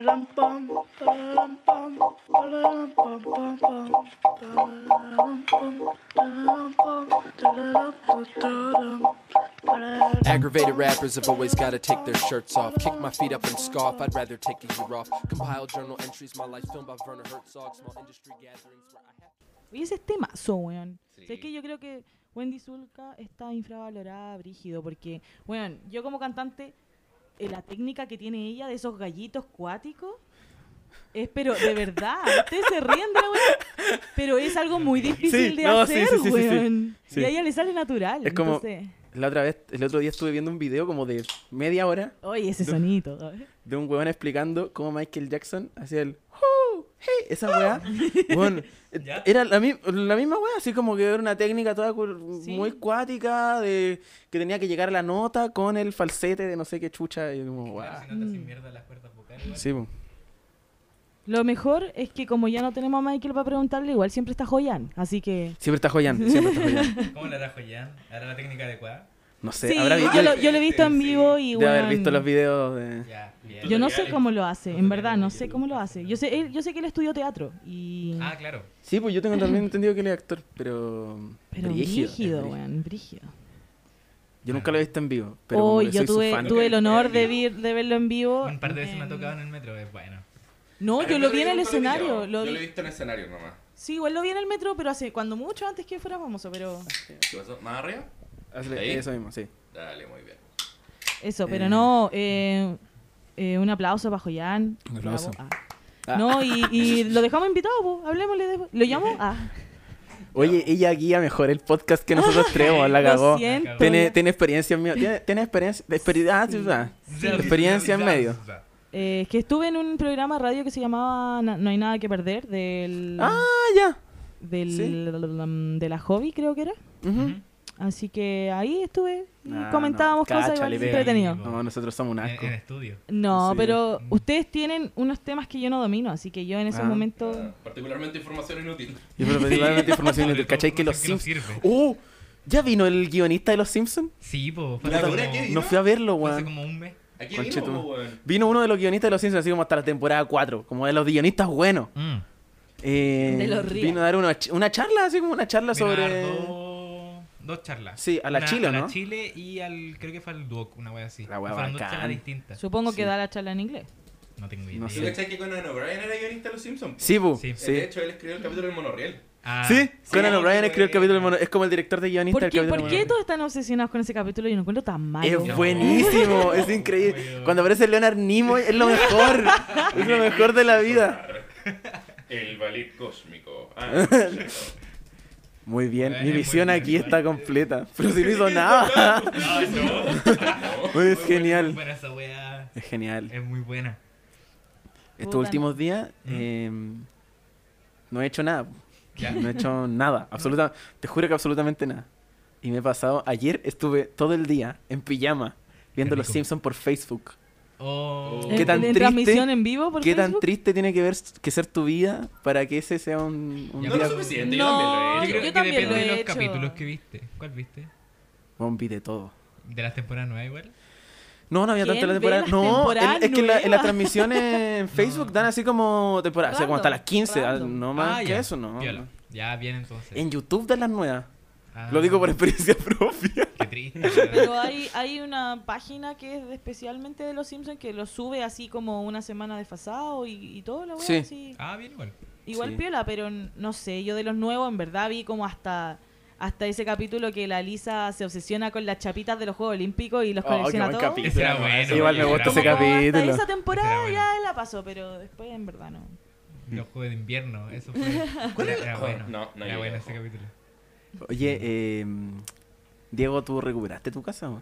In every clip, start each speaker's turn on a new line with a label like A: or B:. A: Ram, pam, pararam, pam, pararam, pam, pam, pam, pararam, pam, pararam, pam, tararam, pam, tararam, pararam.
B: Aggravated rappers have always gotta take their shirts off. Kick my feet up and scoff, I'd rather take a year off. Compile journal entries, my life filmed by Werner Herzog, small industry gatherings where I have.
C: Oye, ese es temazo, weón.
D: Sí.
C: O sea, es que yo creo que Wendy Zulka está infravalorada, brígido, porque, weón, yo como cantante, eh, la técnica que tiene ella de esos gallitos cuáticos, es, pero de verdad, ustedes se ríen de la weón, pero es algo muy difícil
D: Sí,
C: de
D: no, sí,
C: hacer,
D: sí, sí, sí, sí.
C: weón.
D: Sí.
C: Y a ella le sale natural.
D: Es como-
C: entonces,
D: La otra vez, el otro día estuve viendo un video como de media hora
C: oye, ese sonito.
D: de un weón explicando cómo Michael Jackson hacía el "Hoo, hey", esa weá. Weón, eh, era la, mi- la misma weá, así como que era una técnica toda cur-
C: Sí.
D: muy cuática, de que tenía que llegar a la nota con el falsete de no sé qué chucha. Y yo como, weá.
E: Si no te
C: Mm.
E: hacen mierda las cuerdas vocales, igual.
D: Sí, po.
C: Lo mejor es que como ya no tenemos a Michael para preguntarle, igual siempre está Joyan, así que...
D: siempre está joyando, siempre está joyando.
E: ¿Cómo la hará Joyan? ¿Hará la técnica adecuada?
D: No sé,
C: Sí,
D: habrá vi-
C: yo lo, yo lo he visto en
E: Sí.
C: vivo y,
D: debe haber
C: weón,
D: visto los videos de...
E: Ya, bien.
C: Yo no sé cómo lo hace, en
E: Tutoriales
C: verdad,
E: de
C: no sé
E: YouTube.
C: cómo lo hace. Yo sé, él- yo sé que él estudió teatro y...
E: Ah, claro.
D: Sí, pues yo tengo también entendido que él es actor, pero...
C: pero brígido,
D: brígido, es brígido.
C: weón, brígido.
D: Yo nunca lo he visto en vivo, pero
C: Hoy
D: como que
C: yo
D: soy su
C: tuve,
D: fan.
C: tuve el honor de, vir- de verlo en vivo.
E: Un par de veces me ha
C: Eh,
E: tocado en el metro, es bueno.
C: No, yo lo vi en el
F: nunca lo he
C: escenario. Lo
F: pillado. Yo lo he
C: vi...
F: visto en el escenario nomás.
C: Sí, igual lo vi en el metro, pero hace cuando mucho antes que fuera famoso, pero...
F: ¿Qué pasó? ¿Más arriba?
D: Hazle
F: ¿Ahí?
D: Eso mismo, sí.
F: Dale, muy bien.
C: Eso, pero
D: Eh.
C: no... eh, eh, un aplauso para Joyan.
D: Un aplauso.
C: Bravo.
D: Ah.
C: Ah. No, y, y lo dejamos invitado, po. hablemosle después. ¿Lo llamo? Ah,
D: Oye, ella guía mejor el podcast que nosotros traemos, la
C: lo
D: cagó.
C: siento.
D: Tiene,
C: ya.
D: tiene experiencia en medio. Tiene, tiene experiencia. de experiencia- ah, sí, ah. Experiencia en medio.
C: Eh, que estuve en un programa de radio que se llamaba Na- No hay nada que perder del,
D: Ah, ya.
C: del
D: sí.
C: um, de la hobby creo que era.
D: Ujú.
C: Así que ahí estuve y
D: Ah,
C: comentábamos
D: no,
C: cosas igual
D: cáchale, pega.
C: entretenido.
D: No, nosotros somos un asco.
E: En, en estudio.
C: No,
D: Sí.
C: pero ustedes tienen unos temas que yo no domino, así que yo en esos
D: Ah.
C: momentos
F: Ah, particularmente información inútil.
D: Yo pero particularmente información
E: Sobre
D: inútil.
E: todo
D: ¿Cachai que los
E: información
D: Simpsons.
E: que no sirve.
D: ¡Oh! ¿Ya vino el guionista de los Simpsons?
E: Sí, po. Fue
F: La
E: hace
F: dura
E: como-
F: que vi.
D: No fui a verlo,
E: fue hace
D: weón.
E: como un mes.
F: Aquí
D: Conche
F: vino,
D: tu-
F: po, weón.
D: Vino uno de los guionistas de los Simpsons, así como hasta la temporada 4, como de los guionistas buenos.
E: Mm.
D: Eh,
C: De los real.
D: vino a dar una, ch- una charla, así como una charla
E: Vino a dar
D: sobre.
E: dos- Dos charlas.
D: Sí, a la
E: Una-
D: Chile,
E: A
D: ¿no?
E: la Chile y al. Creo que fue al Duoc, una wea así.
D: La wea
E: Fueron dos
D: bacán.
E: charlas distintas.
C: supongo
D: Sí.
C: que da la charla en inglés.
E: No tengo idea.
D: No
F: ¿Tú
D: Sí.
F: cachai que Conan O'Brien era guionista de Los Simpsons?
D: Sí, bu.
E: Sí.
D: sí.
F: De hecho, él escribió el capítulo del monorriel.
E: Ah,
D: Sí, Conan
F: sí,
D: O'Brien
F: sí,
D: escribió el
F: sí.
D: capítulo del mono. Es como el director de guionista
C: ¿Por qué,
D: del
C: ¿por
D: capítulo del
C: qué
D: mono.
C: todos están obsesionados con ese capítulo? Yo no encuentro tan malo.
D: Es
E: No.
D: buenísimo, es increíble.
E: Weón.
D: Cuando aparece Leonard Nimoy es lo mejor. es lo mejor de la vida.
F: El ballet cósmico. Ah,
D: Muy bien,
E: Weón,
D: mi
E: es
D: misión
E: muy
D: aquí
E: bueno.
D: está completa. Pero si no hizo nada.
F: Ah,
E: Ay, no.
D: Weón, es
E: Muy
D: genial.
E: buena esa wea.
D: Es genial.
E: Es muy buena.
D: Estos
C: Puta.
D: últimos días eh, no he hecho nada. No he hecho nada. Absoluta, te juro que absolutamente nada. Y me he pasado. Ayer estuve todo el día en pijama viendo
E: Qué
D: Los
E: rico.
D: Simpsons por Facebook.
E: Oh.
C: ¿En,
D: ¿Qué tan
C: en
D: triste?
C: transmisión en vivo por
D: ¿Qué tan
C: Facebook?
D: triste tiene que ver que ser tu vida para que ese sea un, un
E: Ya,
F: No
D: día
F: lo suficiente,
C: No, yo
F: yo también lo he hecho.
E: Creo que
C: también
E: depende
C: lo he
E: de los
C: hecho.
E: capítulos que viste. ¿Cuál viste?
D: Bombi de todo?
E: ¿De las temporadas nuevas igual?
D: No, no había
C: ¿Quién
D: tanto la
C: ve
D: temporada.
C: las
D: No,
C: temporadas
D: el- es que en la- en las
C: nuevas?
D: transmisiones en Facebook dan así como temporada, o sea, como hasta las 15, ah,
C: Random,
D: no más
E: Ah,
D: que
E: ya.
D: eso, no.
E: Piola. Ya, bien entonces.
D: En YouTube dan las nuevas.
E: Ah,
D: Lo digo por experiencia propia.
E: Qué triste.
C: Pero hay, hay una página que es de- especialmente de los Simpsons que lo sube así como una semana desfasado y, y todo la weá.
D: Sí.
C: así.
E: ah, bien igual.
C: Igual
D: Sí.
C: piola, pero n- no sé, yo de los nuevos en verdad vi como hasta hasta ese capítulo que la Lisa se obsesiona con las chapitas de los Juegos Olímpicos y los colecciona todos.
E: Ese era bueno,
D: Igual me
E: ese
D: gusta
E: era
D: ese
C: Como Hasta
D: capítulo.
C: esa temporada
E: Ese era
C: ya
E: bueno.
C: la pasó, pero después en verdad no.
E: Los juegos de invierno, eso fue. era, era bueno.
F: No,
E: era
F: no llegué,
E: bueno
F: no.
E: ese capítulo.
D: Oye, eh, Diego, ¿tú recuperaste tu casa? o?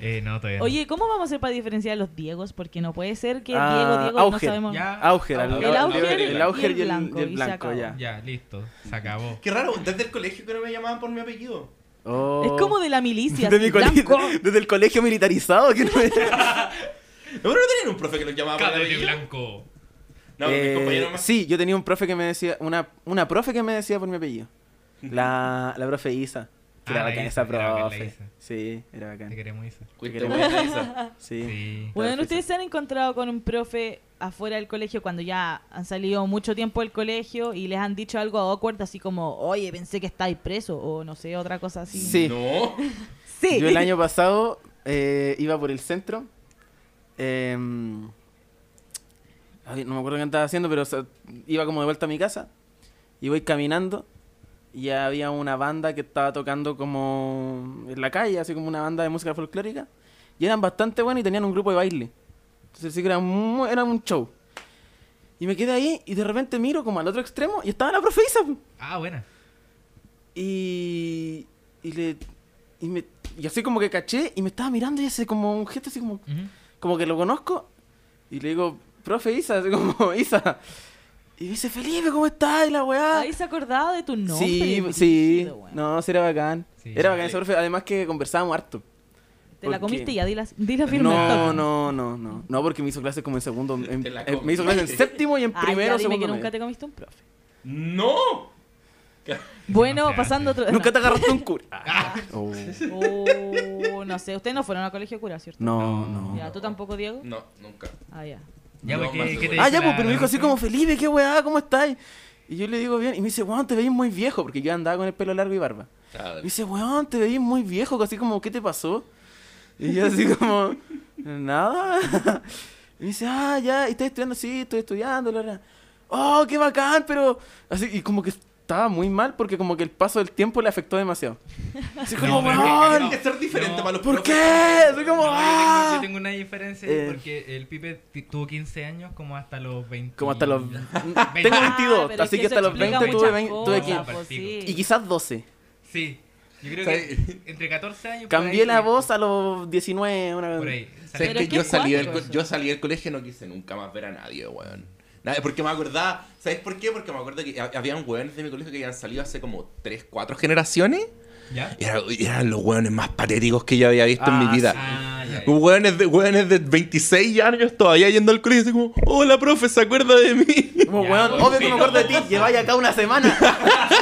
E: Eh, no, todavía no.
C: Oye, ¿cómo vamos a hacer para diferenciar a los Diegos? Porque no puede ser que
D: Ah,
C: Diego, Diego, no
D: Auger.
C: sabemos.
E: Ya.
D: Auger, al-
F: El
D: al-
F: Auger
D: el Auger y el- y
C: y
D: el
C: se
D: blanco,
C: acabó.
D: ya.
E: Ya, listo. Se acabó.
F: Qué raro, desde el colegio que no me llamaban por mi apellido.
D: Oh.
C: Es como de la milicia,
D: Desde, mi
C: así,
D: colegio-
C: blanco.
D: desde el colegio militarizado. Que no me-
F: No, pero no tenían un profe que los llamaba por el
E: Cadete
F: apellido.
E: blanco.
F: No,
D: Eh,
F: mis compañeros más.
D: Sí, yo tenía un profe que me decía, una, una profe que me decía por mi apellido. La, la profe Isa. Que Era
E: Ah, la
D: bacán
E: Isa,
D: esa
E: era bacán la
D: profe.
E: Isa.
D: Sí, era
E: Te
D: bacán.
E: queremos, Isa.
F: Cuesta
D: queremos.
F: buena esa.
D: Sí.
E: Sí.
D: Claro,
C: Bueno,
D: sí,
C: ¿ustedes se han encontrado con un profe afuera del colegio cuando ya han salido mucho tiempo del colegio y les han dicho algo awkward así como, oye, pensé que estáis preso o no sé, otra cosa así?
D: Sí.
F: No.
C: Sí.
D: Yo el año pasado eh, iba por el centro. em, ay, no me acuerdo qué andaba haciendo, pero o sea, iba como de vuelta a mi casa. Y voy caminando. Y había una banda que estaba tocando como en la calle, así como una banda de música folclórica. Y eran bastante buenos y tenían un grupo de baile. Entonces sí que era, mu- era un show. Y me quedé ahí y de repente miro como al otro extremo y estaba la profe Isa, po.
E: Ah, buena.
D: Y, y le. Y, me, y así como que caché y me estaba mirando y hace como un gesto así como,
E: Ujú.
D: como que lo conozco. Y le digo, profe Isa, así como Isa. Y me dice, Felipe, ¿cómo estás? Y la weá.
C: ¿Habéis acordado de tu nombre?
D: sí,
C: Brígido,
D: sí.
C: weón.
D: No, sí era bacán.
E: Sí,
D: era bacán
F: dale.
D: ese profe. Además que conversábamos harto.
C: Te la
D: ¿por qué?
C: comiste ya, di la, di la firme. al
D: No,
C: toque.
D: no, no, no. No, porque me hizo clases como en segundo. en-
F: Te la
D: en- me hizo clases en
F: comiste.
D: séptimo y en
C: Ay,
D: primero,
C: Ah, ya, dime que
D: segundo.
C: nunca
D: medio.
C: te comiste un profe.
F: No.
C: Bueno,
E: no se
C: pasando
E: hace.
C: otro...
D: Nunca te agarraste un cura. Oh.
C: Oh, no sé, ustedes no fueron a colegio cura, ¿cierto?
D: No,
E: No.
D: no.
C: Ya, ¿tú tampoco, Diego?
F: No, nunca.
C: Ah, ya.
E: Ya,
F: No,
E: porque
F: más
D: Ah,
F: seguro.
E: dice
D: ya, pues, pero
E: la-
D: me
E: la
D: dijo así
E: profe?
D: como, Felipe, qué weá, ¿cómo estáis? Y yo le digo bien, y me dice, weón, te veís muy viejo, porque yo andaba con el pelo largo y barba.
F: Ah,
D: Me dice, weón, te veís muy viejo, así como, ¿qué te pasó? Y yo así como, nada. Y me dice, ah, ya, ¿y estás estudiando? Sí, estoy estudiando, la verdad. Oh, qué bacán, pero... Así, y como que estaba muy mal, porque como que el paso del tiempo le afectó demasiado. Así como,
E: pero es que-
D: weón,
F: Tiene que ser
E: No.
F: diferente para los
D: ¿por
F: profes.
D: qué? Soy como,
E: No, yo,
D: ah.
E: tengo, yo tengo una diferencia ahí
D: Eh.
E: porque el Pipe t- tuvo 15 años como hasta los 20.
D: Como hasta los... Tengo
E: Veinte.
C: Ah,
D: 22,
C: pero es
D: así
C: que
D: que,
C: eso
D: hasta los
C: explica
D: 20 tuve,
C: muchas
D: 20 tuve
C: cosas,
D: 15.
C: pues, sí.
D: Y quizás 12.
E: Sí. Yo creo
F: ¿Sabes?
E: que entre 14 años. por
D: Cambié
E: ahí,
D: la voz a los 19, una
E: Por
D: vez.
E: ahí.
F: ¿Sabes
C: Pero
F: que
C: es que
F: yo
C: es
F: salí, del,
C: cuático
F: co-
C: eso.
F: yo salí del colegio y no quise nunca más ver a nadie, weón. Nada, porque me acordaba, ¿sabes por qué? Porque me acuerdo que ha- habían weones de mi colegio que habían salido hace como 3, 4 generaciones
E: ¿Ya?
F: y era- y eran los weones más patéticos que yo había visto en
D: Ah,
F: mi vida.
E: Ah, ya. ya.
F: Hueones de, hueones de 26 años todavía yendo al colegio y así como, hola profe, ¿se acuerda de mí?
D: Como,
E: Ya,
D: weón,
E: weón,
D: obvio que me acuerdo de ti, lleváis acá una semana.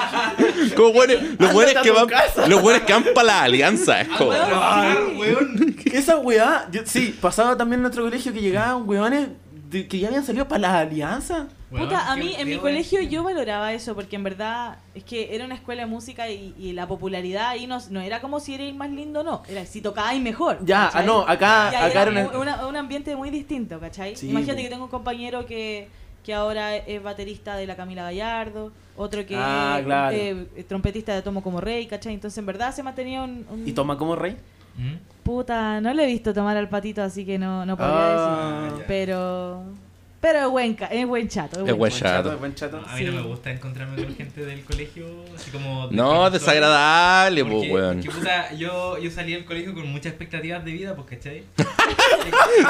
F: Como hueones- los hueones
D: Ándate a
F: que
D: tu
F: van,
D: casa.
F: los hueones que van para la alianza, es como,
E: Ay, weón.
D: Esa weá, yo- sí, pasaba también en nuestro colegio que llegaban weones de- que ya habían salido para la alianza.
E: Weón,
C: Puta, a
E: qué-
C: mí en
E: qué
C: mi
E: weón.
C: colegio yo valoraba eso porque en verdad es que era una escuela de música y, y la popularidad ahí no, no era como si erais más lindo o no, era si tocabais mejor.
D: Ya, ah,
C: ¿cachai?
D: no, acá,
C: Ya, era
D: acá era una-
C: un- una- un ambiente muy distinto, ¿cachai?
D: Sí,
C: Imagínate
D: po.
C: que tengo un compañero que, que ahora es baterista de la Camila Gallardo, otro que
D: Ah,
C: es
D: claro.
C: eh, trompetista de Tomo como Rey, ¿cachai? Entonces en verdad se mantenía un... un-
D: ¿Y toma como rey?
E: ¿Mm?
C: Puta, no le he visto tomar al patito, así que no, no podría
D: Ah,
C: decir.
E: ya.
C: Pero... Pero es buen, ca- es buen chato.
F: Es buen
D: Buen
F: chato.
D: chato, buen chato.
E: No, a mí no
C: Sí.
E: me gusta encontrarme con gente del colegio, así como... de
F: no,
E: profesores.
F: desagradable, po,
E: Porque,
F: weón.
E: porque, puta, yo, yo salí del colegio con muchas expectativas de vida, pues, ¿cachai?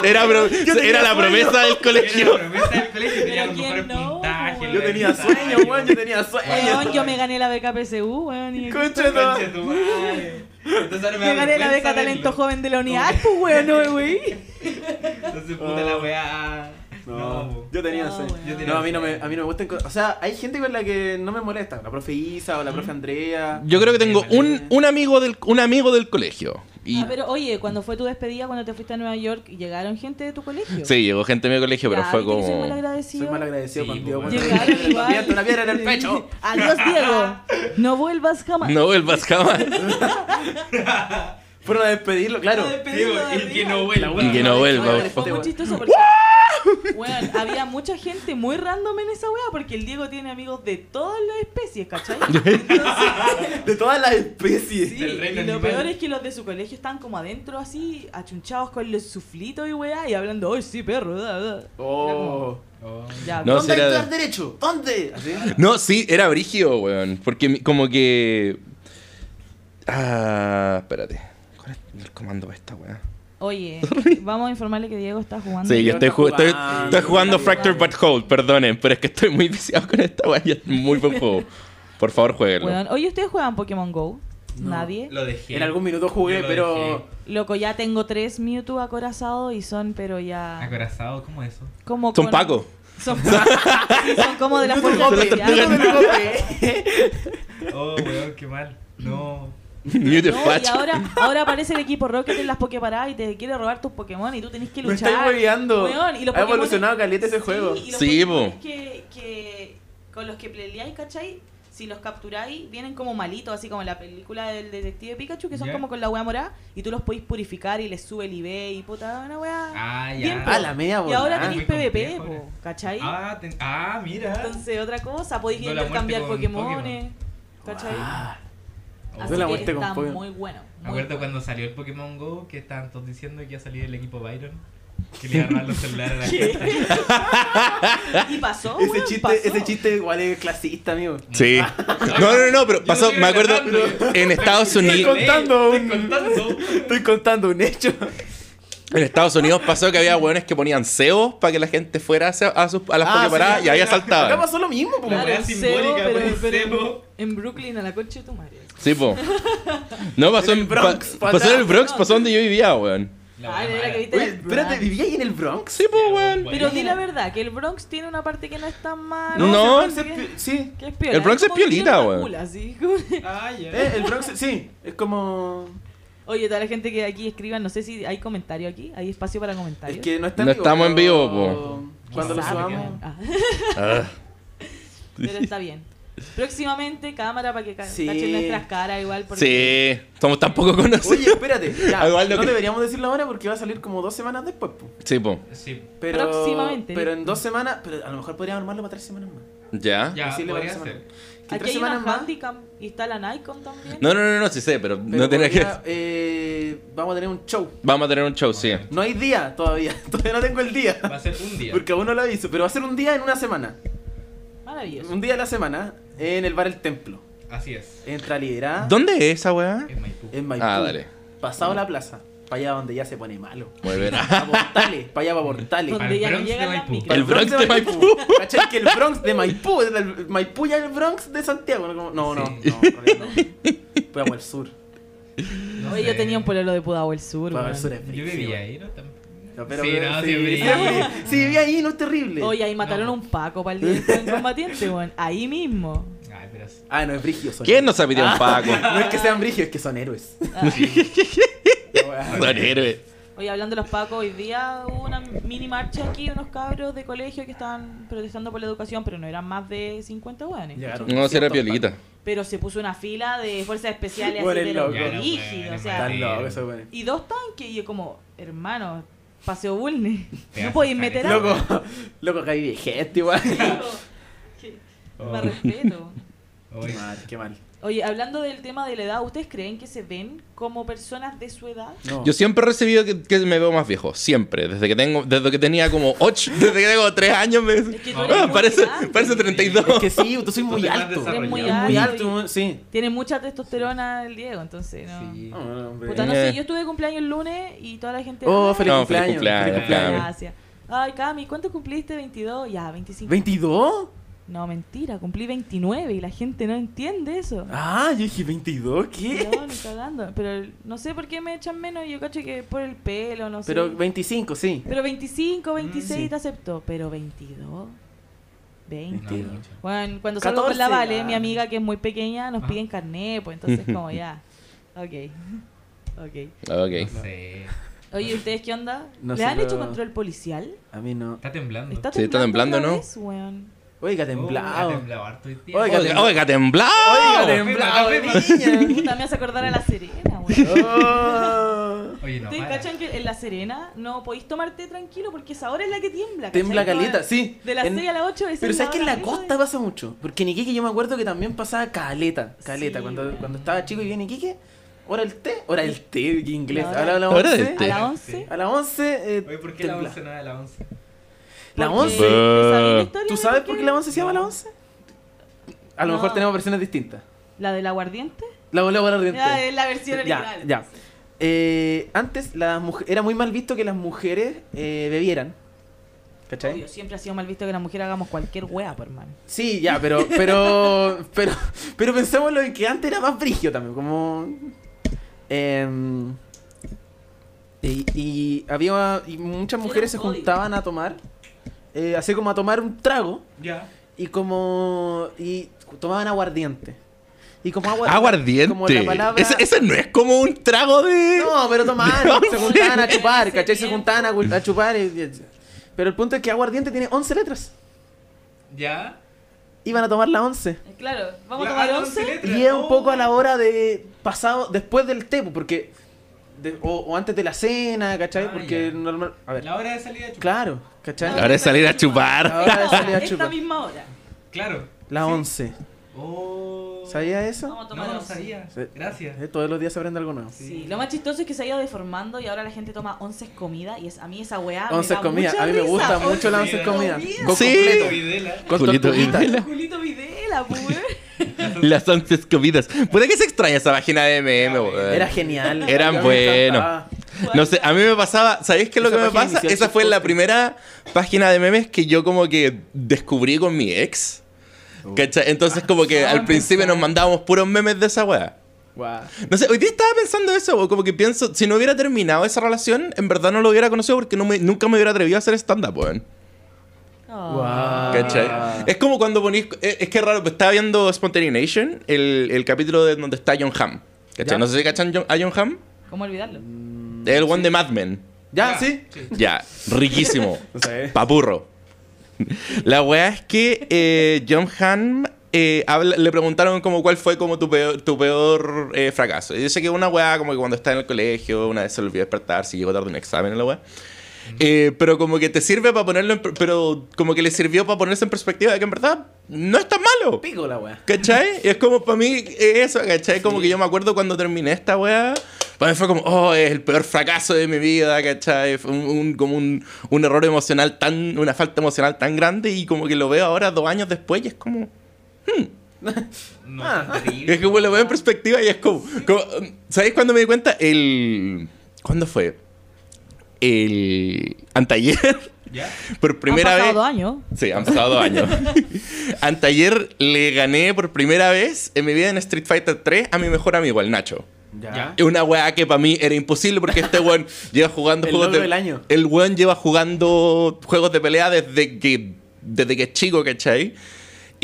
F: Era, pro- era la promesa del
E: Era
F: colegio.
E: la promesa del colegio, tenía
C: Pero
E: los
C: ¿quién
E: mejores
C: no,
E: puntajes.
C: weón?
D: Yo
E: la
D: tenía
E: verdad,
D: sueño,
E: yo-
D: weón, yo tenía
C: Weón,
D: sueño.
C: yo me gané la beca PSU, weón. Y me
D: Concha, no.
E: Conche tu madre. Entonces ahora me da
C: gané la
E: vergüenza
C: beca talento
E: verlo.
C: joven de la unidad, pues, weón, no, wey.
E: Entonces, puta la weá. No, po.
D: Ah. yo tenía
C: No,
D: sueño.
C: weón.
E: Yo tenía
D: No, a mí no me,
E: sueño.
D: a mí no me gusta. enco- O sea, hay gente con la que no me molesta. La profe Isa o la profe Andrea.
F: Yo creo que tengo un, un amigo del un amigo del colegio. Y
C: Ah, pero oye, cuando fue tu despedida, cuando te fuiste a Nueva York, ¿llegaron gente de tu colegio?
F: sí, llegó gente de mi colegio, pero
C: Ya,
F: fue
C: ¿viste que Soy
F: como
C: mal agradecido.
D: Soy mal agradecido
E: Sí,
D: con Dios.
E: pues,
D: bueno.
E: weón.
C: Llegaron igual.
D: Te aviento una piedra en el pecho.
C: Adiós, Diego. No vuelvas jamás.
F: no vuelvas jamás
D: Fueron a despedirlo, claro.
E: Digo, y que no vuelva.
F: y que no
D: Oye,
F: vuelvas.
D: este
C: Fue muy
D: weón.
C: chistoso porque. Weón, había mucha gente muy random en esa weá porque el Diego tiene amigos de todas las especies, ¿cachai? Entonces,
D: De todas las especies.
C: Sí,
E: Del reino
C: y lo
E: animal.
C: peor es que los de su colegio están como adentro así, achunchados con los suflitos y weá, y hablando, ¡ay, sí, perro! da, da".
D: Oh.
E: Oh.
C: Ya,
F: No,
D: ¿Dónde
F: será-
D: estás derecho? ¿Dónde? Así.
F: No, sí, era brígido, weón. Porque mi- como que. Ah, espérate. ¿Cuál es el comando de esta weá?
C: Oye, vamos a informarle que Diego está jugando.
F: Sí, yo estoy, ju- estoy,
D: jugando.
F: estoy jugando
C: Sí,
F: Fracture
C: vale.
F: But Hold, perdonen, pero es que estoy muy viciado con esta weá. y es Muy buen juego. Por favor, jueguenlo.
C: Weón, Oye, ¿ustedes juegan Pokémon GO? Nadie.
E: Lo dejé.
D: En algún minuto jugué,
E: Yo lo
D: pero.
E: dejé.
C: Loco, ya tengo tres Mewtwo acorazados y son, pero ya...
E: Acorazado, ¿cómo es eso?
C: Como
F: Son
C: con-
F: Paco.
C: Son, sí, son como de las
D: Yo te
C: fuerzas
D: copé,
C: especiales.
D: yo te copé.
E: Oh, weón, qué mal. No.
F: Mute
C: No, y ahora, ahora aparece el equipo Rocket en las Poképaradas y te quiere robar tus Pokémon y tú tenés que
D: Me
C: luchar.
D: estáis hueveando.
C: Weón, y los
D: Ha
C: Pokémon-
D: evolucionado caleta ese
C: Sí,
D: juego.
C: y los
F: Sí,
C: Pokémon
F: po.
C: que, que con los que peleáis, ¿cachai? Si los capturáis, vienen como malitos, así como en la película del detective Pikachu, que son
E: Ya.
C: como con la wea morada, y tú los podéis purificar y les sube el IB y puta, una wea.
E: Ah,
C: Bien,
E: ya.
C: po.
D: Ah, la media
C: y ahora
D: volada.
C: tenéis
E: Muy
C: PvP,
E: complejo, eh.
C: po, ¿cachai?
E: Ah, ten- ah, mira.
C: Entonces, otra cosa, podéis
E: No, la muerte
C: intercambiar
E: con
C: Pokémones, ¿cachai?
D: Ah,
E: Oh,
C: Así
D: la
C: que
D: muerte con
C: está
D: Pokémon.
C: muy bueno.
E: Me
C: muy
E: acuerdo
C: bueno.
E: cuando salió el Pokémon Go que estaban todos diciendo que iba a salir el equipo Byron. Que le agarraban los celulares a la gente.
C: Y pasó,
D: Ese
C: weón, pasó.
D: chiste, ese chiste igual es clasista, amigo.
F: Sí.
D: Ah.
F: No, no, no, pero
E: Yo
F: pasó,
E: estoy
F: me acuerdo
E: relatando.
F: en Estados
D: Estoy
F: Unidos,
D: contando
E: Estoy
D: un-
E: contando.
D: Estoy contando un hecho.
F: en Estados Unidos pasó que había hueones que ponían cebos para que la gente fuera a, se- a sus- a las
D: Ah,
F: Poképaradas
D: sí,
F: y ahí
D: acá- Acá
F: asaltaban.
D: pasó lo mismo, po,
E: Claro.
D: weón.
E: weá
C: un
E: simbólica,
C: cebo,
E: pero un cebo.
C: en Brooklyn, a la concha de tu madre.
F: Sí, po. No, pasó
D: En
F: en
D: el Bronx,
F: pa-
D: pa'
F: pasó en el
D: atrás.
F: Bronx, pasó donde yo vivía, weón.
E: La
C: Ah,
E: wea
C: era
E: mala.
C: que viste
D: Oye,
C: el
D: espérate,
C: Bronx.
D: ¿vivía ahí en el Bronx?
F: Sí, po, weón.
C: Pero di la
E: Buena.
C: verdad, que el Bronx tiene una parte que no es tan mal.
F: No,
C: o
D: el
C: sea,
D: Bronx es pi- sí.
C: que es piola.
F: el Bronx es
C: como que
F: piolita,
C: tiene una
F: weón.
C: cula, así, como-
E: Ah, ya.
D: Eh, el Bronx, es- sí. Es como.
C: Oye, toda la gente que aquí escriba, no sé si hay comentario aquí, hay espacio para comentarios.
D: Es que no está en
F: No
D: vivo,
F: estamos en
D: pero-
F: vivo,
D: Cuando lo
E: Quizá,
D: subamos.
C: Ah,
F: Ah.
C: pero está bien. Próximamente cámara para que ca-
D: Sí.
C: cachen nuestras caras igual. Porque...
F: Sí, somos tan poco
D: Oye,
F: conocidos.
D: espérate. ya,
F: Ah, igual no
D: no
F: cre-
D: deberíamos decirlo ahora porque va a salir como dos semanas después. po.
F: Sí, po.
E: Sí.
D: Pero,
C: Próximamente.
D: Pero en dos semanas. Pero a lo mejor podríamos armarlo para tres semanas más.
F: Ya.
E: Ya,
D: Decirle
E: podría
D: para la
E: ser.
D: Que
C: Aquí
D: tres
C: hay una
D: semanas más.
C: Handicam y está la Nikon también.
F: No, no, no, no, sí sé, pero,
D: pero
F: no tenía que.
D: podría, eh, vamos a tener un show.
F: Vamos a tener un show, sí.
D: No hay día todavía. Todavía no tengo el día.
E: Va a ser un día.
D: Porque aún no lo aviso. Pero va a ser un día en una semana.
C: Maravilloso.
D: Un día a la semana. En el bar El Templo.
E: Así es.
D: Entra liderada.
F: ¿Dónde es esa weá?
E: Es Maipú.
D: En Maipú.
F: Ah, dale.
D: Pasado la plaza. Para allá donde ya se pone malo.
F: Muy bien.
D: A Portales. Para allá para Portales.
E: Para
C: Donde
E: el
C: ya no
E: Bronx
C: llegan
E: de
C: las
E: Maipú.
C: micros.
D: Para
F: El Bronx de
D: ¿Cachai? Que el Bronx de Maipú. es del- Maipú ya es el Bronx de Santiago. No, como- no, no.
E: Sí.
D: no, todavía no. Voy a el sur.
E: No
C: Oye,
E: sé.
C: yo tenía un pololo de Pudahuel Sur.
D: Pudahuel
C: weón.
D: Sur es
E: Yo
D: brígido.
E: vivía ahí, ¿no? Tam-
D: No, pero-
E: sí, no, sí,
D: sí,
E: vivía.
D: sí, sí, vivía ahí, no es terrible.
C: Oye, ahí mataron
E: No.
C: a un Paco para el día del joven combatiente, weón. Ahí mismo.
E: Ay, pero sí.
D: Ah, no, es brigio. son
F: ¿Quién
D: héroes.
F: nos ha pedido un Paco?
D: No es que sean brigios, es que son héroes.
C: Ah.
F: Son héroes.
C: Oye, hablando de los Pacos, hoy día hubo una mini marcha aquí, unos cabros de colegio que estaban protestando por la educación, pero no eran más de 50 weones.
D: Llegaron.
F: No, si era piolita.
C: Pero se puso una fila de fuerzas especiales así,
D: Bueno, el
C: pero
D: loco.
E: Ya, no,
C: rígido, o
E: weón,
C: sea.
D: Están locos, esos güeyes.
C: Y dos tanques, y yo como, hermano, paseo vulne.
E: Te
C: No
E: vas
C: podéis
E: a
C: meter
E: sacar
C: algo.
D: Loco, loco, acá vive gente igual.
C: Que-
E: Oh.
C: Más respeto.
D: Qué
E: Oye,
D: mal, qué mal.
C: Oye, hablando del tema de la edad, ¿ustedes creen que se ven como personas de su edad?
D: No.
F: Yo siempre he recibido que, que me veo más viejo, siempre. Desde que tengo, desde que tenía como 8, desde que tengo 3 años me
C: que tú
F: Ah,
C: eres muy
F: parece,
C: grande.
F: parece
D: Es
F: 32.
D: que sí, tú soy muy
E: Tú te has
D: alto.
E: desarrollado.
C: Es muy
D: Es muy
C: alto
D: alto, muy- sí.
C: Tiene mucha testosterona el Diego, entonces no.
E: sí.
D: No, no, hombre.
C: Puta, no sé,
F: Eh.
C: yo estuve de cumpleaños el lunes y toda la gente.
D: Oh,
C: "Ay,
D: feliz
F: No, feliz
D: cumpleaños.
F: cumpleaños, Cami.
C: Gracias. Ay, Cami, ¿cuánto cumpliste? ¿22? Ya, 25.
D: ¿22?
C: No, mentira, cumplí 29 y la gente no entiende eso.
D: Ah, yo dije 22, ¿qué?
C: No, ni cagando. Pero el- no sé por qué me echan menos. Yo cacho que por el pelo, no sé.
D: Pero Mm. 25, sí.
C: Pero 25, 26
D: sí.
C: te acepto. Pero 22, 20.
E: No, mucho.
C: Bueno, cuando salgo con la
D: 14,
C: Vale,
D: ah.
C: mi amiga que es muy pequeña, nos
E: Ajá.
C: piden carnet, pues entonces como ya. Ok. Ok.
F: Ok.
E: No sé.
C: Oye, ¿ustedes qué onda?
D: No
C: ¿Le
D: sé,
C: han hecho
D: pero-
C: control policial?
D: A mí no.
E: Está temblando.
C: ¿Está temblando,
F: Sí, está temblando,
C: otra
F: ¿no?
C: vez, weón?
D: Oiga,
E: Oh, ha
D: temblado.
E: temblado harto Oh, hoy día.
D: Oiga,
F: Oiga, oiga, temblado.
D: Oiga, temblado,
E: Calma,
D: niña.
C: Puta, me hace acordar a La Serena, weón.
D: Oh.
E: Oye, no,
C: ¿Ustedes
E: para.
C: cachan que en La Serena no podéis tomarte tranquilo porque esa hora es la que tiembla? ¿cachai?
D: Tembla
C: Como
D: caleta, sí.
C: De las
D: En-
C: 6 a las 8 es
D: Pero sabes que en
C: hora
D: la
C: pico
D: costa
C: de-
D: pasa mucho. Porque en Iquique yo me acuerdo que también pasaba caleta. Caleta.
C: Sí,
D: cuando,
C: weón.
D: cuando estaba chico y vivía en Iquique, hora del té. Hora del té, qué inglés.
C: La hora
D: Ahora a las
F: Hora del
D: 11.
F: té.
C: A las 11.
D: A las 11. eh,
E: Oye, ¿por qué la
D: tembla.
E: 11 no era la 11?
D: La
C: porque-
D: 11.
C: ¿sabéis la historia
D: ¿Tú
C: de
D: sabes por qué la 11 se llama la 11? A lo
C: No.
D: mejor tenemos versiones distintas.
C: ¿La del aguardiente?
D: La volé a volar
C: Ya, es la versión original.
D: Ya, ya. Eh, antes las muj- era muy mal visto que las mujeres eh, bebieran. ¿Cachai?
C: Obvio, siempre ha sido mal visto que las mujeres hagamos cualquier wea, por hermano.
D: Sí, ya, pero, pero, pero, pero pensémoslo en que antes era más frigio también, como... em, y, y había, y muchas mujeres se
C: Era un código.
D: juntaban a tomar, eh, así como a tomar un trago,
E: Ya.
D: y como y tomaban aguardiente Y como agua.
F: Aguardiente.
D: Como la palabra.
F: Ese, ese no es como un trago de.
D: No, pero tomaban,
F: No,
D: se juntaban a
F: sí.
D: chupar, ¿cachai? Se juntaban a, gu- a chupar. y- y- pero el punto es que aguardiente tiene 11 letras.
E: ¿Ya?
D: Iban a tomar la 11.
C: Claro, vamos a
E: Ya,
C: tomar
E: ah, no,
C: 11.
E: sí, letras.
D: Y es un
E: Oh,
D: poco a la hora de pasado, después del té, porque. de- o, o antes de la cena, ¿cachai?
E: Ah,
D: porque
E: ya.
D: normal. A ver,
E: La hora de salida de chupar.
D: claro, ¿cachai?
F: Ahora es salir a
D: La
F: chupar.
D: hora de
C: Esta
D: salir
C: hora,
D: a
C: Esta
D: chupar.
C: misma hora.
E: Claro.
D: La 11.
E: Oh.
D: ¿Sabía
C: Vamos
D: eso?
C: a tomar
E: No, no
C: 11.
E: sabía.
D: Sí.
E: Gracias.
D: Eh, Todos los días se aprende algo nuevo.
C: Sí, lo más chistoso es que se ha ido deformando y ahora la gente toma 11 comida y es a mí esa weá. me
D: 11
C: da
D: comidas.
C: mucha
D: A mí me
C: risa.
D: gusta
E: once
D: mucho la
E: once
D: 11 comidas.
C: comidas.
D: Con
F: Sí.
D: completo.
E: Videla.
D: Con
F: Culito y
D: tortuguita.
F: vela.
C: Julito Videla, pues, weón.
F: Las once comidas. Puede que se extraña esa página de MM, weón.
D: Era genial.
F: Eran
D: A mí me
F: buenos.
D: encantaba.
F: No sé, a mí me pasaba, ¿sabéis qué es lo
D: Esa
F: que me
D: página
F: pasa?
D: inicial
F: Esa fue
D: chistosa.
F: la primera página de memes que yo como que descubrí con mi ex.
D: Oh.
F: ¿Cachai?
D: Ah,
F: Entonces como que al principio nos mandábamos puros memes de esa weá.
D: Guau.
F: No sé, hoy día estaba pensando eso, bo, como que pienso, si no hubiera terminado esa relación, en verdad no lo hubiera conocido porque no me- nunca me hubiera atrevido a hacer stand-up, weón.
C: Ah,
D: Guau.
F: ¿Cachai?
D: Ah.
F: Es como cuando ponís. Es, es que es raro, pues, estaba viendo Spontaneation, el, el capítulo de donde está John Hamm. ¿Cachai?
D: Ya.
F: No sé si cachan John- a John Hamm.
C: ¿Cómo olvidarlo?
D: Mm.
F: El one de Mad Men.
D: Ya, sí.
F: Ya, riquísimo.
D: No sé.
F: Papurro. La weá es que eh, John Hamm eh, habla- le preguntaron como cuál fue como tu peor, tu peor eh, fracaso. Y dice que una weá como que cuando está en el colegio, una vez se le olvidó despertar, si llegó tarde a un examen, la weá. Eh, pero como que te sirve para ponerlo en... per- Pero como que le sirvió para ponerse en perspectiva de que en verdad no es tan malo.
D: Pico la wea.
F: ¿Cachai? Y es como para mí eh, eso, ¿cachai? Como que yo me acuerdo cuando terminé esta weá. Para mí fue como, oh, es el peor fracaso de mi vida, ¿cachai? Fue un, un- como un, un error emocional tan, una falta emocional tan grande y como que lo veo ahora dos años después y es como,
E: No,
D: Ah.
E: tan terrible.
F: es como lo veo en perspectiva y es como, como ¿sabéis cuándo me di cuenta? El, ¿cuándo fue? El, antayer,
E: ¿Ya?
F: por primera
C: Han pasado
F: vez.
C: dos años.
F: Sí, han pasado dos años. Antayer le gané por primera vez en mi vida en Street Fighter 3 a mi mejor amigo, al Nacho.
D: Ya.
F: Es Una weá que para mí era imposible porque este weón lleva jugando
D: El
F: juegos
D: logro
F: de
D: del año.
F: El weón lleva jugando juegos de pelea desde que desde que es chico, ¿cachai?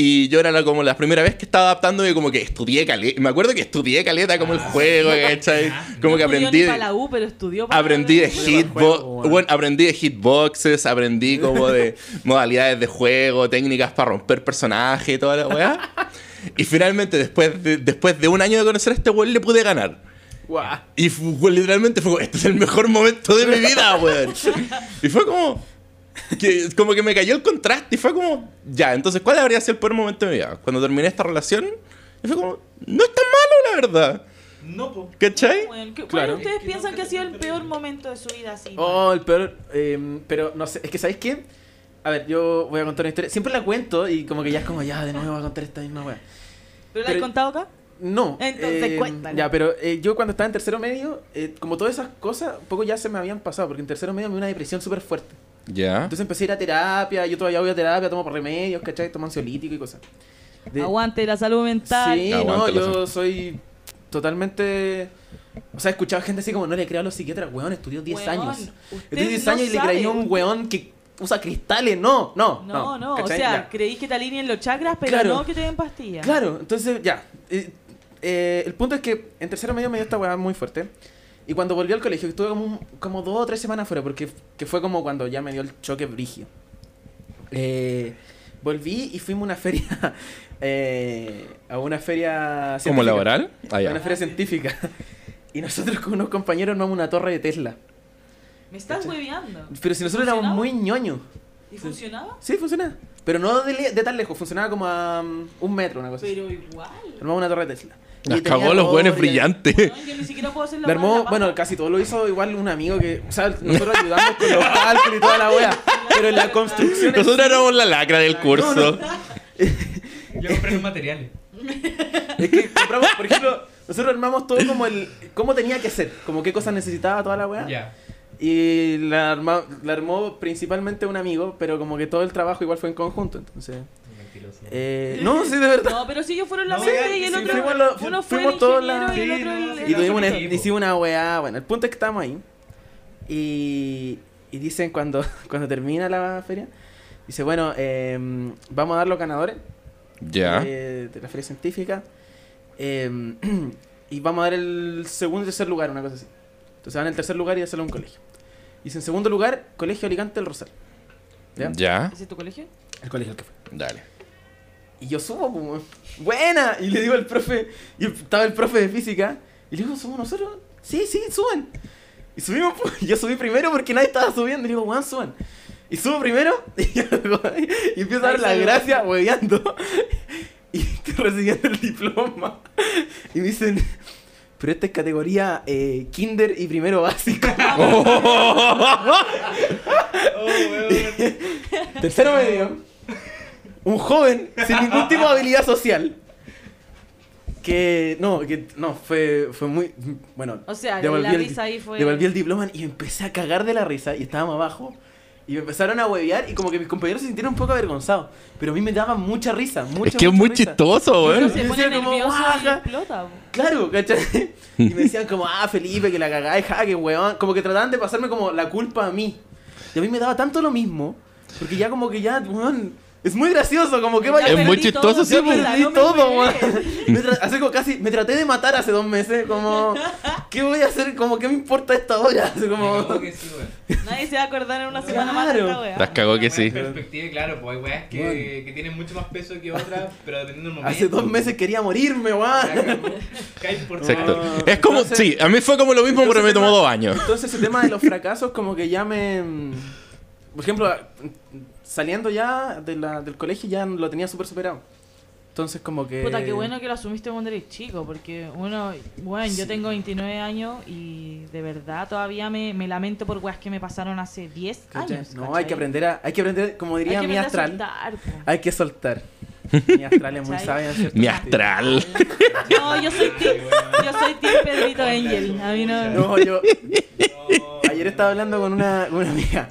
F: Y yo era la- como la primera vez que estaba adaptando y como que estudié caleta. Me acuerdo que estudié caleta como el juego, ¿cachai? Como que
C: No estudió
F: aprendí
C: Ni para la U, pero estudió para
F: aprendí de hitbox,
D: juego, weón.
F: bueno, aprendí de hitboxes, aprendí como de modalidades de juego, técnicas para romper personajes y toda la weá. Y finalmente, después de, después de un año de conocer a este weón, le pude ganar.
D: Guau.
F: Y fu- fue- literalmente fue como, este es el mejor momento de mi vida, weón. Y fue como, que, como que me cayó el contraste y fue como, ya, entonces, ¿cuál habría sido el peor momento de mi vida? Cuando terminé esta relación, y fue como, no es tan malo, la verdad.
E: No, po.
F: ¿Cachai?
C: Bueno, ¿qué-
D: Claro.
C: ¿Cuál ustedes piensan que ha sido el peor momento de su vida así?
D: Oh, el peor. eh, pero no sé, es que ¿sabéis qué? A ver, yo voy a contar una historia. Siempre la cuento y como que ya es como, ya, de nuevo voy a contar esta misma wea.
C: ¿Pero la has
D: pero-
C: contado acá?
D: No.
C: Entonces,
D: eh,
C: cuéntala.
D: Ya, pero eh, yo cuando estaba en tercero medio, eh, como todas esas cosas, poco ya se me habían pasado, porque en tercero medio me dio una depresión súper fuerte.
F: Ya.
D: Entonces empecé a ir a terapia, yo todavía voy a terapia, tomo remedios, ¿cachai? Tomo ansiolítico y cosas. De-
C: Aguante la salud mental.
D: Sí, no,
F: Aguante la
D: yo
F: salud.
D: soy totalmente... O sea, he escuchado gente así como, no le creo a los psiquiatras, weón, estudió 10
C: Weón,
D: años.
C: usted
D: Estudió 10
C: no
D: años y le
C: sabe,
D: creí a un
C: usted-
D: weón que usa cristales, no, no.
C: No, no, o
D: ¿cachai?
C: sea,
D: Ya.
C: creí que te alineen los chakras, pero
D: Claro.
C: no que te den pastillas.
D: Claro, entonces ya. Eh, eh, el punto es que en tercero medio me dio esta weá muy fuerte. Y cuando volví al colegio, estuve como, un- como dos o tres semanas fuera, porque f- que fue como cuando ya me dio el choque brigio. Eh, volví y fuimos a una feria. eh, a una feria.
F: ¿Como
D: científica.
F: laboral? Ah,
D: A una feria científica. Y nosotros con unos compañeros nos vamos a una torre de Tesla.
C: Me estás hueveando.
D: Pero si nosotros éramos
C: ¿Funcionaba?
D: muy ñoños.
C: ¿Y funcionaba?
D: Sí, funcionaba. Pero no de, le- de tan lejos, funcionaba como a mm, un metro, una cosa. así.
C: Pero igual.
D: Armamos una torre de Tesla.
F: Las
D: Y tenía
F: cagó los buenos
D: torre.
F: brillantes.
C: Weón, Yo ni siquiera puedo hacer la weá
D: La
C: de
D: este. armó,
C: la
D: bueno,
C: papa.
D: casi todo lo hizo igual un amigo que, o sea, nosotros ayudamos con los cálculos y toda la wea, pero en la construcción en
F: Nosotros éramos la lacra del curso.
E: Yo compré los materiales.
D: Es que compramos, por ejemplo, nosotros armamos todo como el. cómo tenía que ser, como qué cosas necesitaba toda la weá.
E: Ya.
D: Y la, arma- la armó principalmente un amigo, pero como que todo el trabajo igual fue en conjunto, entonces.
E: Mentiroso.
D: eh, no, sí, de verdad.
C: No, pero si ellos fueron la
E: No,
C: mente
E: sí,
C: y el
E: sí,
C: otro.
D: fuimos lo-
C: uno fue el
D: fuimos todos
C: ingeniero
D: la-
C: y el
E: Sí,
C: otro. el-
E: no, sí,
C: el
D: Y tuvimos una,
E: Era su equipo.
D: hicimos una weá, bueno, el punto es que estábamos ahí. Y, y dicen cuando, cuando termina la feria, dice, bueno, em, vamos a dar los ganadores
F: Ya.
D: eh, de la feria científica. Eh, y vamos a dar el segundo y tercer lugar, una cosa así. Entonces van el tercer lugar y hacerlo a un colegio. Y en segundo lugar, Colegio Alicante del Rosal. ¿Ya?
F: Ya,
C: ¿Ese es tu colegio?
D: El colegio al que fue.
F: dale.
D: Y yo subo, pues, weón. buena. Y le digo al profe, y estaba el profe de física, y le digo, ¿subimos nosotros? Sí, sí, suban. Y subimos, pues, y yo subí primero porque nadie estaba subiendo. Y le digo, weón, suban. Y subo primero, y, yo, y empiezo a dar
C: Ahí
D: la
C: salió.
D: gracia, hueveando. Y estoy recibiendo el diploma. Y me dicen, pero esta es categoría eh, kinder y primero básico.
E: Oh, weón.
D: Tercero medio. Un joven sin ningún tipo de habilidad social. Que no, que no, fue, fue muy. Bueno,
C: O sea,
D: devolví
C: la
D: el
C: risa
D: di-
C: ahí fue-
D: Devolví el diploma y me empecé a cagar de la risa y estábamos abajo. Y me empezaron a huevear y como que mis compañeros se sintieron un poco avergonzados. Pero a mí me daba mucha risa, mucha
F: es que es
D: mucha
F: muy
D: risa.
F: chistoso,
C: Uno
F: weón.
C: se pone
D: Decía como,
C: nervioso y
D: "Guaja".
C: explota. po.
D: Claro, ¿cachai? Y me decían como, ah, Felipe, que la cagáis, ja, que weón. Como que trataban de pasarme como la culpa a mí. Y a mí me daba tanto lo mismo, porque ya como que ya, weón, es muy gracioso, como que
C: Ya
D: vaya...
F: Es muy
C: perdí todo,
F: chistoso, sí,
C: ya
F: po.
D: perdí
C: no me
D: todo, weón.
C: pegues.
D: Me tra- hace como casi, me traté de matar hace dos meses, como, ¿qué voy a hacer? Como, ¿qué me importa esta hora? Así
E: Me
D: como...
E: cagó que sí, weón.
C: Nadie se va a acordar en una semana más de
D: Claro.
C: esta
F: Las
C: weá.
F: cagó que
E: Weón,
F: sí.
E: perspectiva, claro, pues hay weas que, que tienen mucho más peso que otras, pero dependiendo del momento. pues,
D: Hace dos meses quería morirme, weón.
E: Cae por
F: Exacto.
E: todo.
F: Es como,
D: Entonces-
F: sí, a mí fue como lo mismo, pero me
D: Entonces,
F: tomó
D: tema-
F: dos años.
D: Entonces el tema de los fracasos como que ya me... mm, Por ejemplo, a- saliendo ya de la- del colegio ya lo tenía súper superado. Entonces como que...
C: Puta, qué bueno que lo asumiste cuando eres chico, porque uno, bueno,
D: Sí.
C: yo tengo 29 años y de verdad todavía me, me lamento por weas que me pasaron hace 10
D: ¿cachai?
C: años.
D: no,
C: ¿cachai?
D: hay que aprender a... Hay que aprender, como
C: Hay que
D: diría mi
C: aprender a
D: astral,
C: soltar, po.
D: hay que soltar. Mi astral es muy
C: ¿Cachai?
D: sabia. en cierto
F: Mi
D: sentido.
F: astral.
C: No, yo soy team, yo soy team Pedrito Angel. A mí no.
D: No, yo...
E: No,
D: Ayer estaba hablando con una, con una amiga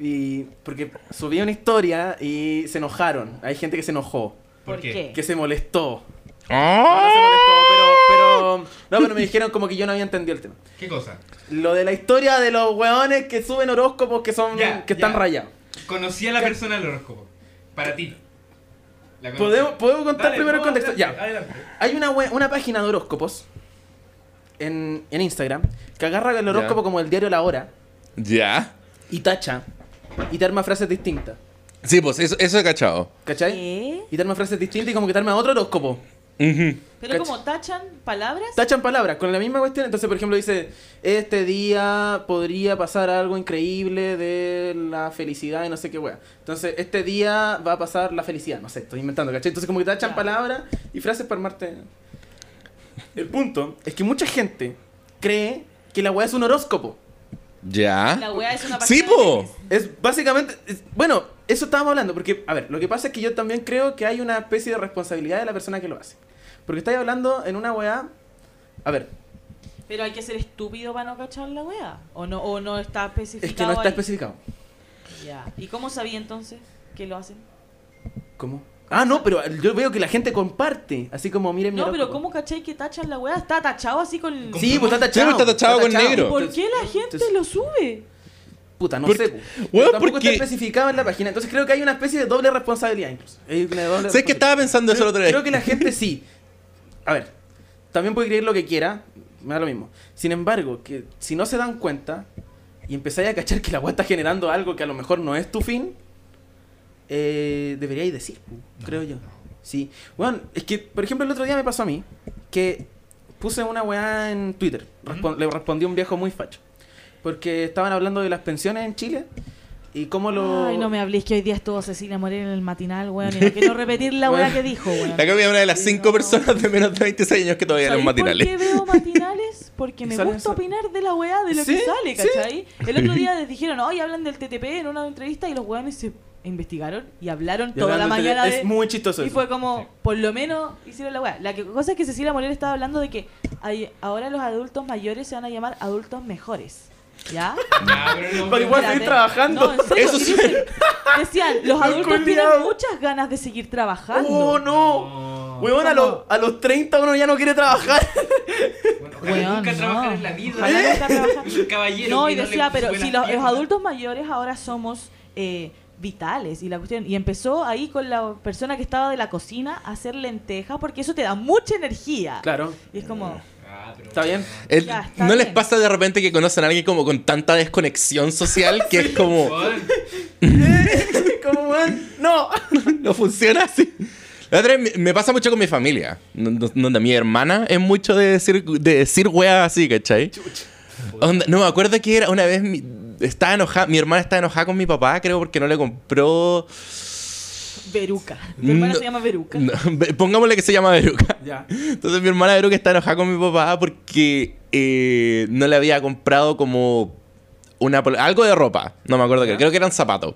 D: y porque subí una historia y se enojaron. Hay gente que se enojó,
E: ¿Por qué?
D: que se molestó. No, no se
F: ¡Oh!
D: molestó, pero, pero. No, pero me dijeron como que yo no había entendido el tema.
E: ¿Qué cosa?
D: Lo de la historia de los weones que suben horóscopos que son.
E: Ya,
D: que están
E: ya.
D: rayados.
E: Conocí a la persona del horóscopo. Para ti. La conocí.
D: ¿Podemos, podemos contar
E: Dale,
D: primero el
E: no,
D: contexto.
E: adelante,
D: Ya.
E: Adelante.
D: Hay una, we- una página de horóscopos en, en Instagram que agarra el horóscopo
F: Ya.
D: como el diario La Hora
F: Ya.
D: y tacha y te arma frases distintas.
F: Sí, pues eso, eso he cachado.
D: ¿Cachai?
C: ¿Qué?
D: Y te arma frases distintas y como que te arma otro horóscopo.
F: Ujú.
C: Pero como tachan palabras,
D: Tachan palabras con la misma cuestión. Entonces, por ejemplo, dice: Este día podría pasar algo increíble de la felicidad y no sé qué wea. Entonces, este día va a pasar la felicidad. No sé, estoy inventando, ¿cachai? Entonces, como que tachan
C: Ya.
D: palabras y frases para armarte. El punto es que mucha gente cree que la wea es un horóscopo.
C: la
F: Ya.
C: wea es una
F: Sí,
C: página
F: po.
C: de-
D: Es básicamente. es- bueno, eso estábamos hablando, porque, a ver, lo que pasa es que yo también creo que hay una especie de responsabilidad de la persona que lo hace. Porque estáis hablando en una wea. A ver,
C: Pero hay que ser estúpido para no cachar la wea. O no, o no está especificado.
D: es que no está
C: ahí?
D: especificado.
C: Ya. ¿Y cómo sabía entonces que lo hacen?
D: ¿Cómo? Ah, no, pero yo veo que la gente comparte. Así como, miren, mi
C: No, pero
D: horóscopo.
C: ¿cómo cachai que tachan la wea? Está tachado así con.
E: ¿Cómo?
D: Sí, pues está tachado.
F: Sí, pues está tachado con negro.
C: ¿Por qué la gente
D: entonces-
C: lo sube?
D: Puta, no
F: Porque-
D: sé. pues. Pero
F: Weón,
D: tampoco
F: porque-
D: está especificado en la página. Entonces creo que hay una especie de doble responsabilidad incluso. Hay una doble
F: Sé que
D: responsabilidad.
F: estaba pensando eso
D: creo,
F: la otra vez.
D: creo que la gente sí. A ver, también puede creer lo que quiera. Me da lo mismo. Sin embargo, que si no se dan cuenta y empezáis a cachar que la web está generando algo que a lo mejor no es tu fin, eh, deberíais decir, creo yo. Sí. Bueno, es que, por ejemplo, el otro día me pasó a mí que puse una weá en Twitter. Respon- Le respondió un viejo muy facho. Porque estaban hablando de las pensiones en Chile y cómo lo...
C: Ay, no me habléis que hoy día estuvo Cecilia Moreno en el matinal, weón. Y no quiero repetir la
D: Weón.
C: wea que dijo, weón.
F: La Cami es una de las
C: Sí,
F: cinco
C: no.
F: personas de menos de 26 años que todavía eran
C: ¿Sabéis
F: matinales.
C: ¿Por qué veo matinales? Porque
D: Y
C: me
D: salen
C: gusta
D: eso.
C: opinar de la weá, de lo que
D: Sí,
C: sale,
D: sí.
C: ¿cachai? El otro día les dijeron, hoy hablan del TTP en una entrevista y los weones se investigaron y hablaron
D: y
C: toda la
D: hablando de-
C: mañana de...
D: Es muy chistoso.
C: Y
D: eso. ¡Oh,
C: fue como, por lo menos hicieron la weá. La que- cosa es que Cecilia Morel estaba hablando de que hay- ahora los adultos mayores se van a llamar adultos mejores. ¿Ya?
E: Ya, pero no,
D: Pero igual
E: espérate.
D: seguir trabajando.
C: No, en serio,
F: Eso
C: y
F: sí.
C: dicen- decían, los
D: Lo
C: adultos
D: culiao.
C: tienen muchas ganas de seguir trabajando.
D: ¡Oh, no!
E: No.
D: Weón, a, los- a los 30 uno ya no quiere trabajar.
E: Bueno, ojalá
C: Weón,
E: nunca
C: no.
E: trabajar en la vida.
D: ¿Eh?
C: Ojalá nunca trabajar.
E: Un caballero
C: No,
E: que
C: y
E: le
C: decía, pero
E: suben
C: si
E: las
C: los, los
E: piernas.
C: adultos mayores ahora somos eh, vitales y la cuestión y empezó ahí con la persona que estaba de la cocina a hacer lentejas porque eso te da mucha energía
D: Claro.
C: y es como
E: Ah, pero
D: ¿Está bien?
F: El-
C: Ya, está
F: ¿No les
C: bien.
F: pasa de repente que conocen a alguien como con tanta desconexión social que es como
E: Bueno,
D: ¿Cómo van? ¡No!
F: no funciona así? La otra vez me- me pasa mucho con mi familia, no- no- donde mi hermana es mucho de decir, de decir weas así, ¿cachai? Onda- no me acuerdo que era una vez mi, estaba enojada, mi hermana estaba enojada con mi papá, creo porque no le compró.
C: Veruca tu hermana
F: No.
C: se llama Veruca
F: no, ve- pongámosle que se llama Veruca.
D: Ya.
F: Entonces mi hermana creo que está enojada con mi papá porque eh, no le había comprado como una pol- algo de ropa. No me acuerdo qué. Creo que eran zapatos.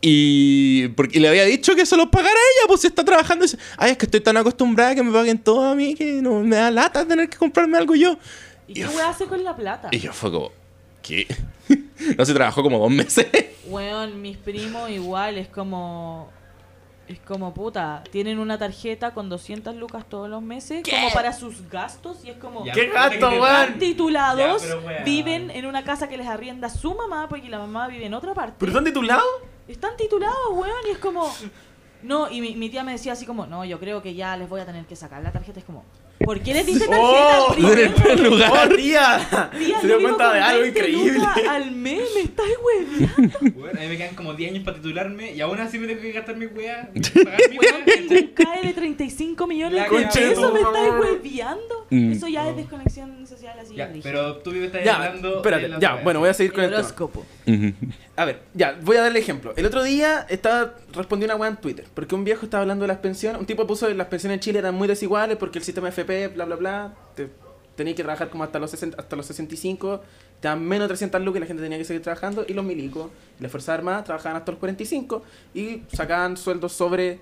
F: Y, porque, y le había dicho que se los pagara ella, pues si está trabajando. Y dice, Ay, es que estoy tan acostumbrada que me paguen todo a mí que no me da lata tener que comprarme algo yo.
C: y qué weá hace con la plata
F: Y yo fue como, ¿qué? no se trabajó como dos meses.
C: Weón, mis primos igual, es como. Es como puta. Tienen una tarjeta con 200 lucas todos los meses, como para sus gastos, y es como.
E: ya,
D: ¡Qué
E: puta
D: gato,
E: que te
D: weón!
E: parió.
C: Titulados
E: Ya, pero weón.
C: viven en una casa que les arrienda su mamá porque la mamá vive en otra parte.
D: ¿Pero están de tu lado?
C: Están titulados, weón, y es como. No, y mi, mi tía me decía así como, no, yo creo que ya les voy a tener que sacar la tarjeta. Es como, ¿por qué les diste tarjeta
D: ¡Oh!
C: al primero?
F: En lugar.
D: ¡Oh, tía!
C: Tía,
D: Se
C: yo
D: dio
C: vivo
D: cuenta
C: con
D: de algo
C: 20
D: increíble.
C: lucas Al mes, me estás weón.
E: Bueno, a mí me quedan como 10 años para titularme y aún así me tengo que gastar mi weá. pagar mi
C: Weón,
E: weá.
C: tengo un CAE de 35 millones
E: La
C: de
E: concha
D: de
C: pesos,
D: tu
C: me estáis
D: madre.
C: hueviando.
F: Mm.
C: Eso ya es desconexión social así.
E: Ya,
C: brígida.
E: pero tú me estás
D: Ya,
E: hablando.
D: espérate, ya, bueno, voy a seguir con
C: el
D: el tema.
C: horóscopo.
F: Ujú.
D: A ver, ya, voy a darle ejemplo. El otro día estaba respondí una weá en Twitter, porque un viejo estaba hablando de las pensiones, un tipo puso que las pensiones en Chile eran muy desiguales porque el sistema FP, bla, bla, bla, te, tenía que trabajar como hasta los 60, hasta los 65, te daban menos de 300 lucas y la gente tenía que seguir trabajando, y los milicos, y las Fuerzas Armadas trabajaban hasta los 45 y sacaban sueldos sobre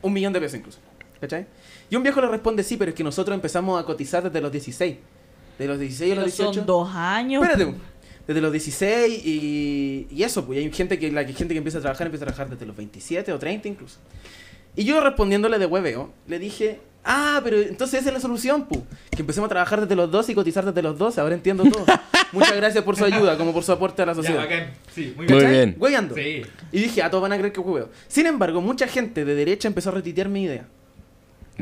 D: un millón de pesos incluso, ¿cachai? Y un viejo le responde, sí, pero es que nosotros empezamos a cotizar desde los 16, de los 16 a los
C: Pero
D: 18.
C: son dos años.
D: Espérate, po. desde los 16 y, y eso, pues y hay gente que la que- gente que empieza a trabajar empieza a trabajar desde los 27 o 30 incluso. Y yo respondiéndole de hueveo, le dije, "Ah, pero entonces esa es la solución, pu, que empecemos a trabajar desde los 12 y cotizar desde los 12, ahora entiendo todo. Muchas gracias por su ayuda, como por su aporte a la
E: Ya,
D: sociedad."
E: bacán. Sí, muy
F: Muy
E: bien.
F: bien.
D: Hueveando.
E: Sí.
D: Y dije, "A todos van a creer que hueveo." Sin embargo, mucha gente de derecha empezó a retitear mi idea.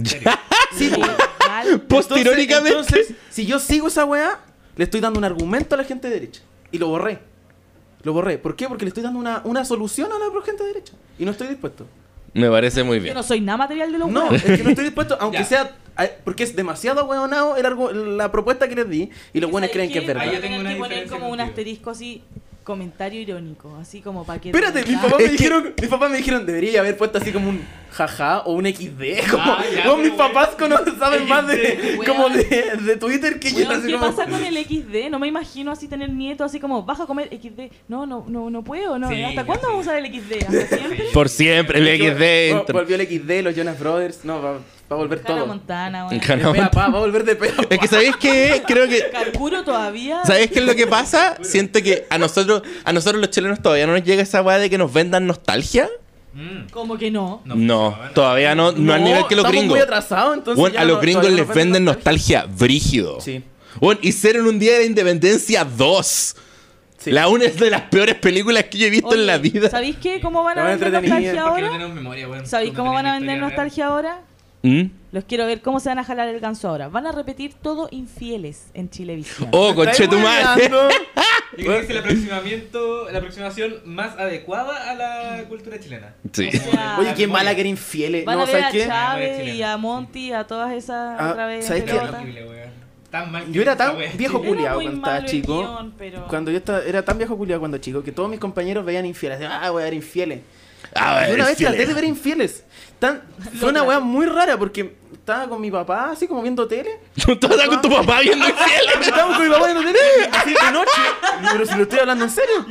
D: Sí, pues. po.
C: Legal.
D: Entonces-
F: Postirónicamente.
D: Entonces, si yo sigo esa weá, le estoy dando un argumento a la gente de derecha. Y lo borré. Lo borré. ¿Por qué? Porque le estoy dando una, una solución a la gente de derecha. Y no estoy dispuesto.
F: me parece muy
C: Yo
F: bien.
C: no soy nada material de los
D: No,
C: huevos.
D: es que no estoy dispuesto, aunque
E: Ya.
D: sea. a- Porque es demasiado weonado el argu- la propuesta que les di. Y los buenos creen que es
E: Ahí
D: verdad.
E: yo tengo una
C: que poner
E: diferencia
C: como un
E: contigo.
C: asterisco así, comentario irónico, así como para que.
D: Espérate, mis
C: Ya.
D: papás me
F: Es que-
D: dijeron, mis papás me dijeron, debería haber puesto así como un jaja o un XD, como,
E: Ah, ya,
D: como mis
E: pero
D: papás cono- saben más de,
C: Weón.
D: como de, de Twitter que yo,
C: Weón,
D: así
C: ¿Qué
D: como-
C: pasa con el XD? No me imagino así tener nieto así como, vas a comer XD. No, no, no, no puedo, no.
E: Sí,
C: ¿Hasta cuándo
E: sí.
C: vamos a usar el XD? ¿Hasta siempre?
F: Por siempre, el XD.
D: Vol- Volvió el XD, los Jonas Brothers. No, va, va a volver
C: Hannah
D: todo.
C: Montana, weón.
F: entra- Hannah
D: Espera,
F: Montana.
D: pa, va a volver de pedo.
F: Es que sabéis que creo que
C: Carcuro todavía.
F: ¿Sabes qué es lo que pasa? Siento que a nosotros a nosotros los chilenos todavía no nos llega esa weá de que nos vendan nostalgia.
E: Mm.
C: Como que no.
F: No, todavía no, no, al nivel que los
D: estamos
F: gringos.
D: muy atrasados, entonces.
F: Bueno,
D: ya
F: a
D: no-
F: los gringos
D: todavía
F: les
D: nos
F: venden nostalgia brígido.
D: Sí.
F: Bueno, hicieron un día de la independencia 2.
D: Sí.
F: La una es de las peores películas que yo he visto en la
C: Oye,
F: vida.
C: ¿Sabéis qué? ¿Cómo van a
D: Lo van a
C: vender
D: entretener.
C: nostalgia
E: Porque no
C: ahora?
E: tenemos memoria, weón.
C: ¿Sabéis
E: Tú no
C: cómo
E: tenés
C: van a
E: historia
C: vender
E: real.
C: nostalgia ahora?
F: ¿Mm?
C: Los quiero ver cómo se van a jalar el ganso ahora. Van a repetir todo infieles en Chilevisión.
F: Oh, conchetumare.
D: Está ahí
E: Yo creo que es el aproximamiento, la aproximación más adecuada a la cultura chilena.
F: Sí.
E: Como
C: sea,
E: de-
D: Oye, qué
E: memoria.
D: mala que era infieles.
C: Van
D: No,
C: a ver
D: ¿sabes
C: a
D: qué?
C: Chávez y a Monty, a todas esas
D: Ah,
C: otra vez.
D: ¿sabes
E: Era
D: qué?
C: pelotas.
E: horrible, weón. Tan mal
D: Yo era
E: esa
D: tan
E: weá,
D: viejo
E: chile.
D: culiado
C: muy
D: cuando estaba
C: malo el
D: chico.
C: guión, pero-
D: Cuando yo estaba, era tan viejo culiado cuando chico que todos mis compañeros veían infieles. Decían, ah, voy a ver infieles.
F: A ver,
D: Yo una vez
F: fieles.
D: traté de ver infieles. Tan, fue una weá muy rara porque estaba con mi papá así como viendo tele.
F: Tú estás con tu papá viendo infieles.
D: Estábamos con mi papá en el hotel, así de noche. Pero si lo estoy hablando en serio.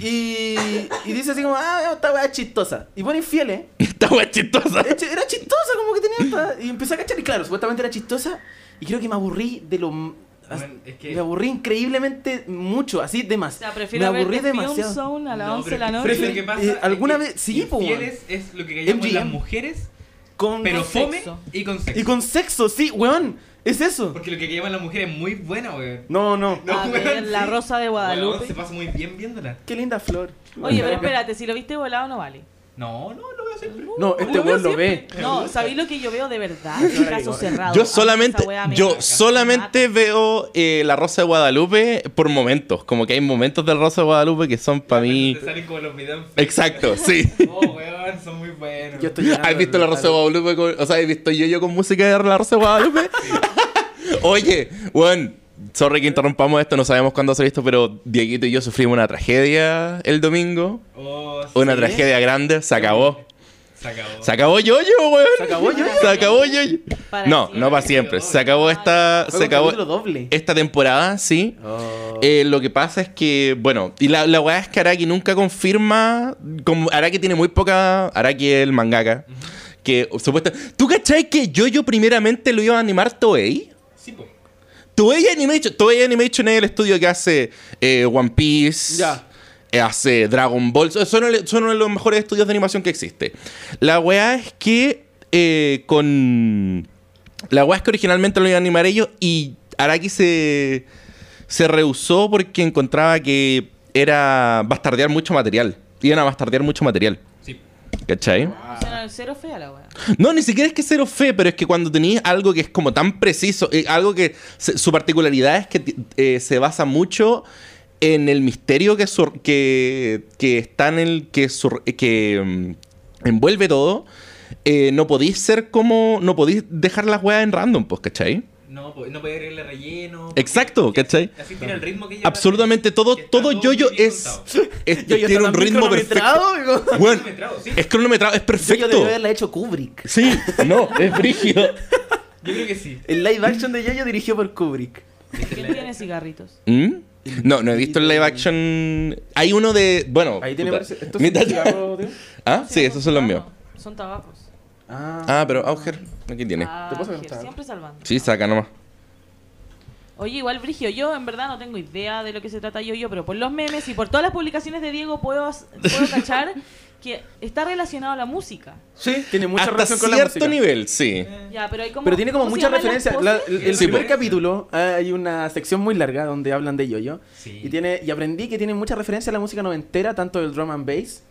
D: Y, y dice así como, ah, esta weá es chistosa. Y pone infieles.
F: Esta weá es chistosa.
D: Era chi- era chistosa, como que tenía esta. Y empecé a cachar, y claro, supuestamente era chistosa. Y creo que me aburrí de lo. m- as-
E: Bueno, es que-
D: Me aburrí increíblemente mucho, así
C: O
D: demasiado.
C: sea, prefiero
D: me aburrí
C: ver The Film
D: demasiado.
C: Zone a las
E: No,
C: 11 de
E: pero
C: la
E: es que-
C: noche.
E: pero es que pasa
D: Eh,
E: es
D: alguna
E: que
D: vez- sí, po, weón.
E: infieles es lo que callamos
D: MGM.
E: las mujeres,
D: Con
E: pero
C: sexo.
E: fome y con sexo.
D: Y con sexo, sí, weón. ¿Es eso?
E: Porque lo que llaman las mujeres es muy buena, weón.
D: No, no.
E: No,
C: A ver,
E: weón,
C: la
E: sí.
C: Rosa de Guadalupe.
E: Weón, se pasa muy bien viéndola.
D: Qué linda flor.
C: Oye, pero espérate, si lo viste volado no vale.
E: No, no, lo veo siempre.
D: No, este weón lo ve.
C: No, ¿sabéis lo que yo veo de verdad? Un caso cerrado. A
F: Yo
C: mí
F: solamente,
C: esa weá me
F: yo
C: mata.
F: solamente
C: Me
F: veo eh, La Rosa de Guadalupe por momentos. Como que hay momentos de La Rosa de Guadalupe que son para mí...
E: Te salen como los videos.
F: Exacto, sí.
E: Oh, weón, son muy buenos.
D: Yo estoy llegando
F: ¿Has visto
D: al-
F: La Rosa de Guadalupe? con- o sea, ¿has visto yo, yo con música de La Rosa de Guadalupe? Oye, weón, sorry que interrumpamos esto, no sabemos cuándo hacer esto, pero Dieguito y yo sufrimos una tragedia el domingo.
E: Oh, sí,
F: Una tragedia grande, se acabó.
E: Se acabó.
F: Se acabó yo, yo, weón.
D: ¿Se acabó Yoyo?
F: Se acabó Yoyo.
C: Para
F: No,
C: siempre.
F: no para siempre. Se acabó esta.
D: Fue un
F: Se acabó
D: capítulo doble.
F: esta temporada, sí.
D: Oh.
F: Eh, lo que pasa es que, bueno, y la, la weá es que Araki nunca confirma. Como, Araki tiene muy poca. Araki el mangaka. Que supuesta. ¿Tú cachai que yo, yo primeramente lo iba a animar Toei?
E: Sí, po.
F: Toei Animation. Toei Animation es el estudio que hace eh, One Piece.
D: Ya.
F: eh, Hace Dragon Ball. Son, son el- son uno de los mejores estudios de animación que existe. La weá es que eh, con. La weá es que originalmente lo iban a animar ellos y Araki se. se rehusó porque encontraba que era bastardear mucho material. Iban a bastardear mucho material.
E: Sí.
F: ¿Cachai?
C: O sea, no, cero fea la weá.
F: No, ni siquiera es que cero fe, pero es que cuando tenéis algo que es como tan preciso, eh, algo que se- su particularidad es que ti- eh, se basa mucho en el misterio que, sur- que, que está en el que, sur- eh, que mm, envuelve todo, eh, no podéis ser como, no podéis dejar las weas en random, pues, ¿cachai?
E: No, po, no podía agregarle relleno.
F: Exacto, ¿cachai?
E: Así tiene el ritmo que lleva.
F: Absolutamente todo,
E: Que está
F: todo yoyo
E: bien
F: es,
E: contado.
F: es-
D: Yoyo
F: tiene
D: está
F: un
D: tan
F: ritmo perfecto.
D: cronometrado, digo.
F: Bueno,
E: Cronometrado, sí.
F: es cronometrado, es
D: Yoyo
F: perfecto.
D: debió haberla hecho Kubrick.
F: Sí, no, es brígido.
E: Yo creo que sí.
D: El live action de Yoyo dirigido por Kubrick.
C: ¿Quién tiene cigarritos?
F: ¿Mm? No, no he visto el live action. Hay uno de. Bueno.
D: Ahí tiene
F: puta.
D: parece-
F: Mientras-
D: entonces, cigarro, tío.
F: Ah, sí, esos son los míos.
C: No, Son tabacos.
D: Ah,
F: Ah, pero Auger, aquí tiene.
C: Ah,
D: ¿Te puedo sacar un
C: Ger,
D: tabaco?
C: siempre salvando.
F: Sí, saca nomás.
C: Oye, igual, Brigio, yo en verdad no tengo idea de lo que se trata yo, yo, pero por los memes y por todas las publicaciones de Diego puedo, puedo cachar que está relacionado a la música.
D: sí, tiene mucha
F: Hasta
D: relación con la
F: cierto
D: música.
F: nivel, sí.
C: Ya, pero hay como...
D: Pero tiene como
C: ¿cómo se
D: mucha
C: llaman las
D: referencia. La-
C: poses?
D: el el
E: Sí,
D: primer
E: po.
D: capítulo ah, hay una sección muy larga donde hablan de yoyo.
E: Sí.
D: Y tiene y aprendí que tiene mucha referencia a la música noventera, tanto del drum and bass,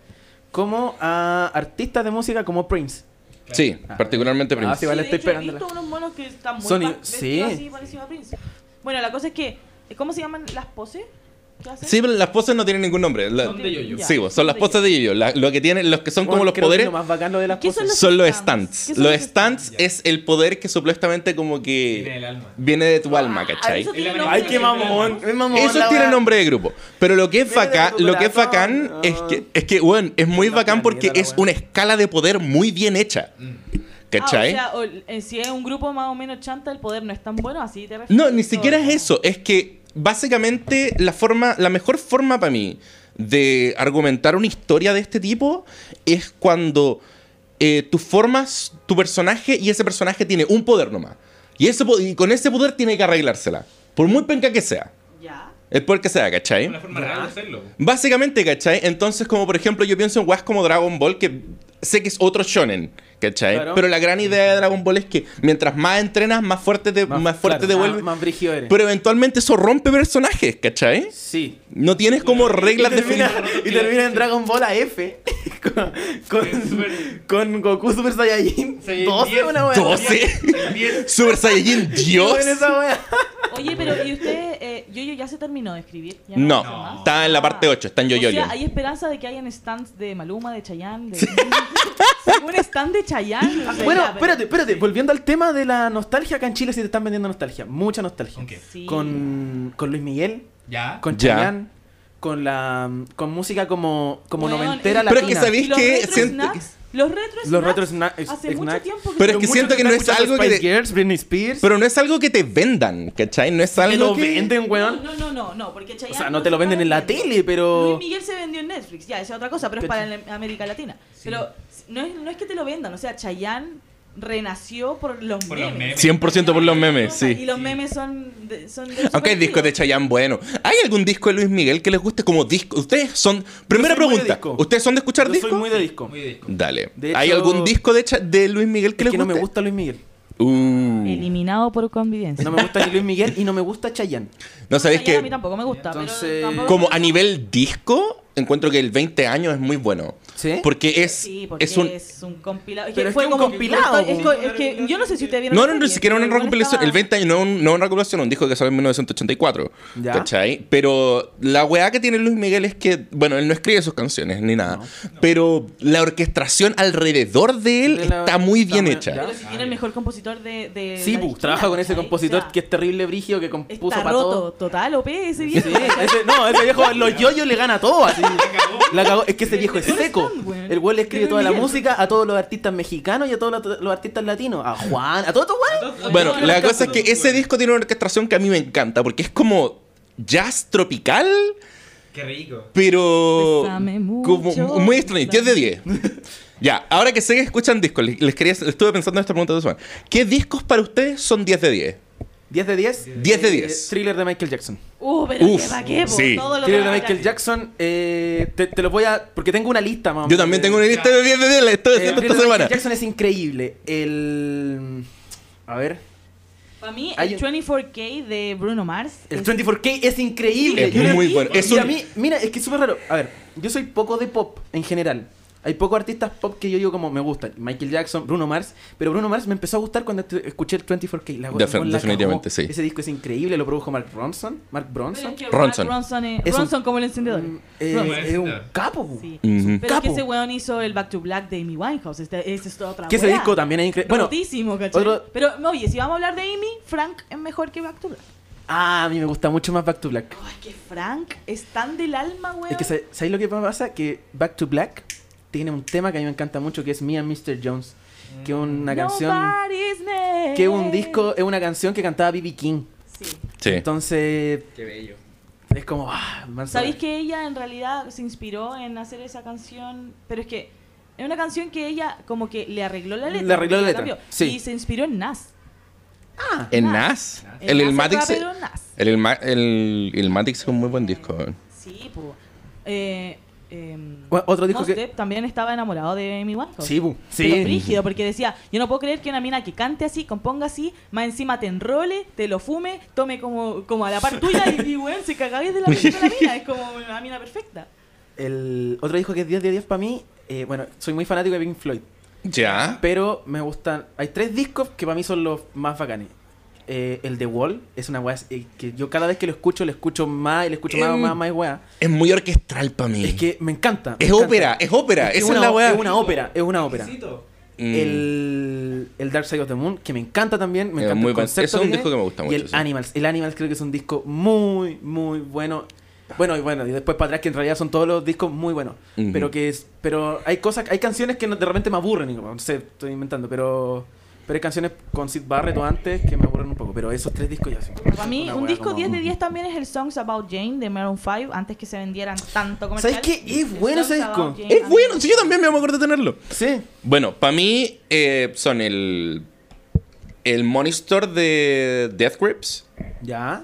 D: como a artistas de música como Prince.
F: Sí, particularmente Prince.
D: Ah, sí, vale,
C: Sí,
D: estoy
C: de hecho, he
D: pegándola.
C: visto unos monos que están muy
D: Son i-
C: pa- vestidos
D: sí.
C: así, parecidos a Prince. Bueno, la cosa es que... eh, ¿Cómo se llaman las poses? que hacen?
F: Sí, pero las poses no tienen ningún nombre. La-
E: Son de yoyo.
F: Sí, vos, son las poses de Yoyo. La- lo que tienen, los que son como
D: Bueno,
F: los
D: creo que
F: poderes.
D: Lo más bacán lo de las
C: ¿Qué son
D: poses.
F: Son los
C: stands.
F: stands.
C: ¿Qué son
F: Los
C: los
F: stands
E: stands?
F: es el poder que supuestamente como
E: Tiene el
F: que
E: alma.
F: viene de tu alma, ¿cachai?
C: Ah, eso tiene
E: Ay,
C: nombre. Ah,
D: Ay, qué mamón. qué mamón,
F: Eso
D: la
F: tiene
D: weá.
F: nombre de grupo. Pero lo que es
D: Mira,
F: bacán,
D: tu
F: lo que es
D: corazón.
F: bacán es que, es que, weón, es muy
D: La
F: bacán porque
D: planeta, la
F: es
D: weá.
F: una escala de poder muy bien hecha. ¿Cachai?
C: Ah, o sea, o- eh, si es un grupo más o menos chanta, el poder no es tan bueno, así te refieres.
F: No, ni siquiera es eso. Es que básicamente la forma, la mejor forma para mí de argumentar una historia de este tipo es cuando eh, tú formas tu personaje y ese personaje tiene un poder nomás. Y, ese, po- y con ese poder tiene que arreglársela. Por muy penca que sea.
C: Ya.
F: El poder que sea, ¿cachai?
E: Una forma real de hacerlo. po.
F: Básicamente, ¿cachai? Entonces, como por ejemplo, yo pienso en weas como Dragon Ball, que sé que es otro shonen, ¿cachai?
D: Claro.
F: Pero la gran idea de Dragon Ball es que mientras más entrenas, más fuerte te, más, fuerte
D: claro, Ah,
F: te vuelves.
D: Más, más brígido eres.
F: pero eventualmente eso rompe personajes, ¿cachai?
D: sí.
F: No tienes como reglas
D: y termina,
F: definidas.
D: y termina en Dragon Ball AF con, con, con Goku Super Saiyajin
E: Sí,
D: 12
E: diez.
D: una weá.
F: 12.
E: El 10.
F: Super Saiyajin
D: Qué
F: Dios.
D: buena esa weá.
C: Oye, pero ¿y usted, eh, Yoyo, ya se terminó de escribir? ¿Ya
F: No,
C: hizo más? Ah.
F: está en la parte ocho, está en
C: O
F: Yoyoyo.
C: sea, hay esperanza de que hayan stands de Maluma, de Chayanne, de... un stand de Chayanne. o sea,
D: Bueno,
C: ya, pero-
D: espérate, espérate. Volviendo al tema de la nostalgia, acá en Chile sí te están vendiendo nostalgia. Mucha nostalgia.
E: Ok.
C: Sí.
D: Con, con Luis Miguel,
E: Ya.
D: con
F: Ya.
D: Chayanne, con la con música como, como
C: Weón,
D: noventera
C: y-
D: latina.
F: Pero es que sabéis-
C: ¿Y los
F: que
C: retro
F: siento
C: snacks? Los retro
D: Los
C: snacks,
D: retro sna- es-
C: Hace mucho
D: snacks.
C: tiempo que...
F: Pero es
D: Pero
F: que
D: mucho
F: siento que
D: está
F: no es
D: escuchando
F: algo que
D: Spice
F: te-
D: Girls, Britney Spears.
F: Pero no es algo que te vendan, ¿cachai? No es
D: que lo
F: algo que...
D: venden,
C: No,
D: weón.
C: no, no, no, no, porque Chayanne...
D: O sea, no te lo venden en la tele,
C: Luis
D: pero.
C: Miguel se vendió en Netflix, ya, esa es otra cosa, pero es para
D: ¿Cachai?
C: la- América Latina. Pero no es, no es que te lo vendan, o sea, Chayanne renació por los
E: Por los
C: memes.
E: memes.
F: 100% por los memes,
C: Y
F: sí.
C: los memes son... de- son de
F: Aunque hay
C: superhéroes.
F: discos de Chayanne bueno. ¿Hay algún disco de Luis Miguel que les guste como disco? Ustedes son... Primera
D: soy muy de
F: pregunta.
D: disco.
F: ¿Ustedes son de escuchar
D: Yo
F: discos?
D: soy muy de disco.
E: Muy disco.
F: Dale.
D: De
F: ¿Hay
D: hecho-
F: algún disco de, Cha- de Luis Miguel que
D: Es
F: les
D: que no me
F: guste?
D: gusta Luis Miguel.
F: Uh.
C: Eliminado por convivencia.
D: No me gusta ni Luis Miguel y no me gusta Chayanne.
F: No sabéis
C: Chayanne A mí
F: que,
C: tampoco me gusta. pero
D: Entonces,
C: tampoco-
F: como a nivel disco, encuentro que el 20 años es muy bueno.
D: ¿Sí?
F: Porque es,
C: Sí, porque
F: es un.
C: compilado.
D: Pero es
C: fue
D: que un
C: como-
D: compilado,
C: Es,
D: po.
C: es que yo no sé si ustedes vieron.
F: No,
C: la
F: no, no, ni
C: serie,
F: siquiera
C: pero
F: una
C: igual
F: recopilación.
C: estaba-
F: El 20 años no, es un- no es una recopilación, un disco que salió en 1984.
D: Ya.
F: ¿Cachai? Pero la weá que tiene Luis Miguel es que, bueno, él no escribe sus canciones ni nada. Pero la orquestación alrededor de él
D: De la-
F: está muy bien
D: está
F: hecha.
D: muy-
C: Pero si tiene el mejor compositor de. de
D: Sí,
C: la
D: pues,
C: historia,
D: trabaja con ese
C: ¿cachai? Eh,
D: compositor
C: O sea,
D: que es terrible brigio que compuso
C: Está
D: para
C: roto,
D: todo.
C: total, OP, ese
D: Sí,
C: viejo.
D: ese- no, ese viejo en los yoyos le gana todo. Así. La cagó. Es que ese viejo es
C: Pero
D: seco.
C: están, weón.
D: El güey le escribe
C: Pero
D: toda la
C: bien.
D: música a todos los artistas mexicanos y a todos los, los artistas latinos. A Juan, a todos estos güeyes.
F: Bueno,
C: Bueno,
F: la
C: acá-
F: cosa es que ese disco tiene una orquestación que a mí me encanta, porque es como jazz tropical,
E: Qué rico.
F: pero
C: Bésame mucho,
F: como muy extraño. 10 de 10. ya, ahora que sé que escuchan discos, les, les quería, estuve pensando en esta pregunta de semana. ¿Qué discos para ustedes son 10 de 10?
D: 10 de 10.
F: 10 de
D: Eh,
F: 10.
D: Thriller de Michael Jackson.
C: Uh, pero
F: Uf,
C: qué pa' qué, po,
F: sí.
C: todo lo que
D: Thriller de
C: haga
D: Michael
C: gratis.
D: Jackson. eh, te, te lo voy a. Porque tengo una lista, mamá.
F: Yo también tengo una lista de 10 de 10, la estoy haciendo esta semana.
D: Eh, Michael Jackson es increíble. El. A ver.
C: Para mí,
D: Hay
C: el
D: un-
C: 24K de Bruno Mars.
D: El
C: es-
D: 24K es increíble.
F: Es
D: Yo
F: muy
D: le-
F: bueno. Es
D: y
F: un-
D: a mí, mira, es que es súper raro. A ver, yo soy poco de pop en general. Hay pocos artistas pop que yo digo como me gustan. Michael Jackson, Bruno Mars. Pero Bruno Mars me empezó a gustar cuando te- escuché el 24K. La,
F: Defe-
D: la
F: definitivamente,
D: cagó.
F: sí.
D: Ese disco es increíble. Lo produjo Mark Bronson. Mark
C: Pero
D: Bronson.
C: es que
F: Ronson.
C: Ronson, es-
D: Es un-
C: Ronson como el encendedor.
D: Mm, eh,
E: Bronson.
D: es un capo. bu.
C: Sí.
F: Ujú.
C: Pero es que
D: Capo.
C: ese weón hizo el Back to Black de Amy Winehouse. Este, ese es otra
D: Que ese
C: weá.
D: disco también es increíble. Bueno,
C: Rotísimo, ¿cachai?
D: otro-
C: Pero, no, oye, si vamos a hablar de Amy, Frank es mejor que Back to Black.
D: ah, a mí me gusta mucho más Back to Black.
C: Ay, que Frank es tan del alma, weón.
D: Es que, sa- ¿sabéis lo que pasa? Que Back to Black tiene un tema que a mí me encanta mucho que es Me and Mr. Jones. Que es una canción.
C: Nobody's name.
D: que un disco es una canción que cantaba B.B. King.
C: Sí.
F: Sí.
D: Entonces,
E: Qué bello.
D: es como. Ah, manso.
C: ¿Sabéis que ella en realidad se inspiró en hacer esa canción? Pero es que es una canción que ella como que le arregló la letra.
D: Le arregló la letra,
C: cambió.
D: sí.
C: Y se inspiró en Nas.
F: En
C: Nas.
F: Nas. El
C: Nas,
F: Ilmatic.
C: rapero Nas.
F: El, Ilma- el, Ilmatic es un muy buen disco. weón.
C: Sí, po. Eh, em,
D: Bueno, otro disco
C: Mos
D: que-
C: Def también estaba enamorado de Amy Winehouse.
D: Sí, bu, sí.
C: Pero rígido, porque decía, yo no puedo creer que una mina que cante así, componga así, más encima te enrole, te lo fume, tome como, como a la par tuya y, y weón, se cagáis de la, de la mina. Es como una mina perfecta.
D: El otro disco que es 10 de 10 para mí. eh, bueno, soy muy fanático de Pink Floyd.
F: Ya.
D: Pero me gustan. Hay tres discos que para mí son los más bacanes. Eh, el The Wall es una weá eh, que yo cada vez que lo escucho, lo escucho más y lo escucho más,
F: Em,
D: más, más y weá.
F: Es muy orquestral para mí.
D: Es que me encanta. me
F: Es
D: encanta.
F: ópera, es ópera.
D: Es
F: Esa es
D: una,
F: la weá.
D: es una ópera, es una ópera.
E: Exquisito.
F: Mm.
D: El, el Dark Side of the Moon, que me encanta también. Me
F: Es
D: encanta
F: muy
D: el
F: buen-
D: concepto.
F: eso es un
D: tiene.
F: disco que me gusta mucho,
D: Y el
F: sí.
D: Animals. El Animals creo que es un disco muy, muy bueno. Bueno, y bueno, y después para atrás, que en realidad son todos los discos muy buenos.
F: Ujú.
D: Pero que es. Pero hay cosas, hay canciones que no- de repente me aburren. y como, No sé, estoy inventando, pero. Pero hay canciones con Sid Barrett o antes que me aburren un poco. Pero esos tres discos ya son.
C: Para mí,
D: una
C: un
D: wea
C: disco
D: como-
C: 10 de 10 también es el Songs About Jane de Maroon 5, antes que se vendieran tanto comercial.
D: ¿Sabes qué? Es
C: El
D: bueno
C: Songs
D: ese disco.
C: About Jane
F: Es
C: and-
F: bueno, sí, yo también me acuerdo de tenerlo.
D: Sí.
F: Bueno, para mí eh, son el. El Monitor de Death Grips.
D: Ya.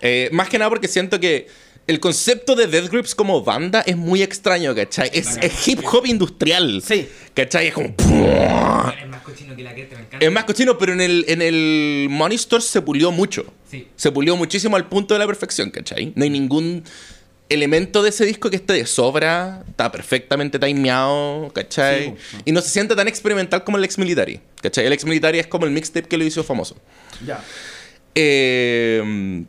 F: Eh, más que nada porque siento que el concepto de Death Grips como banda es muy extraño, ¿cachai? Es, es hip hop industrial.
D: Sí.
F: ¿Cachai? Es como.
E: Es más cochino que la que te me encanta.
F: Es más cochino, pero en el, en el Monitor se pulió mucho.
E: Sí.
F: Se pulió muchísimo al punto de la perfección, ¿cachai? No hay ningún elemento de ese disco que esté de sobra, está perfectamente timeado, ¿cachai? Y no se siente tan experimental como el ex military, ¿cachai? El ex military es como el mixtape que lo hizo famoso.
D: Ya.
F: Eh,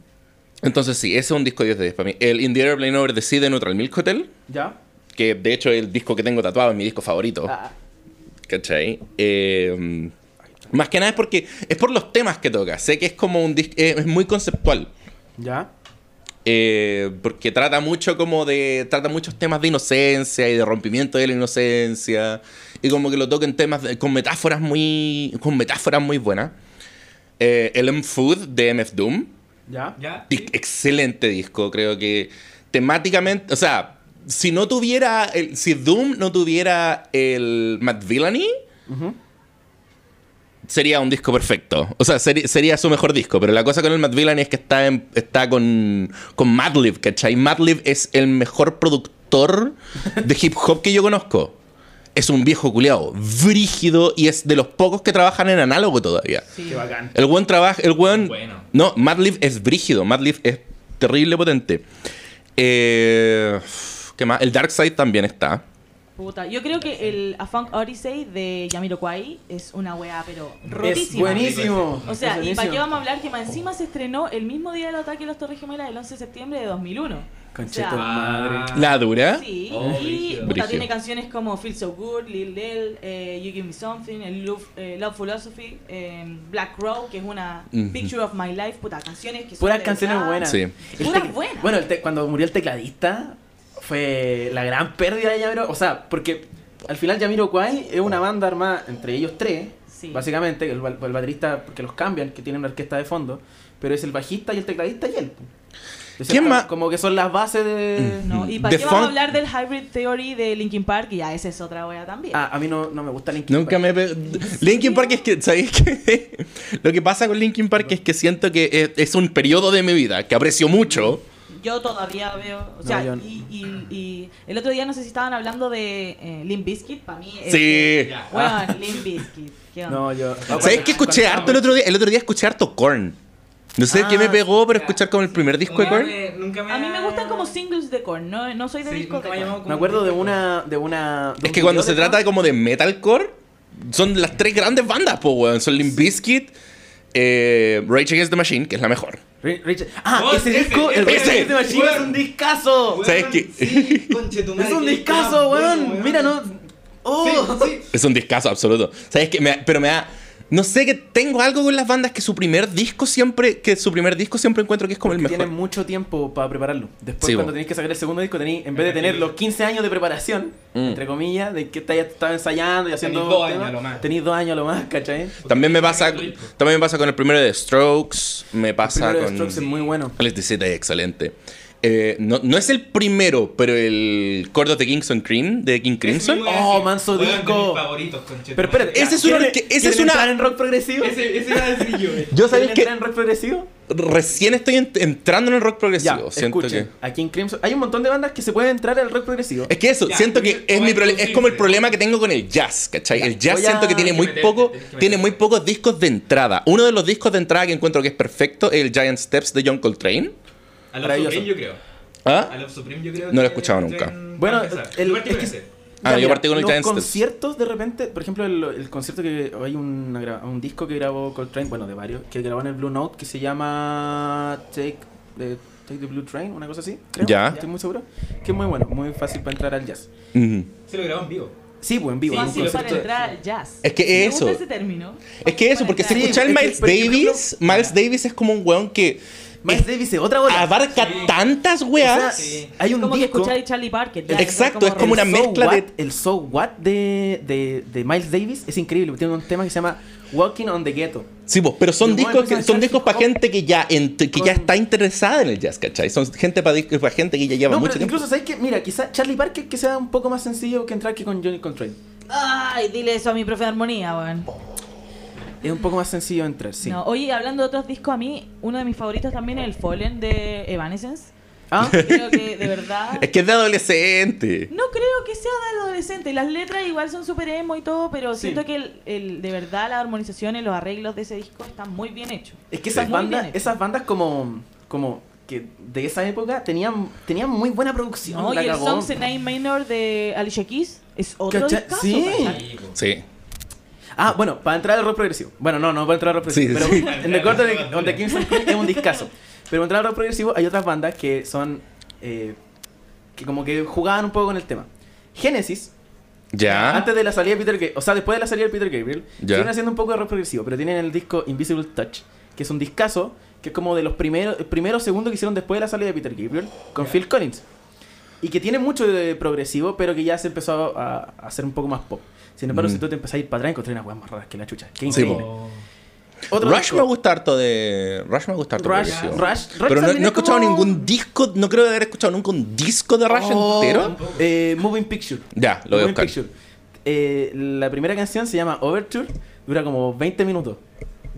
F: entonces sí, ese es un disco 10 de 10 para mí. El In the Airplane Over the Sea de Neutral Milk Hotel,
D: Ya.
F: que de hecho es el disco que tengo tatuado, es mi disco favorito.
D: Ah,
F: ¿Cachai? Eh, más que nada es porque es por los temas que toca. Sé que es como un disco, es muy conceptual.
D: ya.
F: eh, porque trata mucho como de. Trata muchos temas de inocencia y de rompimiento de la inocencia. Y como que lo toca en temas de- con metáforas muy. con metáforas muy buenas. Eh, el M Food de MF Doom.
D: Ya.
E: ¿Ya?
F: Dis- Excelente disco, creo que temáticamente, o sea, si no tuviera, el- si Doom no tuviera el Matt Villany, sería un disco perfecto. O sea, seri- sería su mejor disco, pero la cosa con el Matt Villany es que está, en- está con, con Madlib, ¿cachai? Madlib es el mejor productor de hip hop que yo conozco. es un viejo culiado, brígido y es de los pocos que trabajan en análogo todavía.
G: Qué bacán.
F: El buen trabajo, el buen...
G: Bueno.
F: No, Madlib es brígido, Madlib es terrible potente. Eh, ¿Qué más? El Darkseid también está.
C: Puta, yo creo que el A Funk Odyssey de Yamiroquai es una weá, pero
D: Es
C: rotísima.
D: buenísimo.
C: O sea, ¿y
D: Es
C: para qué
D: buenísimo.
C: vamos a hablar que más encima se estrenó el mismo día del ataque de los Torres Gemelas, el 11 de septiembre de 2001?
D: Concheta
C: O sea,
D: madre.
F: La dura.
C: Sí,
G: Oh,
C: y puta,
G: brígido.
F: ¿Eh? Brígido.
C: tiene canciones como Feel So Good, Lil Lil, eh, You Give Me Something, el Love, eh, Love Philosophy, eh, Black Crow, que es una
F: Ujú.
C: Picture of My Life, puta, canciones que son
D: Puras
C: de
D: canciones
C: verdad.
D: buenas.
F: Sí.
D: El
C: Puras
D: tec-
C: buenas.
D: Bueno, el te- cuando murió el tecladista fue la gran pérdida de Yamiro. O sea, porque al final Yamiro Kwai es una banda armada entre ellos tres,
C: Sí.
D: básicamente, el, ba- el baterista, porque los cambian, que tienen una orquesta de fondo, pero es el bajista y el tecladista y él. De
F: ¿Quién
D: cierta-
F: más? Mm.
D: Como que son las bases de...
C: No, ¿Y para
F: The
C: qué vamos a
F: Funk-
C: hablar del Hybrid Theory de Linkin Park? Que ya esa es otra wea también.
D: Ah, a mí no, no me gusta Linkin
F: Nunca
D: Park.
F: me... pe- Linkin Park es que... ¿Sabéis qué? Lo que pasa con Linkin Park es que siento que es, es un periodo de mi vida que aprecio mucho.
C: Yo todavía veo, o sea,
D: yo no.
C: y, y- y el otro día no sé si estaban hablando de eh, Limp Bizkit, para mí es
F: Sí.
E: Ya.
C: Bueno, Limp Bizkit. ¿qué onda?
D: Ah. No, yo...
F: ¿Sabéis qué escuché harto el otro día? El otro día escuché harto Korn. No sé qué me
D: Ah,
F: pegó, pero escuchar como el primer disco de
G: Nunca
F: Korn.
G: me- nunca me
C: A mí me
G: ha-
C: gustan como singles de Korn, no, no soy de
G: Sí,
C: disco
G: nunca
C: de
G: me ha
C: Korn.
G: llamado como
D: Me acuerdo de
G: disco.
D: una... De una de
F: Es
D: un
F: que cuando
D: video
F: se
D: de-
F: trata como de metalcore, son las tres grandes bandas, po, weón. Son Limp Bizkit, eh, Rage Against the Machine, que es la mejor.
D: Ri- Richard- Ah,
G: Oh,
D: ese
G: ese,
D: disco, el
F: ese.
D: Rage Against the Machine es
G: Weón.
D: un discazo.
G: Weón,
F: ¿Sabes qué?
G: sí, conchetumare,
D: Es un
G: qué
D: discazo,
G: tan bueno,
D: weón. Mira, no. Oh.
G: Sí, sí.
F: Es un discazo absoluto. ¿Sabes qué? Me da- pero me da. No sé que tengo algo con las bandas que su primer disco siempre. Que su primer disco siempre encuentro que es como el
D: Porque
F: mejor.
D: Tienes mucho tiempo para prepararlo. Después,
F: Sí,
D: cuando
F: bo.
D: tenés que sacar el segundo disco, tenés, en vez de tener los 15 años de preparación,
F: Mm.
D: entre comillas, de que te hayas estado ensayando y haciendo.
E: dos
D: temas,
E: años a lo más.
D: Tenés dos años a lo más, ¿cachai?
F: También me pasa. También me pasa con el primero de Strokes. Me pasa
D: Primero de
F: con.
D: Strokes es muy bueno.
F: Alex 17 es excelente. Eh, no, no es el primero, pero el Cordo de Kingston Cream, de King Crimson.
E: Es muy
D: Oh,
E: bueno.
D: manso
E: Weón, de
D: disco.
E: mis favoritos, conchetumare.
D: Pero espérate,
F: Ese es una
D: ¿quieren-
F: orque- ese
D: quieren
F: es una-
D: entrar en rock progresivo?
E: Ese, ese iba a decir yo. eh.
F: Yo sabéis
D: ¿Quieren
F: que
D: entrar en rock progresivo?
F: recién estoy ent- entrando en el rock
D: Ya,
F: progresivo. Siento
D: escuchen.
F: que.
D: Aquí en Crimson hay un montón de bandas que se pueden entrar al rock progresivo.
F: Es que eso,
E: Ya,
F: siento que
E: primero,
F: es,
E: voy
F: mi
E: a
F: prole- es como el
E: introducirte.
F: problema que tengo con el jazz, ¿cachai?
D: Ya,
F: el jazz
D: voy a-
F: siento que tiene
D: Tienes
F: muy
E: que meterte,
F: poco,
E: tienes que
F: tiene muy
E: meterte.
F: pocos discos de entrada. Uno de los discos de entrada que encuentro que es perfecto es el Giant Steps de John Coltrane.
E: A Love
D: Maravilloso.
E: Supreme, yo creo. A
F: ¿Ah?
E: Love Supreme, yo creo.
F: No lo he
E: que
F: escuchado
E: estoy
F: nunca.
E: en-
D: Bueno,
E: para empezar.
D: el-
E: Yo partí
D: es
E: con
D: que-
E: ese.
F: Ah, yo partí con el
D: los
F: Giant Steps.
D: conciertos de repente, por ejemplo, el, el concierto que hay una gra- un disco que grabó Coltrane, bueno, de varios, que grabó en el Blue Note que se llama Take the, Take the Blue Train, una cosa así, creo.
F: Ya.
D: Estoy muy seguro. Que es muy bueno, muy fácil para entrar al jazz.
F: Ujú.
E: Se lo grabó en vivo.
D: Sí, pues en vivo.
E: Sí,
D: en un
E: sí,
C: Fácil
E: lo
C: para
D: concierto.
C: entrar al jazz.
F: Es que
C: Me
F: eso.
C: gusta ese término.
F: Es que eso, porque si
C: Fácil para
F: escuchar
D: es que,
F: Miles
D: por ejemplo,
F: Davis, Miles Davis es como un weón que
D: Miles Davis es otra bola.
F: abarca
E: Sí.
F: tantas
D: O sea,
F: weas.
D: hay un
C: Como que
D: disco.
C: escuchar a Charlie Parker. ya,
F: Exacto, es como
D: el
F: una
D: So
F: mezcla de-
D: What- El So What de, de, de Miles Davis es increíble. porque Tiene un tema que se llama Walking on the Ghetto.
F: Sí, vos, pero
D: Y
F: son
D: el
F: discos
D: weón
F: que,
D: empezó a
F: son
D: hacer
F: discos para
D: hip hop
F: gente que ya ent- que ya
D: con-
F: está interesada en el jazz, ¿cachai? Son gente para gente que ya lleva
D: No,
F: mucho
D: pero
F: tiempo.
D: incluso, ¿sabes qué? Mira, quizá Charlie Parker que sea un poco más sencillo que entrar que con Johnny Coltrane.
C: Ay, dile eso a mi profe de armonía, weón.
D: Es un poco más sencillo entrar, sí.
C: No, oye, hablando de otros discos, a mí uno de mis favoritos también es el Fallen de Evanescence.
D: ¿Ah?
C: Creo que de verdad.
F: Es que es de adolescente.
C: No creo que sea de adolescente. Las letras igual son súper emo y todo, pero siento que el, el- de verdad las armonizaciones, los arreglos de ese disco están muy bien hechos.
D: Es que esas
C: Muy
D: bandas,
C: bien hecho.
D: esas bandas como, como que de esa época tenían, tenían muy buena producción.
C: No, y
D: la
C: el
D: cagó.
C: Songs in Nine Minor de Alicia Keys es otro
D: ¿Cachai?
C: discazo,
D: Sí.
C: ¿cachai?
F: Sí.
D: Ah, bueno, para entrar al rock progresivo. Bueno, no, no para entrar al rock
F: Sí,
D: progresivo.
F: sí.
D: pero en el corte de donde Kingston Queen es un discazo. Pero para entrar al rock progresivo hay otras bandas que son eh, que como que jugaban un poco con el tema. Genesis
F: Ya.
D: Eh, Antes de la salida de Peter Gabriel, o sea, después de la salida de Peter Gabriel,
F: Ya.
D: siguen haciendo un poco de rock progresivo, pero tienen el disco Invisible Touch, que es un discazo, que es como de los primeros, el primero o segundo que hicieron después de la salida de Peter Gabriel, con Phil Collins. Y que tiene mucho de progresivo, pero que ya se empezó a, a hacer un poco más pop. Sin embargo,
F: Mm.
D: si tú te empezás a ir para atrás, encontré unas weas más raras que la chucha. Qué
F: Sí,
D: increíble.
E: Oh.
D: Otro
F: Rush
D: disco.
F: me gusta harto de. Rush me gusta harto
D: Rush,
F: progresivo.
D: Rush, Rush
F: Pero no,
D: también
F: no he
D: es
F: escuchado
D: como-
F: ningún disco. No creo haber escuchado nunca un disco de Rush
D: Oh,
F: entero.
D: eh, Moving Picture.
F: Ya, lo voy a
D: Moving
F: buscar.
D: Picture. Eh, la primera canción se llama Overture, dura como 20 minutos.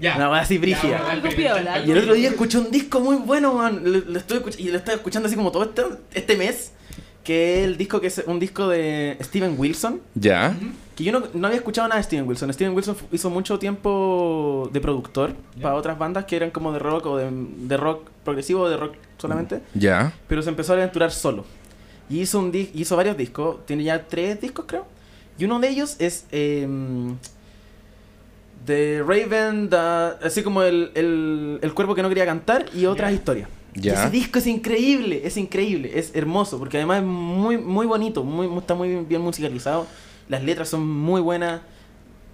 E: Ya.
D: Una wea así brígida.
E: Ya, vamos a
C: Algo
E: experimentar.
C: piola,
D: Y el otro día escuché un disco muy bueno, man. Lo, lo estuve escuch- y lo estaba escuchando así como todo este, este mes. que es el disco que es un disco de Steven Wilson.
F: Ya.
D: Que yo no, no había escuchado nada de Steven Wilson. Steven Wilson fu- hizo mucho tiempo de productor
E: Ya.
D: para otras bandas que eran como de rock o de, de rock progresivo o de rock solamente.
F: Ya.
D: Pero se empezó a aventurar solo. Y hizo, un dis- hizo varios discos. Tiene ya tres discos, creo. Y uno de ellos es em, The Raven, the- así como el, el, el cuervo que no quería cantar y otras
E: Ya.
D: historias.
F: Ya.
D: Ese disco es increíble, es increíble, es hermoso, porque además es muy, muy bonito, muy, muy- está muy bien, bien musicalizado, las letras son muy buenas.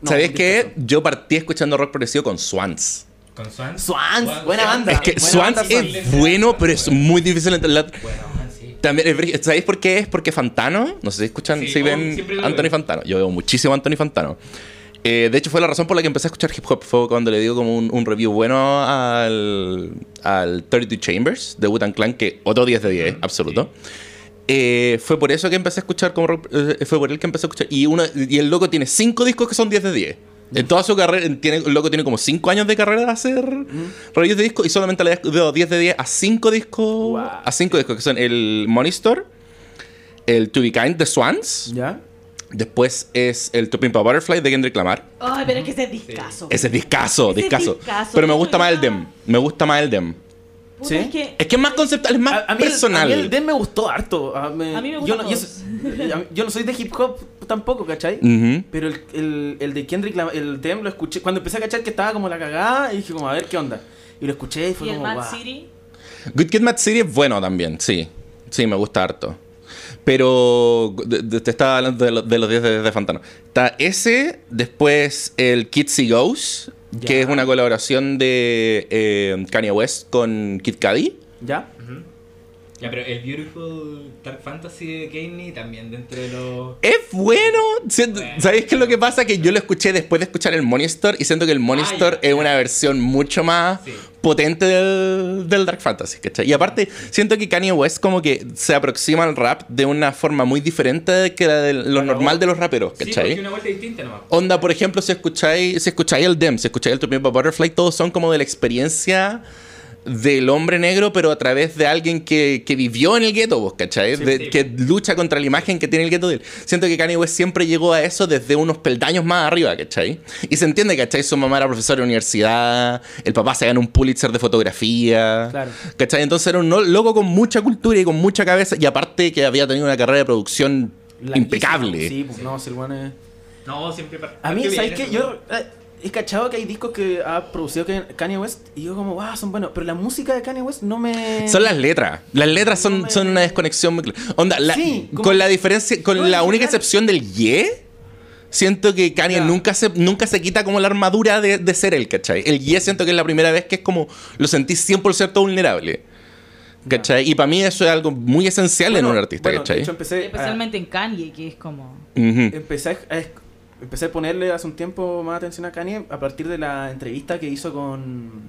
D: No,
F: ¿Sabías
D: un
F: que
D: discazo.
F: yo partí escuchando rock progresivo con Swans?
E: Con Swans.
D: Swans, buena banda.
F: Es que
D: Buena
F: Swans
D: banda,
F: es
E: Swans.
F: bueno, pero es muy difícil entender.
E: Bueno, sí.
F: También, es brígido. ¿sabéis por qué es? Porque Fantano, no sé si escuchan,
E: Sí,
F: si
E: oh,
F: ven
E: siempre lo
F: Anthony
E: veo.
F: Fantano. Yo veo muchísimo a Anthony Fantano. Eh, de hecho, fue la razón por la que empecé a escuchar hip hop. Fue cuando le digo como un, un review bueno al, al 32 Chambers de Wu-Tang Clan, que otro 10 de 10, absoluto. Eh, fue por eso que empecé a escuchar como rock- eh, fue por él que empecé a escuchar y uno y el loco tiene cinco discos que son 10 de 10.
D: Mm.
F: En toda su carrera tiene el loco tiene como cinco años de carrera de hacer
D: Mm.
F: reviews de discos y solamente le veo 10 de 10 a cinco discos
D: Wow.
F: a cinco discos que son el Monitor, el To Be Kind de Swans,
D: ¿Ya?
F: después es el To Pimp a Butterfly de Kendrick Lamar.
C: Ay, pero es que ese es discazo.
F: Ese es discaso,
C: Ese es
F: discaso.
C: discazo.
F: Pero me
C: Eso
F: gusta más
C: ya-
F: el Dem, me gusta más el Dem.
C: Puta,
D: ¿Sí?
C: es que-
F: Es que es más conceptual, es más
D: A, a mí el-
F: personal.
D: a mí el den me gustó harto. A, me-
C: A mí me
D: yo
C: gustan
D: no, yo,
C: todos.
D: so- a mí- yo no soy de hip hop tampoco, ¿cachai?
F: Ujú.
D: Pero el, el, el de Kendrick, Lam- el dem lo escuché. Cuando empecé a cachar que estaba como la cagada, y dije como, a ver, ¿qué onda? Y lo escuché y fue
C: y el
D: como,
C: Mad
D: "Guau".
C: City.
F: Good Kid Mad City es bueno también, sí. Sí, me gusta harto. Pero de- de- te estaba hablando de, lo- de los 10 de, de Fantano. Está ese, después el Kitsy Goes,
D: Ya.
F: que es una colaboración de eh, Kanye West con Kid Cudi.
D: ¿Ya?
E: Ya, pero el Beautiful Dark Fantasy de Kanye también dentro de los.
F: Es bueno. Siento-
E: Bueno.
F: ¿Sabéis qué es lo que pasa? Que yo lo escuché después de escuchar el Monitor y siento que el Monitor
E: Ah, ya,
F: es una versión mucho más
E: Sí.
F: potente del, del Dark Fantasy, ¿cachai? Y aparte, siento que Kanye West como que se aproxima al rap de una forma muy diferente de que la de lo normal de los raperos,
E: Sí, porque
F: ¿cachai?
E: una vuelta distinta nomás.
F: Onda, por ejemplo, si escucháis, si escucháis el Dem, si escucháis el Tupimba Butterfly, todos son como de la experiencia del hombre negro, pero a través de alguien que, que vivió en el gueto, vos, ¿cachai? De-
E: sí.
F: Que lucha contra la imagen que tiene el gueto de él. Siento que Kanye West siempre llegó a eso desde unos peldaños más arriba, ¿cachai? Y se entiende, ¿cachai? Su mamá era profesora de universidad, el papá se ganó un Pulitzer de fotografía.
D: Claro.
F: ¿Cachai? Entonces era un no- loco con mucha cultura y con mucha cabeza, y aparte que había tenido una carrera de producción
D: Larguísimo.
F: impecable.
D: Sí, pues no, si el weón es-
E: No, siempre.
D: A mí, ¿sabes qué? Yo eh, he cachado que hay discos que ha producido Ken- Kanye West y yo como, wow, son buenos. Pero la música de Kanye West no me...
F: Son las letras. Las letras
D: No
F: son,
D: me-
F: son una desconexión muy clara. Onda, la-
D: Sí, como-
F: con la diferencia,
D: No,
F: con
D: en
F: la única
D: general-
F: excepción del Ye, siento que Kanye
D: Ya.
F: nunca, se, nunca se quita como la armadura de, de ser él, ¿cachai? El Ye siento que es la primera vez que es como lo sentí 100% vulnerable. ¿Cachai? Y para mí eso es algo muy esencial
D: Bueno,
F: en un artista,
D: bueno, de
F: ¿cachai?
D: hecho, eh, empecé a-
C: Especialmente en Kanye, que es como.
F: Ujú.
D: empecé a, a- empecé a ponerle hace un tiempo más atención a Kanye a partir de la entrevista que hizo con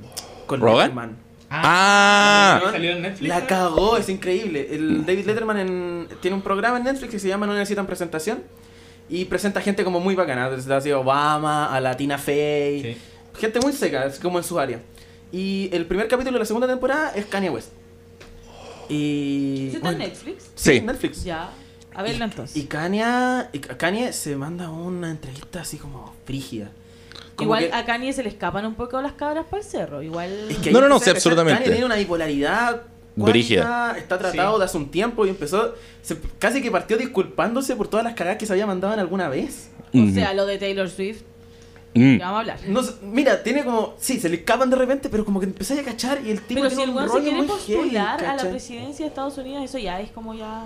D: con
F: ¿Rogan?
D: Letterman.
F: Ah,
D: eh,
E: ¿no? ¿Salió en Netflix?
D: La cagó, es increíble. El David Letterman en- tiene un programa en Netflix que se llama No necesitan presentación y presenta gente como muy bacana, desde así Obama a Latina Fey,
E: Sí.
D: gente muy seca, es como en su área. Y el primer capítulo de la segunda temporada es Kanye West. Y
C: ¿Eso está en Netflix?
D: Sí,
F: Sí.
D: Netflix.
C: Ya. A verlo entonces.
D: Y Kanye, y Kanye se manda una entrevista así como frígida. Como
C: Igual
D: que-
C: a Kanye se le escapan un poco las cabras para el cerro. Igual.
D: es que
F: No,
D: ahí
F: no,
D: empecé
F: no,
D: a
F: sí,
D: cachar,
F: absolutamente.
D: Kanye tiene una bipolaridad. cuática,
F: Brígida.
D: Está tratado
E: Sí.
D: de hace un tiempo y empezó. se- casi que partió disculpándose por todas las cagadas que se había mandado en alguna vez.
C: O
F: Ujú.
C: sea, lo de Taylor Swift,
F: Mm.
C: que vamos a hablar.
D: No sé, mira, tiene como. Sí, se le escapan de repente, pero como que empecé a cachar y el tipo
C: Pero si
D: tiene
C: el
D: un
C: weón se
D: rollo
C: quiere
D: muy
C: postular
D: heavy,
C: a la
D: ¿cachai?
C: presidencia de Estados Unidos, eso ya es como ya.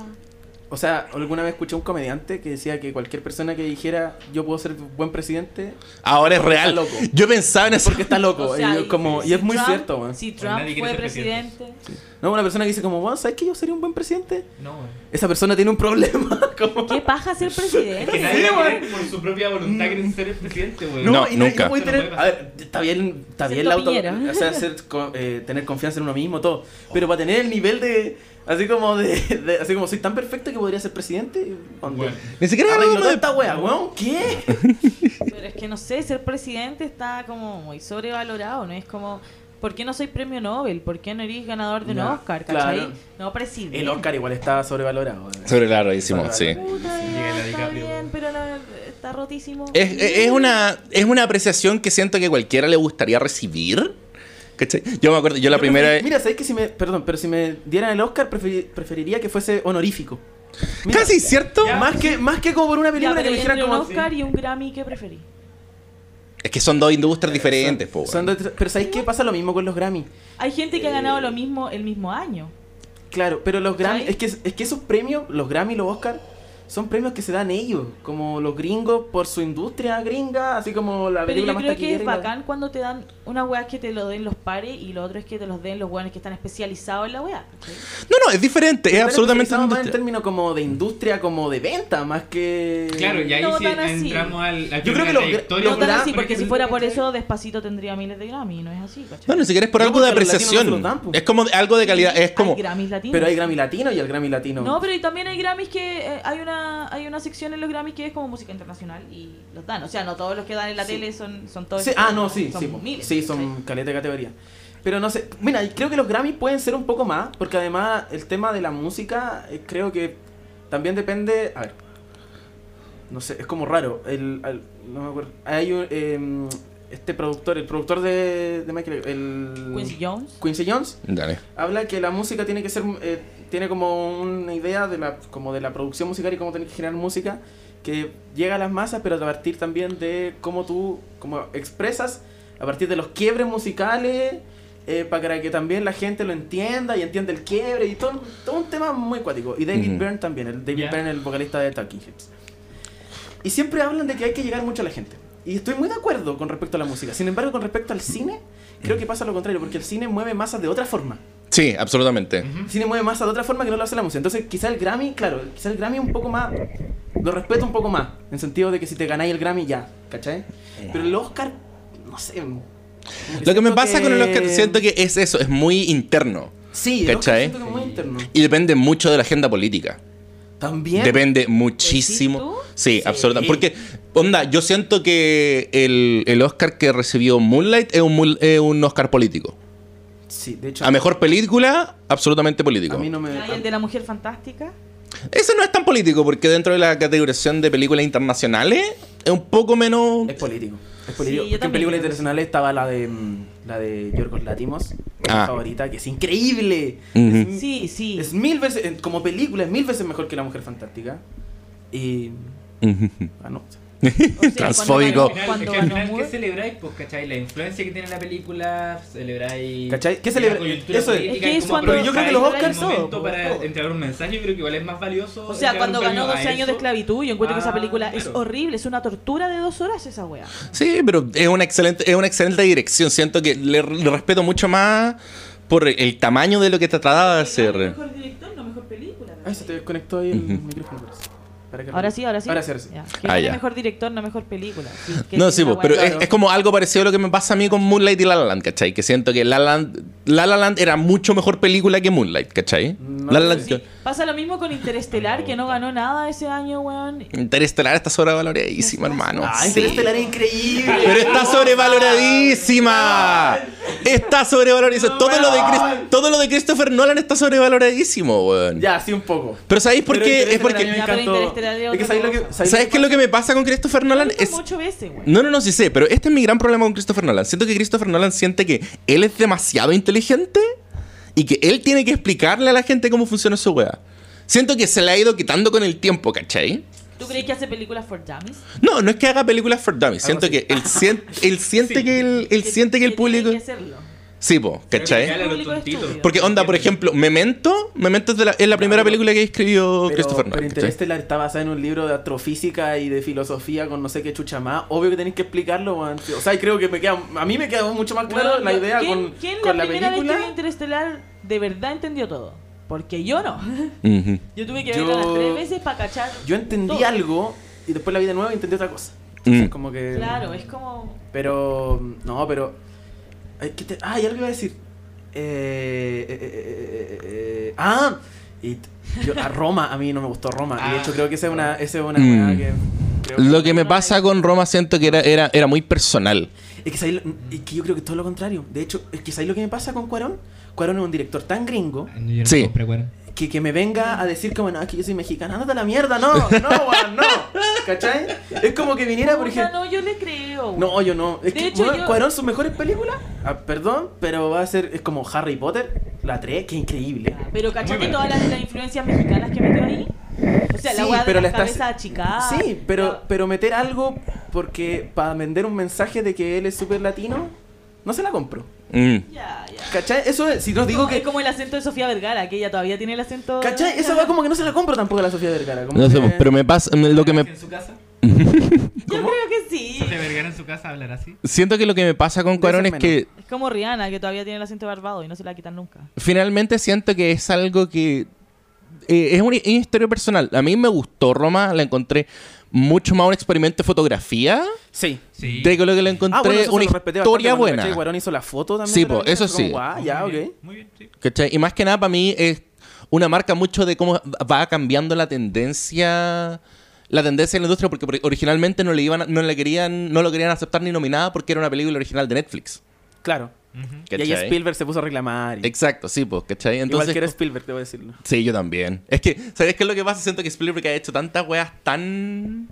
D: O sea, alguna vez escuché a un comediante que decía que cualquier persona que dijera yo puedo ser buen presidente
F: Ahora es
D: Porque
F: real.
D: está loco.
F: Yo pensaba en eso.
D: porque está loco.
C: O sea,
D: y, yo como, y
C: si
D: es muy
C: Trump-
D: cierto, man.
C: Si
E: Nadie
C: Trump
E: quiere
C: fue
E: ser
C: presidente.
E: presidente.
D: No, una persona que dice como, bueno, ¿sabes que yo sería un buen presidente?
E: No, güey.
D: Esa persona tiene un problema. como-
C: ¿Qué paja ser presidente?
E: Es que nadie quiere por su propia
D: Mm.
E: voluntad quiere ser el presidente, güey.
F: No,
D: y
F: nunca.
D: y puede
E: Eso no
D: tener-
E: puede
D: a
E: pasar.
D: ver, está bien, está
C: Ser
D: bien la auto...
C: topillero.
D: O sea, ser co- eh, tener confianza en uno mismo, todo. Pero para tener el nivel de... Así como de... de- así como soy tan perfecto que podría ser presidente. ¿dónde?
E: Bueno.
F: Ni siquiera era
D: Arreglo
F: algo de-
D: tanta wea, weón. ¿Qué?
C: Pero es que no sé, ser presidente está como muy sobrevalorado, ¿no? Es como, ¿Por qué no soy premio Nobel? ¿Por qué no eres ganador de un
D: Ya,
C: Oscar? ¿Cachai?
D: claro.
C: No presidente.
D: El Oscar igual estaba sobrevalorado.
F: Sobrevaloradísimo, sí.
D: Sobrevalorado.
C: Puta,
E: Llega la
C: está
E: DiCaprio.
C: bien, pero no, está rotísimo.
F: Es, es- es una, es una apreciación que siento que cualquiera le gustaría recibir. ¿Cachai? Yo me acuerdo, yo la
D: Yo
F: primera
D: prefer- Mira, sabes que si me. Perdón, pero si me dieran el Oscar, preferi- preferiría que fuese honorífico. Mira,
F: Casi, ¿cierto?
D: Más que, más que como por una
C: Ya,
D: película que
C: pero
D: me dijeran
C: entre un
D: como.
C: Oscar y un Grammy, ¿qué preferís?
F: Es que son dos industrias diferentes, po,
D: Son
F: weón.
D: dos- pero ¿sabéis qué? Pasa lo mismo con los Grammy.
C: Hay gente que ha ganado
D: Eh,
C: lo mismo el mismo año.
D: Claro, pero los Grammy.
C: ¿Sabes?
D: Es que, es que esos premios, los Grammy y los Oscar, son premios que se dan ellos. Como los gringos por su industria gringa, así como la
C: Pero
D: película
C: yo
D: más
C: creo que
D: taquillera.
C: es
D: y la-
C: bacán cuando te dan una weá que te lo den los pares y lo otro es que te los den los weones que están especializados en la weá. ¿cachai?
F: No, no, es diferente, es
D: Pero
F: absolutamente
D: especializado más en
F: industria.
D: términos como de industria, como de venta, más que.
E: Claro, y ahí
C: No
E: sí
C: tan así.
E: entramos al,
D: Yo creo
E: al tema
D: que los-
E: de la historia,
D: los
C: No tan
D: Gra-
C: así, porque si fuera por
E: ¿cachai?
C: eso, despacito tendría miles de Grammy, no es así, ¿cachai?
F: No, ni siquiera es por
D: No,
F: algo de
D: porque los latinos no se
F: apreciación.
D: lo dan, po.
F: Es como de- algo de calidad. Es como.
C: Hay Grammys latinos.
D: Pero hay Grammy latino y el Grammy latino.
C: No, pero y también hay Grammys que eh, hay una hay una sección en los Grammys que es como música internacional y los dan. O sea, no todos los que dan en la
D: Sí.
C: tele son, son todos.
D: Sí, ah, no, sí,
C: son
D: sí, po.
C: miles,
D: sí, son caleta de categoría. Pero no sé, mira, y creo que los Grammys pueden ser un poco más, porque además el tema de la música eh, creo que también depende, a ver, no sé, es como raro, el, al- no me acuerdo, hay un, em, este productor, el productor de, de Michael, el
C: Quincy Jones.
D: Quincy Jones,
F: Dale.
D: habla que la música tiene que ser eh, tiene como una idea de la como de la producción musical y cómo tenés que generar música que llega a las masas pero a partir también de cómo tú como expresas a partir de los quiebres musicales eh, para que también la gente lo entienda y entienda el quiebre y todo, todo un tema muy cuático y David
F: Ujú.
D: Byrne también el David
E: Ya.
D: Byrne el vocalista de Talking Heads y siempre hablan de que hay que llegar mucho a la gente y estoy muy de acuerdo con respecto a la música sin embargo con respecto al cine creo que pasa lo contrario porque el cine mueve masas de otra forma
F: Sí, absolutamente.
D: el cine mueve masa de otra forma que no lo hace la música. Entonces, quizá el Grammy, claro, quizá el Grammy un poco más. Lo respeto un poco más. En sentido de que si te ganáis el Grammy, ya, ¿cachai? Pero el Oscar, no sé. como
F: Lo que me
D: siento
F: pasa con el Oscar, siento que es eso, es muy interno.
D: Sí, el Oscar
F: ¿cachai?
D: siento que es muy interno.
F: Y depende mucho de la agenda política.
D: También.
F: Depende muchísimo.
C: ¿Decís
F: Sí, absolutamente. Porque, onda, yo siento que el, el Oscar que recibió Moonlight es un, mul- es un Oscar político.
D: Sí, de hecho.
F: A mejor película, absolutamente
D: a
F: político.
D: mí no me.
C: Hay el de la mujer fantástica.
F: Ese no es tan político, porque dentro de la categorización de películas internacionales es un poco menos.
D: Es político.
C: Sí,
D: Es
C: yo
D: político. Porque en
C: también
D: películas
C: creo que sí.
D: internacionales estaba la de. mm, La de Yorgos Latimos.
F: Ah.
D: Mi favorita, que es increíble.
F: Ujú.
D: Es
C: Sí, sí.
D: Mm. Es mil veces, en- como película, es mil veces mejor que La Mujer Fantástica. Y. Ah, no.
C: O sea,
F: Transfóbico.
E: Al final-
C: Cuando
E: es
C: ganó, cuando
E: que al final,
C: ganó
E: ¿qué
C: Moore-
E: celebráis? Pues, ¿cachai? La influencia que tiene la película, celebráis...
D: ¿Cachai? ¿Qué
E: la
D: celebra-
E: coyuntura
D: eso es.
E: política
C: Es que
E: y
C: es
E: cómo
C: cuando-
E: aprovecháis
D: Yo creo que los
E: el
D: Oscars son,
E: momento
D: pues,
E: para
D: todo.
E: entregar un mensaje, yo creo que igual es más valioso...
C: O sea,
E: entregar
C: cuando
E: un premio
C: ganó
E: a
C: 12 años de
E: eso.
C: esclavitud, yo encuentro que esa
E: Ah,
C: película es
E: claro.
C: horrible, es una tortura de dos horas esa weá.
D: Ah,
F: Sí, pero es una excelente, es una excelente dirección. Siento que le, le respeto mucho más por el tamaño de lo que trataba de hacer.
C: Mejor director, no mejor película.
D: Ahí se Ah, te desconectó ahí el micrófono. parece. Para que-
C: Ahora sí, ahora sí.
D: Ahora sí, ahora sí.
C: Ya. Que
F: Ah,
C: gane
F: ya.
C: Mejor director, no mejor película. Sí, que
F: No,
C: es
F: sí,
C: una
F: pues,
C: weá.
F: pero es,
D: claro.
F: es como algo parecido a lo que me pasa a mí con Moonlight y La La Land, ¿cachai? Que siento que La La Land, La La Land era mucho mejor película que Moonlight, ¿cachai?
D: No sé.
F: la La Land,
D: Sí.
C: Pasa lo mismo con Interestelar, que no ganó nada ese año, weón.
F: Interestelar está sobrevaloradísima, hermano.
D: Ah,
F: Sí.
D: Interestelar es increíble.
F: Pero está sobrevaloradísima. Está sobrevaloradísima. Todo lo, de Chris- todo lo de Christopher Nolan está sobrevaloradísimo, weón.
D: Ya, sí, un poco.
F: Pero ¿sabéis por
D: Pero
F: qué? Es
D: Interestelar
F: porque...
D: a mí me
C: Ya, pero Interestelar es
D: encantó. Es que
C: otra
D: ¿sabes lo que,
C: cosa.
D: sabes
F: ¿Sabes qué es lo que me pasa con Christopher Nolan?
C: Ganó
F: Es...
C: ocho veces,
D: Mm.
C: weón.
F: No, no, no, sí sé, pero este es mi gran problema con Christopher Nolan. Siento que Christopher Nolan siente que él es demasiado inteligente y que él tiene que explicarle a la gente cómo funciona su weá. Siento que se le ha ido quitando con el tiempo, ¿cachai?
C: ¿Tú crees que hace películas for dummies?
F: No, no es que haga películas for dummies. Siento
D: Algo
F: que él, sien- él siente que el, él siente que el público...
C: Tiene que hacerlo.
F: Sí, po,
E: Creo
F: ¿cachai?
E: que ya
C: Público
E: los tontitos.
C: estúpido.
F: Porque onda, por ejemplo, Memento, Memento es, de la, es la primera
D: Claro.
F: película que escribió
D: Pero,
F: Christopher
D: pero
F: Nolan. ¿cachai?
D: Interestelar está basada en un libro de astrofísica y de filosofía con no sé qué chucha más. Obvio que tenéis que explicarlo, weón. O sea, y creo que me queda, a mí me queda mucho más claro
C: Weón,
D: la
C: yo-
D: idea
C: ¿quién-
D: con,
C: ¿Quién
D: con
C: la
D: la,
C: primera vez que vio
D: película.
C: Interestelar de verdad entendió todo? Porque yo no.
F: Ujú.
C: Yo tuve que
D: Yo-
C: verla las tres veces para cachar.
D: Yo entendí
C: todo.
D: algo y después la vi de nuevo y entendí otra cosa. Entonces,
F: Mm.
D: como que.
C: Claro, es como.
D: Pero. No, pero. ay, ¿qué te- Ah, ya lo iba a decir. Eh, eh, eh, eh, eh, eh, ah, y t- yo- a Roma, a mí no me gustó Roma. Y de hecho, creo que esa es una, esa es una
F: Mm.
D: weá que. creo.
F: Lo que me pasa con Roma siento que era, era, era muy personal.
D: Es que, sabéis lo- es que yo creo que es todo lo contrario. De hecho, es que ¿sabéis lo que me pasa con Cuarón? Cuarón es un director tan gringo
E: Yo no
F: Sí.
E: compré, weón.
D: que, que me venga a decir como, no, es que yo soy mexicano. Ándate a la mierda, no, no, weón, no. ¿Cachai? Es como que viniera, por
C: Puta,
D: ejemplo...
C: no, yo le creo. güey.
D: No, yo no. Es
C: De
D: que,
C: hecho,
D: weón,
C: yo-
D: Cuarón, sus mejores películas, ah, perdón, pero va a ser, es como Harry Potter, la 3, que es increíble.
C: Pero cachate
E: buena.
C: todas las, las influencias mexicanas que metió ahí. O sea,
D: Sí,
C: la weá de
D: pero
C: la
D: le estás-
C: cabeza achicada.
D: Sí, pero,
C: la-
D: pero meter algo porque para vender un mensaje de que él es súper latino, no se la compro.
F: Mm.
C: Ya, ya.
D: ¿Cachai? Eso es, si no digo
C: Como-
D: que...
C: Es como el acento de Sofía Vergara, que ella todavía tiene el acento...
D: ¿Cachai? Esa va como que no se la compro tampoco a la Sofía Vergara. Como
F: No
D: que-
F: sé, pues, pero me pasa lo que me
E: ¿En su casa?
C: Yo creo que sí.
E: ¿Se vergara en su casa hablar así?
F: siento que lo que me pasa con Cuarón es
D: ser
F: que
C: Es como Rihanna, que todavía tiene el acento barbado y no se la quitan nunca.
F: finalmente siento que es algo que eh, es una, es una historia personal. A mí me gustó Roma, la encontré mucho más un experimento de fotografía
D: Sí.
E: Sí.
F: de que lo que la encontré
D: Ah, bueno, eso se
F: una
D: lo respeté bastante
F: historia
D: cuando,
F: buena.
D: ¿cachai? Guarón hizo la foto también.
F: Sí,
D: de la
F: po,
D: película,
F: eso
D: fue como,
F: sí.
D: "Guau, ya,
E: Muy bien,
D: ok.
E: Muy bien, sí.
F: ¿Cachai? Y más que nada para mí es una marca mucho de cómo va cambiando la tendencia la tendencia en la industria porque originalmente no le iban a- no le querían no lo querían aceptar ni nominada porque era una película original de Netflix.
D: Claro.
E: Ujú.
F: ¿cachai?
D: Y ahí Spielberg se puso a reclamar. y-
F: Exacto, sí, pues, ¿cachai?
D: Igual
F: Entonces,
D: que era Spielberg, te voy a decirlo.
F: sí, yo también. Es que, ¿sabes qué es lo que pasa? Siento que Spielberg ha hecho tantas weas tan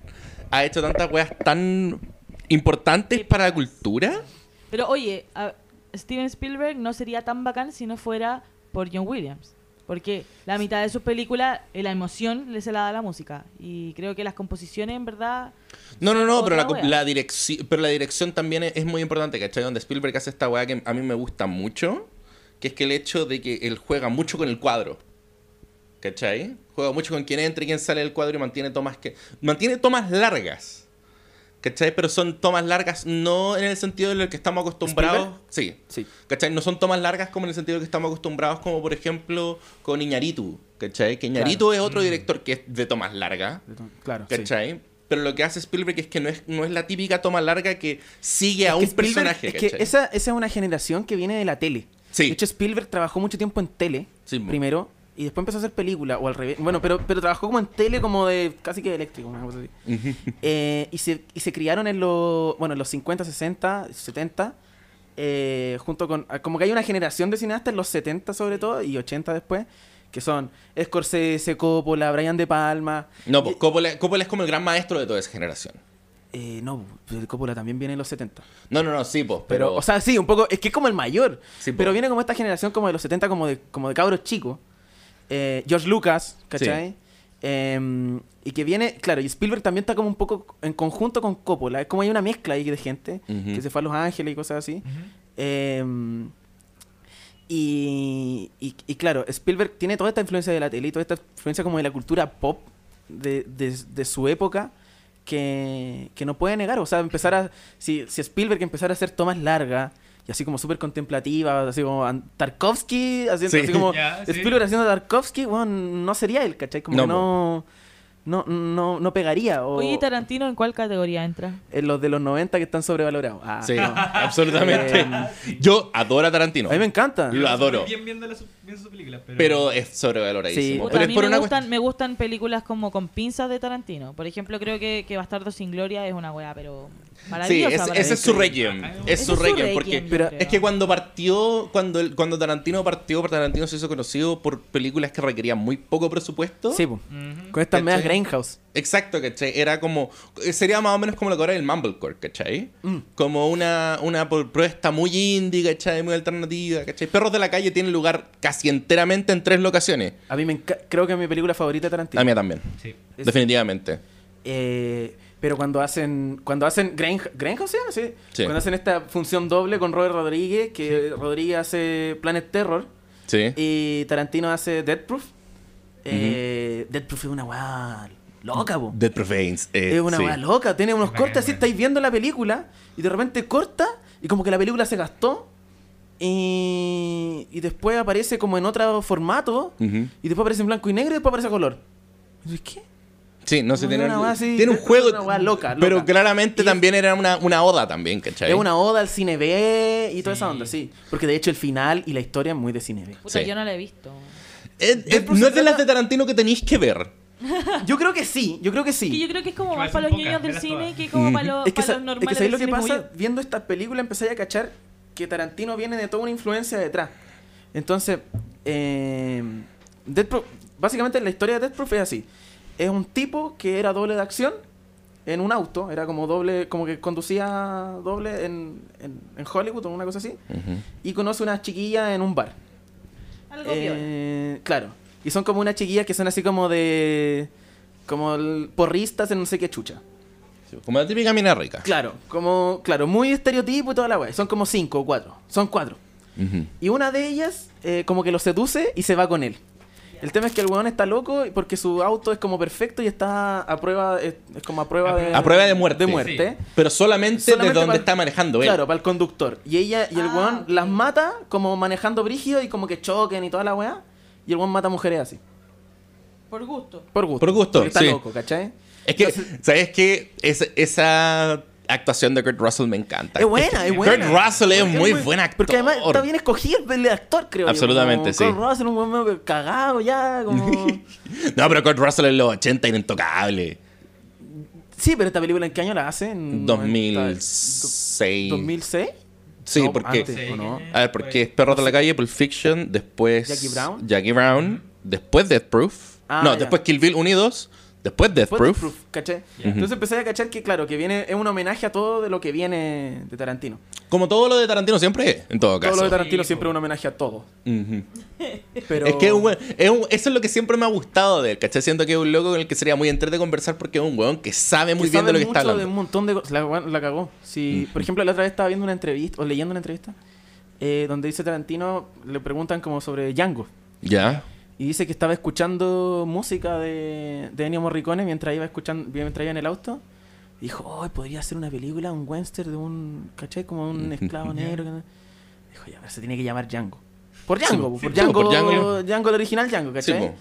F: ha hecho tantas weas tan importantes para la cultura.
C: Pero oye, a- Steven Spielberg no sería tan bacán si no fuera por John Williams. Porque la mitad de sus películas, eh, la emoción le se la da la música. Y creo que las composiciones, en verdad...
F: No, no, no,
C: Otra
F: pero la,
C: wea.
F: la direcci- pero la dirección también es, es muy importante, ¿cachai? Donde Spielberg hace esta weá que a mí me gusta mucho, que es que el hecho de que él juega mucho con el cuadro, ¿cachai? Juega mucho con quién entra y quién sale del cuadro y mantiene tomas que... Mantiene tomas largas, ¿cachai? Pero son tomas largas no en el sentido de lo que estamos acostumbrados. Sí,
D: Sí.
F: ¿Cachai? No son tomas largas como en el sentido que estamos acostumbrados, como por ejemplo con Iñaritu, ¿cachai? Que Iñaritu es otro director que es de tomas largas.
D: Claro. sí.
F: ¿Cachai? Pero lo que hace Spielberg es que no es, no es la típica toma larga que sigue a
D: Que
F: un
D: Spielberg-
F: personaje,
D: Es que
F: ¿cachai?
D: esa, esa es una generación que viene de la tele.
F: Sí.
D: De hecho, Spielberg trabajó mucho tiempo en tele,
F: Sí, mo.
D: primero, y después empezó a hacer película, o al revés. Bueno, pero, pero trabajó como en tele, como de casi que de eléctrico, una cosa así. Eh, y, se, y se criaron en los, bueno, en los 50, 60, 70, eh, junto con... Como que hay una generación de cineastas en los 70 sobre todo, y 80 después, que son Scorsese, Coppola, Brian De Palma...
F: No, pues Coppola, Coppola es como el gran maestro de toda esa generación.
D: Eh, no, pero Coppola también viene en los 70.
F: No, no, no, sí, pues,
D: Pero,
F: pero...
D: o sea, sí, un poco, es que es como el mayor.
F: Sí, po.
D: pero viene como esta generación como de los 70, como de, como de cabros chicos. Eh, George Lucas, ¿cachai? Em, y que viene, claro, y Spielberg también está como un poco en conjunto con Coppola. Es como hay una mezcla ahí de gente
F: Ujú.
D: que se fue a Los Ángeles y cosas así. Em, y, y, y claro, Spielberg tiene toda esta influencia de la tele y toda esta influencia como de la cultura pop de, de- de su época que, que no puede negar. O sea, empezar a. Si, si Spielberg empezara a hacer tomas largas y así como súper contemplativas, así como an- Tarkovsky, haciendo,
F: Sí.
D: así como.
E: Ya, sí.
D: Spielberg haciendo Tarkovsky, bueno, no sería él, ¿cachai? Como
F: No,
D: que no, no, no, no pegaría. O
C: Oye, Tarantino, ¿en cuál categoría entra?
D: en los de los 90 que están sobrevalorados. Ah,
F: Sí,
D: no. Em,
F: absolutamente. Yo adoro a Tarantino,
D: A mí me encanta.
F: Lo adoro.
E: Bien viendo la su- viendo su película, pero...
F: pero es sobrevaloradísimo.
D: Sí.
C: Puta,
F: Pero
C: a
F: es
C: mí
F: por
C: me,
F: una
C: gustan,
F: cuestión-
C: me gustan películas como con pinzas de Tarantino. Por ejemplo, creo que, que Bastardo sin Gloria es una weá, pero
F: Sí,
C: maravillosa.
F: es-
C: para
F: ese
C: mí.
F: es su requiem. Es
C: Ese
F: su requiem, porque...
C: yo
D: pero
C: creo.
F: Es que cuando partió, cuando, el- cuando Tarantino partió, Tarantino se hizo conocido por películas que requerían muy poco presupuesto.
D: Sí, po.
E: Ujú.
D: con estas medias
F: ¿Cachai?
D: Grindhouse.
F: Exacto, ¿cachai? Era como. eh, Sería más o menos como lo que ahora es el Mumblecore, ¿cachai?
D: Mm.
F: Como una, una por- propuesta muy indie, ¿cachai? Muy alternativa, ¿cachai? Perros de la calle tiene lugar casi enteramente en tres locaciones.
D: A mí me enca- creo que es mi película favorita de Tarantino.
F: La mía también.
E: Sí.
D: Es-
F: Definitivamente.
D: Eh, pero cuando hacen cuando hacen Grange- Grange, ¿se llama? Sí.
F: Sí.
D: Cuando hacen esta función doble con Robert Rodríguez, que Rodríguez hace Planet Terror
F: Sí.
D: y Tarantino hace Death Proof. Eh, Death Proof es una weá loca, po.
F: Dead Profanes. eh,
D: Es una
F: sí.
D: weá loca, tiene unos
E: Es bacán,
D: cortes así,
E: weón.
D: estáis viendo la película y de repente corta y como que la película se gastó y, y después aparece como en otro formato
F: Ujú.
D: y después aparece en blanco y negro y después aparece a color. ¿Y ¿Qué?
F: Sí, no sé,
D: Una
F: tiene,
D: weá así,
F: tiene un
D: es
F: juego.
D: una weá loca,
F: Pero
D: loca.
F: claramente
D: Y-
F: también era una, una oda también, ¿cachai?
D: Es una oda al cine B y toda
E: Sí.
D: esa onda, sí. Porque de hecho el final y la historia es muy de cine B.
C: Puta,
F: Sí.
C: yo no la he visto.
F: Es- es-
D: Dead Proof
F: no
D: se
F: es de las
D: trata-
F: de Tarantino que tenéis que ver.
D: Yo creo que sí, yo creo que sí.
C: Que yo creo que es como
E: Que
C: más
E: parecen
C: para los
E: pocas,
C: niños del
E: velas
C: cine
E: todas.
C: que como para los,
D: es que,
C: para
D: sa-
C: los
D: es que
C: normales
D: ¿sabéis
C: del
D: lo que
C: cine como
D: pasa?
C: yo.
D: Viendo estas películas empezáis a cachar que Tarantino viene de toda una influencia detrás. Entonces, eh, Death Proof- básicamente la historia de Death Proof es así. Es un tipo que era doble de acción en un auto, era como doble, como que conducía doble en, en- en Hollywood o una cosa así,
F: Ujú.
D: y conoce una chiquilla en un bar.
C: Algo peor.
D: Eh, claro. Y son como unas chiquillas que son así como de... como el- porristas en no sé qué chucha.
F: Como la típica mina rica.
D: Claro, como, claro, muy estereotipo y toda la weá. Son como cinco o cuatro. Son cuatro.
F: Ujú.
D: Y una de ellas, eh, como que lo seduce y se va con él. El tema es que el weón está loco porque su auto es como perfecto y está a prueba, es, es como a prueba
E: A
D: de...
E: prueba-
F: A prueba de muerte.
D: De muerte.
F: Pero solamente,
D: Solamente
F: de donde
D: para-
F: está manejando él.
D: Claro, para el conductor. Y ella y el
C: Ah,
D: weón
C: ok.
D: las mata como manejando brígido y como que choquen y toda la weá. Y el weón mata mujeres así.
C: Por gusto.
D: Por gusto.
F: Por gusto,
D: Porque está
F: sí.
D: loco, ¿cachai?
F: Es que, ¿sabes qué? Es- esa actuación de Kurt Russell me encanta.
D: Es buena, es buena.
F: Kurt Russell es muy buen actor.
D: Porque además está bien escogido el actor, creo. yo,
F: Absolutamente,
D: como
F: sí.
D: Kurt Russell, un weón medio cagado ya, como...
F: No, pero Kurt Russell en los 80 era intocable.
D: Sí, pero esta película en qué año la hace? En
F: 2006.
D: 2006.
F: Sí,
D: No,
F: porque.
D: antes, ¿o no?
F: A ver, porque es Perros de la Calle, Pulp Fiction, después.
D: Jackie Brown.
F: Jackie Brown, después Death Proof.
D: Ah,
F: no,
D: ya.
F: después Kill Bill Unidos, después Death
D: Fue
F: Proof.
D: Proof, ¿cachai? Entonces empecé a cachar que, claro, que viene es un homenaje a todo de lo que viene de Tarantino.
F: Como todo lo de Tarantino siempre es, en todo caso.
D: Todo lo de Tarantino
E: Sí,
D: siempre es
E: po.
D: un homenaje a todo.
F: Ujú.
D: Pero...
F: Es que es un weón- es un- eso es lo que siempre me ha gustado de él, ¿cachai? Siento que es un loco con el que sería muy entretenido de conversar porque es un weón que sabe muy
D: que
F: bien
D: sabe
F: de lo que está
D: mucho de
F: hablando. Mm.
D: un montón de cosas. La, weón la cagó. Si, Por ejemplo, la otra vez estaba viendo una entrevista, o leyendo una entrevista, eh, donde dice Tarantino, le preguntan como sobre Django.
F: Ya.
D: Y dice que estaba escuchando música de, de Ennio Morricone mientras iba escuchando mientras iba en el auto. Y Dijo, hoy podría ser una película, un western de un, ¿cachai? Como un esclavo negro. que no-". Dijo, ya, pero se tiene que llamar Django. Por Django, po,
F: sí,
D: por,
F: po,
D: Django
F: por Django.
D: Django, el original Django,
F: Sí,
D: ¿cachai?
F: po.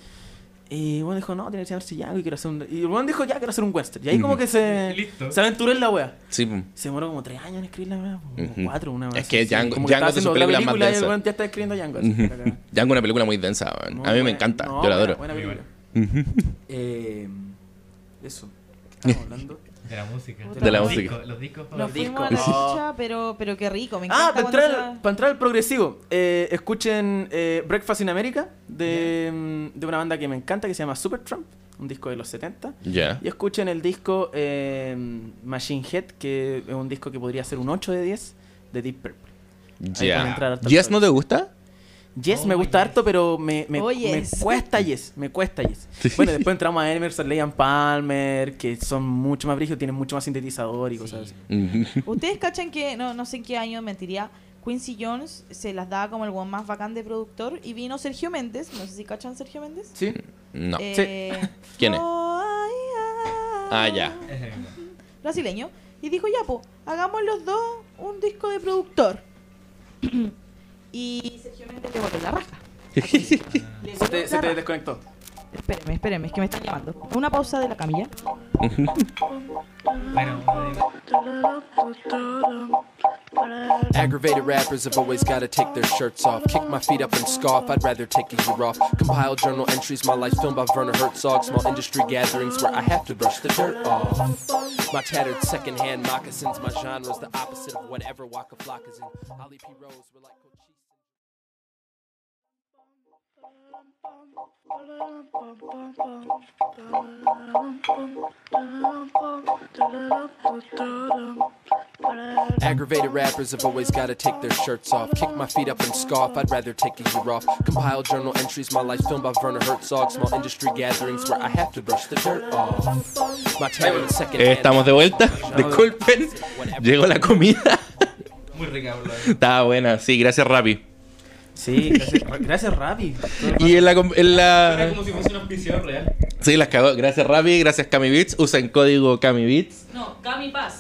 D: y bueno dijo, no, tiene que llamarse Django y quiero hacer un... Y el weón dijo, ya, quiero hacer un western. Y ahí
F: Ujú.
D: como que se,
E: Y listo.
D: se aventuró en la wea.
F: Sí, po.
D: Se demoró como tres años en escribir la wea, po, como
F: Ujú.
D: cuatro, una wea
F: Es que
D: así,
F: Django-
D: como
F: Django
D: estaba
F: es de sus
D: haciendo la
F: películas más
D: película y el
F: densas.
D: weón ya está escribiendo Django. así, la
F: Ujú.
D: cagada.
F: Django es una película muy densa, weón.
D: Muy
F: A mí me
D: buena.
F: encanta,
D: No,
F: yo la
D: buena,
F: adoro.
D: buena
E: Muy
D: película. Eh, eso. Estamos hablando.
E: De la música.
C: De la
E: Los
F: música.
E: discos- Los discos
C: Nos
E: favoritos.
C: fuimos a la
D: discos. No.
C: chicha, pero, pero qué rico. Me encanta
D: ah, para
C: cuando
D: entrar,
C: se va-
D: al- para entrar al progresivo. eh, escuchen eh, Breakfast in America de, mm, de una banda que me encanta que se llama Supertramp, un disco de los 70.
F: Ya.
D: Y escuchen el disco eh, Machine Head, que es un disco que podría ser un 8 de 10 de Deep Purple. pueden entrar
F: Ya.
D: hartas
F: ¿Yes
D: personas.
F: no te gusta?
D: Yes
E: Oh,
D: me gusta
E: Yes.
D: harto, pero me, me,
C: Oh,
D: me
C: Yes.
D: cuesta Yes, me cuesta Yes. Bueno, después entramos a Emerson, Leon Palmer, que son mucho más brígidos, tienen mucho más sintetizador y cosas así.
F: Ujú.
C: Ustedes cachan que, no, no sé en qué año mentiría, Quincy Jones se las daba como el guan más bacán de productor y vino Sergio Méndez, no sé si cachan Sergio Méndez.
D: ¿Sí?
F: No.
C: Eh,
F: ¿Quién es?
C: no hay
F: Ah, ya.
E: Ese mismo.
C: brasileño y dijo ya po hagamos los dos un disco de productor y Sergio Méndez le botó la raja Le
D: Se
C: botó
D: te,
C: la
D: se te
C: raja.
D: desconectó.
C: espéreme espéreme es que me están llamando una pausa de la camilla
E: Bueno,
B: Aggravated rappers have always gotta take their shirts off. Kick my feet up and scoff, I'd rather take a year off. Compile journal entries, my life filmed by Werner Herzog. Small industry gatherings where I have to brush the dirt off. My tattered secondhand moccasins, my genre's the opposite of whatever Waka Flock is in. Ollie P. Rose, we're like Cochise. Aggravated rappers have always gotta take their shirts off. Kick my feet up and scoff, I'd rather take a year off. Compile journal entries, my life filmed by Werner Herzog. Small industry gatherings where I have to brush the dirt off. My tattered second
F: Eh, Estamos de vuelta. Disculpen. Llegó la comida.
E: muy rica, boludo.
F: Estaba buena, sí, gracias, Rappi.
D: Sí, gracias, Ra- gracias Rappi.
F: Y en la. com- en la-
E: Era como si fuese un auspiciador real.
F: Sí, las cagó. Gracias, Rappi. Gracias, Camibits. Usen código Camibits.
C: no Cami Paz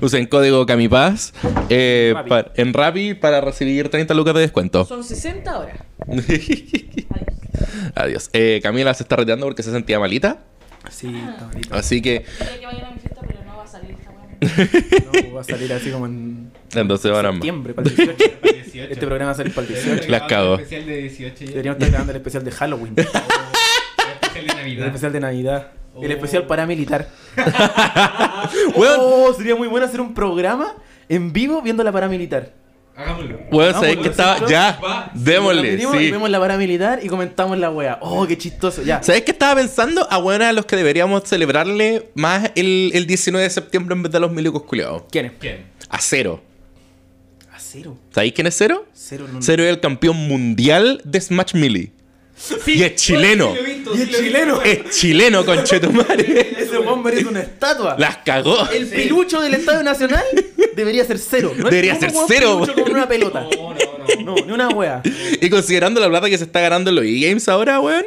F: Usen código CAMIPAZ eh,
D: Rappi.
F: pa- en Rappi para recibir 30 lucas de descuento.
C: son 60 horas
F: Adiós. Eh, Camila se está retirando porque se sentía malita.
D: Ah, Sí, está bonito.
F: Así que
C: quería que vayan a mi fiesta pero no va a salir esta weá.
D: No, va a salir así como en
F: entonces van a...
D: septiembre, para el 18.
E: Para el 18.
D: Este programa va a salir para el
E: Deberíamos
D: 18.
E: grabar
F: Las cago.
E: un especial de 18 ya.
D: Deberíamos estar grabando el especial de Halloween.
E: Un especial especial de
G: El
E: Navidad.
G: especial de Navidad.
D: El especial paramilitar.
F: Weón.
D: Oh, sería muy bueno hacer un programa en vivo viendo la paramilitar.
E: Hagámoslo.
F: Weón,
D: No, pues,
F: ¿sabéis que
D: lo
F: estaba?
D: siento.
F: Ya,
E: Va.
D: Nos
F: démosle,
D: metimos Y
F: sí.
D: vemos la paramilitar y comentamos la wea. Oh, qué chistoso. Ya.
F: ¿Sabes qué estaba pensando? A weones a los que deberíamos celebrarle más el, el 19 de septiembre en vez de a los milicos culiados.
D: ¿Quién es?
E: ¿Quién?
F: A cero.
D: A Ah, cero.
F: ¿Sabéis quién es cero?
D: Cero no.
F: Cero es el campeón mundial de Smash Melee. Y es chileno.
E: Sí, lo he visto,
G: Y
E: sí,
G: el
E: lo he
G: chileno.
F: Es chileno, conchetumare.
D: Ese hombre es una estatua.
F: Las cagó.
D: El pilucho del Estadio Nacional debería ser cero. No es
F: Debería
D: como
F: ser
D: un
F: cero,
D: pilucho
F: weón.
D: Con una pelota.
E: visto. No, no, no.
D: No, ni una wea.
F: Y considerando la plata que se está ganando en los e-games ahora, weón.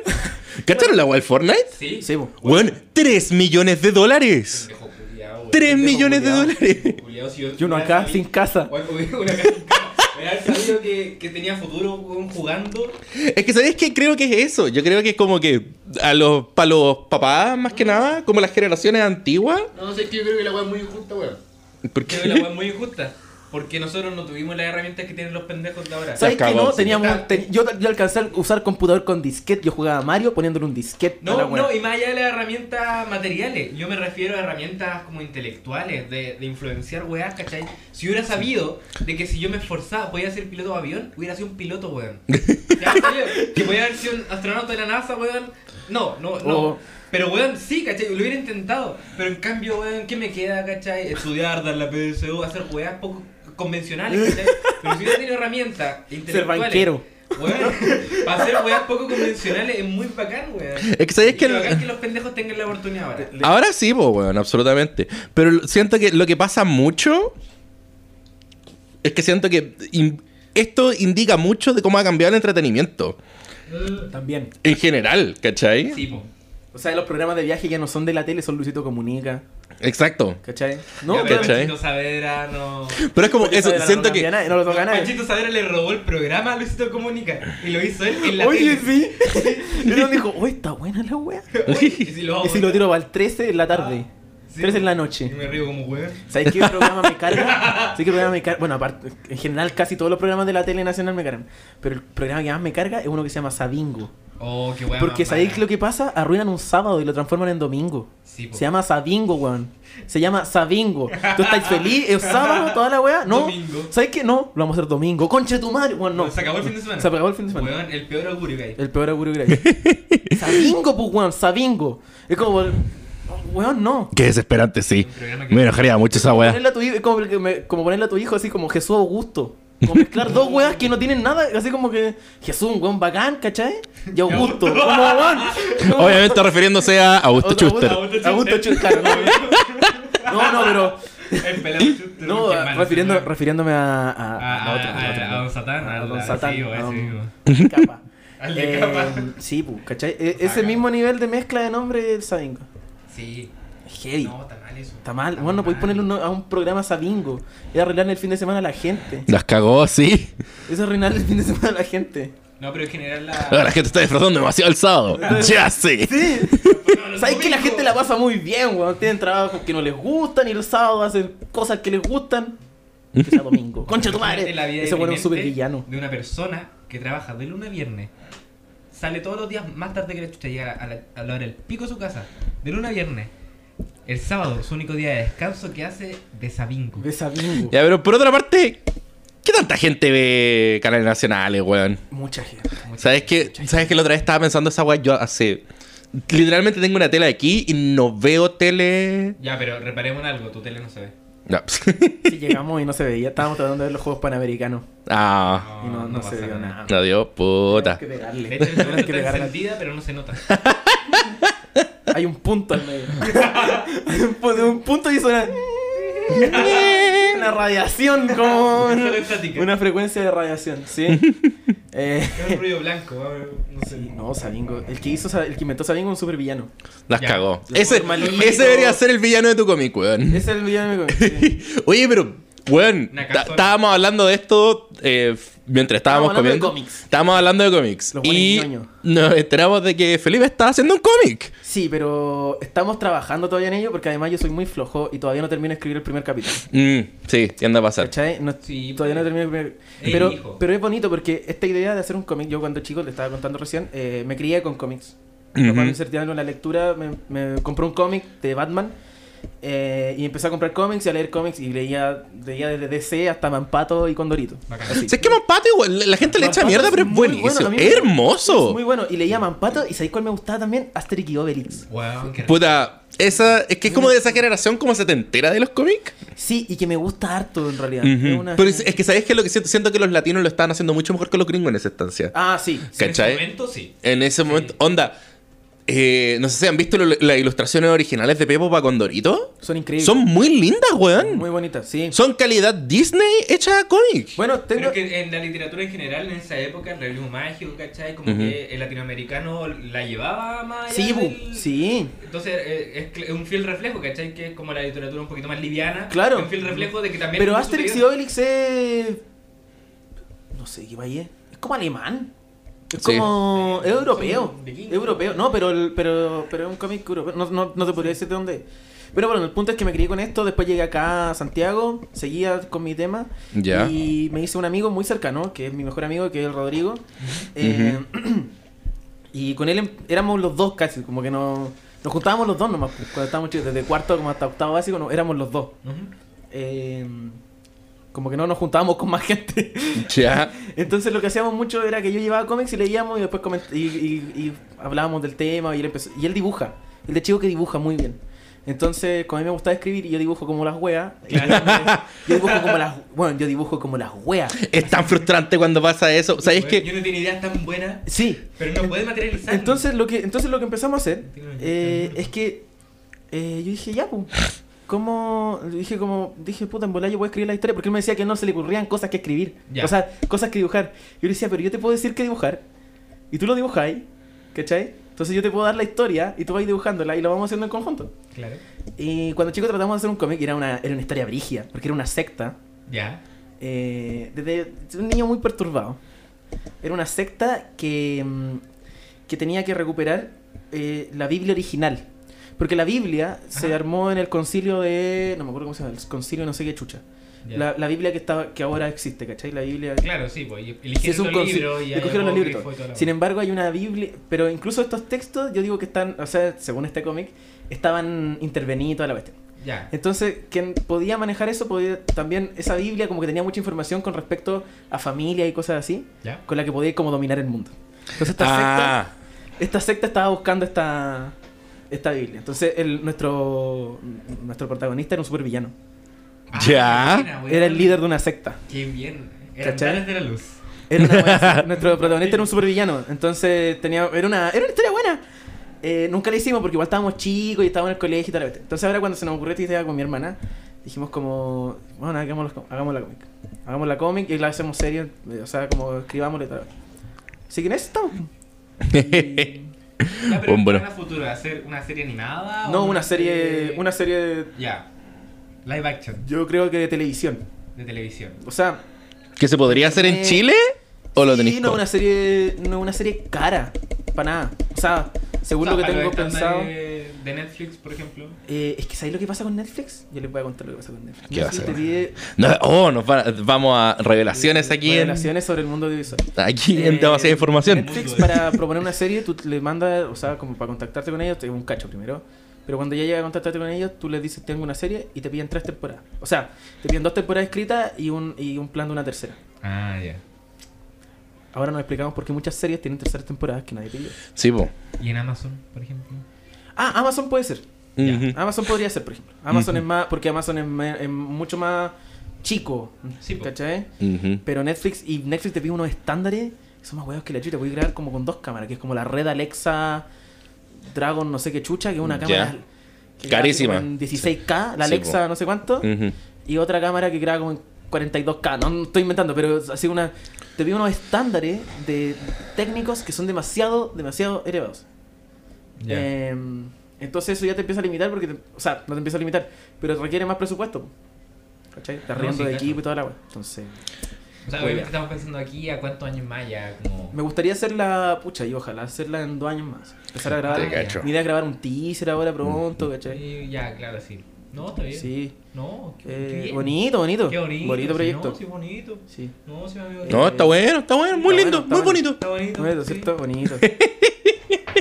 F: ¿Cacharon la web Fortnite?
E: Sí.
D: Sí, po.
F: Weón, 3 millones de dólares.
E: Pendejo culiao, weón.
F: 3 millones de
D: culiao.
F: dólares.
E: Culiao, si yo-
D: Y uno acá sin casa.
E: Weón, hubiera- hubiera acá sin casa. Hubiera haber sabido que, que tenía futuro weón, jugando.
F: Es que, ¿sabéis qué? Creo que es eso. Yo creo que es como que a los, para los papás, más que nada, como las generaciones antiguas.
H: No, sé, es que yo creo que la weá es muy injusta, weón.
F: ¿Por
E: Creo que la weá
F: qué?
E: es muy injusta. Porque nosotros no tuvimos las herramientas que tienen los pendejos de ahora.
D: ¿Sabes qué
F: cagó,
D: no?
F: sí.
D: Teníamos, te- yo, yo alcancé a usar computador con disquete. Yo jugaba a Mario poniéndole un disquete. a la
E: No,
D: wea.
E: no, y más allá de las herramientas materiales, yo me refiero a herramientas como intelectuales, de, de influenciar weas, ¿cachai? Si hubiera sabido de que si yo me esforzaba podía ser piloto de avión, hubiera sido un piloto, weón. Ya, en serio, que podía haber sido un astronauta de la NASA, weón. No, no, no.
D: Oh.
E: Pero weón, sí, ¿cachai? Lo hubiera intentado. Pero en cambio, weón, ¿qué me queda, cachai? Estudiar, dar la PSU, hacer weas poco convencionales, ¿cachai? Pero si hubiera tenido herramientas intelectuales.
D: banquero.
E: Weón, para hacer weas poco convencionales es muy bacán, weón.
F: Es que, ¿sabéis
E: Y
F: que
E: lo
F: el-
E: bacán que los pendejos tengan la oportunidad ahora.
F: Ahora sí, pues, weón, absolutamente. Pero lo- siento que lo que pasa mucho es que siento que in- esto indica mucho de cómo ha cambiado el entretenimiento.
D: Eh,
G: También.
F: En general, ¿cachai?
E: Sí, po.
D: O sea, los programas de viaje ya no son de la tele, son Luisito Comunica.
F: Exacto.
D: ¿Cachai?
E: Ya,
D: No,
E: pero
F: ¿cachai?
E: Panchito Saavedra no.
F: Pero es como eso,
D: Saavedra no
F: siento
D: lo
F: que
D: cambia nadie, no lo toca nadie.
E: Panchito Saavedra le robó el programa a Luisito Comunica y lo hizo él en la
D: Oye,
E: tele.
D: sí. Y uno dijo, oye, está buena la wea.
E: Oye, y si lo, Ah,
D: Y si lo tiro para el 13 de la tarde.
E: Sí,
D: 13 en la
E: Y
D: noche.
E: me río como weón.
D: ¿Sabes qué programa me carga? ¿Sabes qué programa me carga? Bueno, aparte, en general casi todos los programas de la tele nacional me cargan. Pero el programa que más me carga es uno que se llama Sabingo.
E: Oh, qué weón.
D: Porque ¿sabéis lo que pasa? Arruinan un sábado y lo transforman en domingo.
E: Sí, po.
D: Se llama Sabingo, weón. Se llama Sabingo. ¿Tú estáis feliz? ¿Es sábado toda la weá? No.
E: Domingo.
D: ¿Sabes qué? No, lo vamos a hacer domingo. Conche tu madre, weón, no.
E: Se acabó el fin de semana.
D: Se acabó el fin de semana.
E: Weón, el peor augurio que hay.
D: El peor augurio que hay. Sabingo, pues, weón, Sabingo. Es como, weón, no.
F: Qué desesperante, sí.
E: Un programa que-
F: Me enojaría mucho esa weá.
D: Ponerle a tu hijo, es como, que me- como ponerle a tu hijo así como Jesús Augusto. Como mezclar dos weas que no tienen nada, así como que Jesús, un weón bacán, ¿cachai? Y Augusto, como weón. Como-
F: Obviamente refiriéndose a Augusto
D: Otro-
F: Schuster.
E: Augusto Schuster.
D: Augusto Schuster, claro, No, no, pero.
E: El pelado Schuster,
D: No,
E: qué malo,
D: refiriendo-
E: ese weón.
D: refiriéndome a.
E: A-
D: A,
E: a-
D: a otro, a otro,
E: Ah, A a Don Satán,
D: a
E: al-
D: Don
E: al-
D: Satán,
E: sí, weón,
D: a
E: ese
D: Don-
E: mismo.
D: Capa.
E: Al de
D: Eh,
E: capa.
D: Sí, pues, ¿cachai? E- ese
E: Saca.
D: mismo nivel de mezcla de nombre del Sabingo.
E: Sí.
D: Heavy.
E: No, está mal eso.
D: Está mal. Bueno, podéis ponerle un- a un programa Sabingo y arreglarle el fin de semana a la gente.
F: Las cagó, sí.
D: Eso es arruinarle el fin de semana a la gente.
E: No, pero en general
F: Ahora
E: la.
F: la gente está disfrazando demasiado el sábado. Ya sí.
D: ¿Sabes que la gente la pasa muy bien, weón? Tienen trabajos que no les gustan y el sábado hacen cosas que les gustan. Que sea domingo. Concha tu madre.
E: Imagínate la vida
D: Ese weón es un super
E: deprimente
D: villano.
E: De una persona que trabaja de lunes a viernes, sale todos los días más tarde que la chucha, llega a la, a la hora del pico de su casa, de lunes a viernes. El sábado, su único día de descanso que hace de sabinco.
D: De Sabingo.
F: Ya, pero por otra parte, ¿qué tanta gente ve canales nacionales, weón?
D: Mucha gente.
F: ¿Sabes qué? ¿Sabes qué? La otra vez estaba pensando esa weá. Yo hace. Literalmente tengo una tele aquí y no veo tele.
E: Ya, pero reparemos en algo, tu tele no se ve.
F: No.
D: Si llegamos y no se veía, estábamos tratando de ver los juegos panamericanos.
F: ah.
D: Y no, no, se
E: pasa
D: vio nada.
F: Adiós,
D: Tenemos
F: puta.
D: que
E: De
D: pegarle.
E: hecho, en este
D: Tenemos
E: momento
D: que
E: está
D: pegarle.
E: encendida, pero no se nota.
D: Hay un punto al medio. Hay un pu- un punto y suena. Una radiación como.
E: Solo estática.
D: Una frecuencia de radiación, ¿sí? eh,
E: Es un ruido blanco, weón, no sé.
D: sí, no, Sabingo. El que, hizo, Sa- el que inventó Sabingo es un supervillano.
F: Las
E: Ya.
F: cagó.
D: Los
F: Ese,
D: formalitos.
F: ese debería ser el villano de tu cómic, weón.
D: Ese es el villano que sí.
F: Oye, pero, weón,
E: Una
F: ta-
E: calzona.
F: estábamos hablando de esto eh, f- mientras estábamos
D: Estábamos hablando de
F: comiendo.
D: cómics.
F: Estábamos hablando de cómics.
D: Los buenos
F: Y
D: ñoños.
F: nos enteramos de que Felipe está haciendo un cómic.
D: Sí, pero estamos trabajando todavía en ello porque además yo soy muy flojo y todavía no termino de escribir el primer capítulo.
F: Mm, sí, tiende a pasar.
D: ¿Cachai? No-
E: Sí,
D: todavía no
E: porque-
D: termino el primer-
E: Eh, hijo.
D: Pero, pero es bonito porque esta idea de hacer un cómic, yo cuando chico, le estaba contando recién, eh, me crié con cómics.
F: Ujú.
D: Papá me incentivaron la lectura, me, me compró un cómic de Batman. eh, y empecé a comprar cómics y a leer cómics y leía, leía desde DC hasta Mampato y Condorito.
E: Bacán.
D: Así.
F: Si es que Mampato igual, la gente le echa
D: Mampato
F: mierda,
D: es
F: pero es
D: muy
F: buenísimo.
D: bueno, a mí
F: es
D: me-
F: hermoso.
D: Es muy bueno. Y leía Mampato y sabéis cuál me gustaba también Asterix y Obelix.
E: Weón, qué rico.
F: Puta, esa, es que es como de esa generación como se te entera de los cómics.
D: Sí, y que me gusta harto en realidad. Es
F: Ujú.
D: una-
F: Pero es, es que sabes que lo que siento, siento que los latinos lo estaban haciendo mucho mejor que los gringos en esa estancia.
D: Ah, sí. sí.
E: En ese
F: ¿cachai?
E: momento sí.
F: En ese momento, onda, eh, no sé si han visto lo- las ilustraciones originales de Pepo pa' Condorito.
D: Son increíbles.
F: Son muy lindas, weón.
D: muy bonitas, sí.
F: Son calidad Disney hecha a cómic.
D: Bueno, tengo...
E: Pero es que en la literatura en general, en esa época, el realismo mágico, ¿cachai? Como
F: Ujú.
E: que el latinoamericano la llevaba más allá
D: Sí, bu,
E: del-
D: sí.
E: Entonces eh, es cl- es un fiel reflejo, ¿cachai? Que es como la literatura un poquito más liviana.
D: Claro.
E: Es un fiel reflejo de que también...
D: Pero
E: es muy
D: Asterix y
E: superior.
D: Obelix es... No sé qué país es. Es como alemán. Es
F: Sí.
D: como... Es europeo.
E: Son vikingos.
D: Es europeo. No, pero, el- pero, pero es un cómic europeo. No, no, no te podría decir de dónde es. Pero bueno, el punto es que me crié con esto. Después llegué acá a Santiago. Seguía con mi tema.
F: Ya.
D: Y me hice un amigo muy cercano, que es mi mejor amigo, que es el Rodrigo. Eh, y con él em- éramos los dos casi. Como que no... Nos juntábamos los dos nomás, pues, cuando estábamos chicos, desde cuarto como hasta octavo básico, no, éramos los dos
E: Ujú.
D: eh, como que no nos juntábamos con más gente.
F: Ya.
D: Entonces lo que hacíamos mucho era que yo llevaba cómics y leíamos y después coment- y, y- y hablábamos del tema y él empezó- Y él dibuja, el de chico que dibuja muy bien. Entonces, como a mí me gustaba escribir y yo dibujo como las weas, y yo dibujo como las, bueno, yo dibujo como las weas.
F: Es tan frustrante cuando pasa eso. ¿Sabes
E: Weón,
F: que
E: Yo no tenía ideas tan buenas,
D: Sí,
E: pero no puede materializar.
D: Entonces lo que, entonces lo que empezamos a hacer eh, es que eh, yo dije, ya, pues. ¿Cómo? Dije como, dije, puta, en volar yo voy a escribir la historia, porque él me decía que no se le ocurrían cosas que escribir,
E: Ya.
D: o sea, cosas que dibujar. Yo le decía, pero yo te puedo decir que dibujar, y tú lo dibujáis, ¿cachai? Entonces yo te puedo dar la historia, y tú vas dibujándola, y lo vamos haciendo en conjunto.
E: Claro.
D: Y cuando chicos tratamos de hacer un cómic, era una, era una historia brigia, porque era una secta,
E: Ya.
D: eh, desde un niño muy perturbado. Era una secta que, mm, que tenía que recuperar eh, la Biblia original. Porque la Biblia se
E: Ajá.
D: armó en el concilio de... No me acuerdo cómo se llama, el concilio no sé qué chucha.
E: ya.
D: La, la Biblia que, estaba, que ahora existe, ¿cachai? La Biblia...
E: Claro, sí, pues. y
D: Sí, es
E: Eligieron
D: un
E: los
D: conci-
E: libros y ahí
D: escogieron los libros.
E: apócrifo y toda la
D: Sin em-
E: weá.
D: embargo, hay una Biblia. Pero incluso estos textos, yo digo que están. O sea, según este cómic, estaban intervenidos toda la bestia.
E: Ya.
D: Entonces, quien podía manejar eso, podía también esa Biblia como que tenía mucha información con respecto a familia y cosas así,
E: Ya.
D: con la que podía como dominar el mundo. Entonces esta,
F: Ah,
D: secta, esta secta estaba buscando esta, esta Biblia. Entonces el, nuestro, nuestro protagonista era un supervillano.
F: Ah, Ya.
E: qué buena, weón.
D: Era el líder de una secta.
E: Ah, Qué bien. Eran
D: ¿Cachai?
E: Andares de la luz.
D: Era una buena- sí, nuestro protagonista era un supervillano. Entonces tenía, era, una, era una historia buena. Eh, nunca la hicimos porque igual estábamos chicos y estábamos en el colegio y tal. Entonces ahora cuando se nos ocurrió esta idea con mi hermana, dijimos como, bueno, hagamos, hagamos la cómic. Hagamos la cómic y la hacemos serio. eh, O sea, como escribámosle y tal. Así que en eso estamos.
E: Ya, pero
F: Bueno, bueno.
E: en a futuro, ¿hacer una serie animada? o
D: No, una serie, una serie, de-
E: Ya. Live action
D: yo creo que de televisión.
E: de televisión.
D: O sea,
F: ¿Que se podría hacer en
D: Eh,
F: Chile? ¿O lo tenéis?
D: sí, no
F: todo?
D: una serie, no una serie cara, para nada. O sea, según
E: O sea,
D: lo que
E: para
D: tengo
E: los estándares
D: pensado.
E: De, de Netflix, por ejemplo.
D: Eh, es que ¿sabéis lo que pasa con Netflix? Yo les voy a contar lo que pasa con Netflix.
F: ¿Qué
D: Netflix
F: pasa?
D: te pide
F: No, oh, nos va- vamos a revelaciones aquí en-
D: relaciones sobre el mundo audiovisual.
F: Aquí en
D: Eh,
F: demasiada información.
D: Netflix para proponer una serie, tú le mandas, o sea, como para contactarte con ellos, te un cacho primero. Pero cuando ya llega a contactarte con ellos, tú les dices, tengo una serie y te piden tres temporadas. O sea, te piden dos temporadas escritas y un, y un plan de una tercera.
E: Ah, ya.
D: Ahora nos explicamos por qué muchas series tienen terceras temporadas que nadie pidió.
F: Sí, po.
E: Y en Amazon, por ejemplo.
D: Ah, Amazon puede ser.
F: Ujú.
D: Amazon podría ser, por ejemplo. Amazon
F: Mm. Ujú.
D: es más, porque Amazon es, me- es mucho más chico.
E: Sí, po.
D: ¿Cachai?
F: Ujú.
D: Pero Netflix y Netflix te pide unos estándares que son más huevos que la chucha. Voy a grabar como con dos cámaras, que es como la red Alexa Dragon, no sé qué chucha, que es una
F: Ya.
D: cámara que graba
F: Carísima.
D: como en 16K, la
F: Sí,
D: Alexa
F: po. Mm.
D: no sé cuánto,
F: Ujú.
D: y otra cámara que graba como en 42K. No, no estoy inventando, pero es así una. Te pide unos estándares de técnicos que son demasiado, demasiado elevados. Em, entonces eso ya te empieza a limitar porque, te- o sea, no te empieza a limitar, pero requiere más presupuesto. po. ¿Cachai? Estás
E: No,
D: riendo
E: sí,
D: de
E: claro.
D: equipo y toda la wea. Entonces.
E: o sea, obviamente estamos pensando aquí a cuántos años más ya, como.
D: Me gustaría hacerla, pucha, y ojalá hacerla en dos años más. Empezar a grabar.
F: Te cacho. Mm.
D: Mi idea es grabar un teaser ahora pronto, ¿cachai?
E: Sí, ya, claro, sí. No, está bien.
D: Sí.
E: No, qué, qué
D: Eh,
E: bien.
D: bonito, bonito.
E: Qué bonito. sí,
D: proyecto.
E: No, sí, bonito.
D: Sí.
E: No, sí, amigo.
F: No, está bueno, está bueno, muy
D: Está
F: lindo,
D: bueno,
F: muy
D: está
F: bonito.
E: Está bonito.
D: Bonito,
E: sí.
D: ¿cierto? Bonito.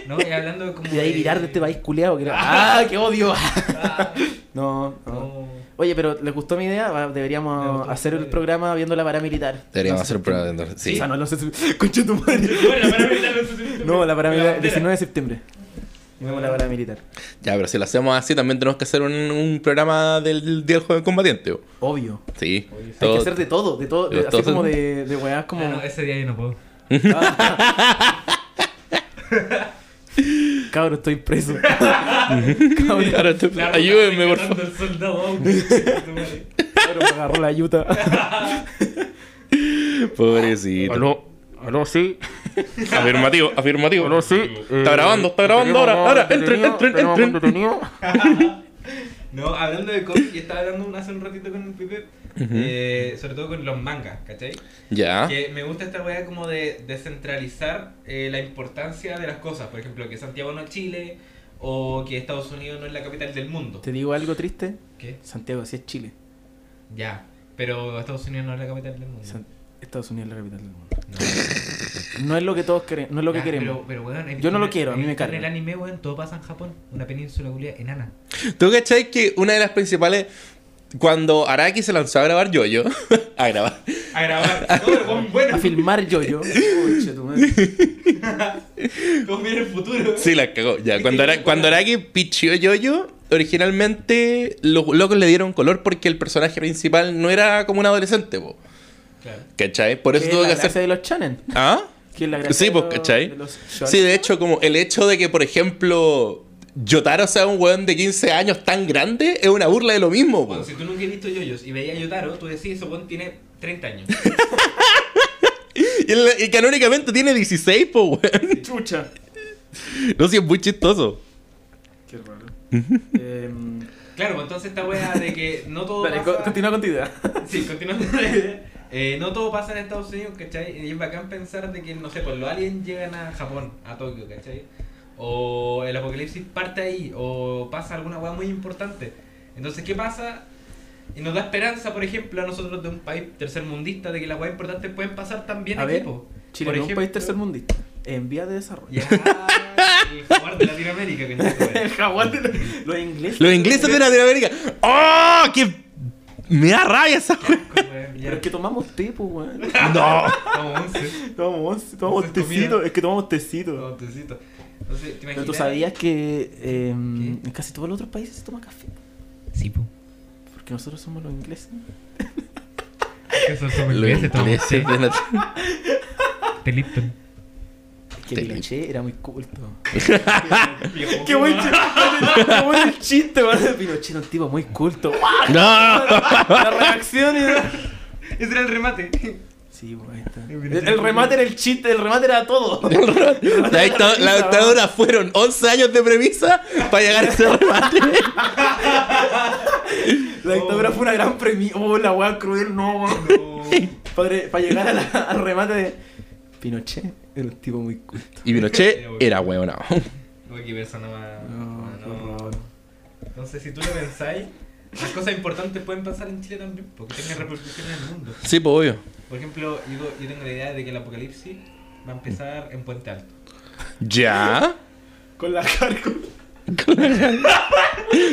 E: ¿no? Y hablando como.
D: De ahí virar de este país culiado. Que era, ¡Ah, qué odio!
E: Ah,
D: no, no.
E: no.
D: Oye, pero ¿les gustó mi idea? Va,
E: Me
D: Deberíamos
E: gustó,
D: hacer el
E: sí.
D: programa viendo la paramilitar.
F: Deberíamos
D: No sé
F: hacer un
D: por qué.
F: programa de
D: O
F: Sí.
D: sea, no lo sé. Concha tu madre.
E: Bueno, la paramilitar no se siente-
D: No, la
E: La
D: paramilitar.
E: bandera.
D: 19 de septiembre. Vemos la paramilitar.
F: Ya, pero si lo hacemos así, también tenemos que hacer un, un programa del Día del Joven Combatiente. bo.
D: Obvio.
F: Sí.
D: Hay
F: Todo-
D: que hacer de todo, de todo, de-
F: de
D: así
F: todo.
D: como de, de weas como.
E: Ah, no, ese día yo no puedo.
D: Cabro, estoy preso.
F: Ahora estoy-
E: La ropa
F: Ayúdenme, por
E: rescatando
F: favor.
E: al soldado aún. Su madre.
D: Cabro, me agarró la yuta.
F: Pobrecito.
G: aló, sí.
F: Afirmativo, afirmativo.
G: Aló, sí.
D: eh,
F: Está
G: Eh,
F: grabando, está grabando ahora. Ahora, entren, entren, entren.
E: No, hablando de cómics, yo estaba hablando un- hace un ratito con el Pipe, eh, sobre todo con los mangas, ¿cachai?
D: Ah.
F: Ya.
E: Que me gusta esta weá como de descentralizar eh, la importancia de las cosas. Por ejemplo, que Santiago no es Chile o que Estados Unidos no es la capital del mundo.
D: Te digo algo triste.
E: ¿Qué?
D: Santiago, sí es Chile.
E: Ya. Pero Estados Unidos no es la capital del mundo.
D: San- Estados Unidos es la capital del mundo.
E: No.
D: No es lo que todos queremos, no es lo que
E: Ya,
D: queremos.
E: Pero, pero, weón, en-
D: Yo no lo
E: en-
D: quiero, a mí me
E: en- En
D: carga.
E: el anime, weón, todo pasa en Japón. Una península culia enana.
F: ¿Tú cachai que una de las principales. Cuando Araki se lanzó a grabar Yo-Yo. a grabar.
E: A grabar. Todo, weón, bueno.
D: A filmar yo, yo. Concha tu madre.
E: Todo mira el futuro.
F: Sí, la cagó. Ya, cuando, Ara- cuando Araki pichió Yo-Yo, originalmente los locos le dieron color porque el personaje principal no era como un adolescente, po.
E: Claro.
F: ¿Cachai? Por eso
D: Que es
F: tuvo
D: la
F: que
D: gracia
F: hacer.
D: de los Chanel.
F: ¿Ah?
D: Que es la gracia
F: Sí,
D: de
F: pues,
D: los-
F: ¿cachai?
D: de los shorts.
F: Sí, de hecho, como el hecho de que, por ejemplo, Yotaro sea un weón de 15 años tan grande es una burla de lo mismo, po.
E: Bueno, si tú nunca has visto yoyos y veías a Yotaro, tú decís, ese weón tiene 30 años.
F: Y, el- y canónicamente tiene 16, po, weón.
D: Chucha.
F: No sé, es muy chistoso.
D: Qué raro. Em,
E: Claro, pues, entonces esta wea de que no todo
D: Dale, co-
E: pasa...
D: continúa con tu idea.
E: Sí, continuando con la idea. Eh, no todo pasa en Estados Unidos, ¿cachai? Y es bacán pensar de que, no sé, pues los aliens llegan a Japón, a Tokio, ¿cachai? O el apocalipsis parte ahí, o pasa alguna weá muy importante. Entonces, ¿qué pasa? Y nos da esperanza, por ejemplo, a nosotros de un país tercermundista, de que las weas importantes pueden pasar también
D: A
E: aquí,
D: ver,
E: po.
D: Chile
E: Por
D: no es un
E: ejemplo-
D: país tercermundista. En vía de desarrollo.
E: Ya, el jaguar de Latinoamérica, eh. que no se puede.
D: El jaguar de los- los ingleses.
F: Los ingleses de Latinoamérica. ¡Oh! ¡Qué. Me da rabia esa weón.
D: Pero es que tomamos té, pues, weón.
F: No.
E: Como once.
D: Tomamos once,
E: tomamos tecito,
D: Es que tomamos tecito.
E: Como tecito. Entonces, ¿te
D: Pero tú
E: imaginas?
D: sabías que em,
E: ¿Qué?
D: en casi todos los otros países se toma café.
E: Sí, po.
D: Porque nosotros somos los ingleses.
E: Eso somos
F: Los
E: ingleses, tomamos
F: ingleses de Latinoamérica.
E: té Lipton.
D: Es que
F: Té.
D: Pinochet era muy culto.
E: Qué buen
D: ¡Qué bueno el chiste, weón! Pinochet era un tipo muy culto. ¡Guau!
F: ¡No!
D: La reacción era...
E: Ese era el remate.
D: Sí, weón, ahí está. El,
E: Pinochet-
D: el remate era el chiste, el remate era todo.
F: La, dicta- la dictadura fueron 11 años de premisa para llegar a ese remate.
D: La dictadura fue una gran premio. ¡Oh, la weá cruel! No, weón.
E: No.
D: Padre, para llegar a la- al remate de Pinochet era un tipo muy culto.
F: Y Pinochet era weonado.
E: Uy, qué persona más.
D: Ah, No,
E: más
D: qué horror.
E: Entonces, si tú lo pensáis, las cosas importantes pueden pasar en Chile también, porque tienen repercusiones en el mundo.
F: Sí, pues obvio.
E: Por ejemplo, yo, yo tengo la idea de que el apocalipsis va a empezar en Puente Alto.
F: ¿Ya?
D: Con la cargo.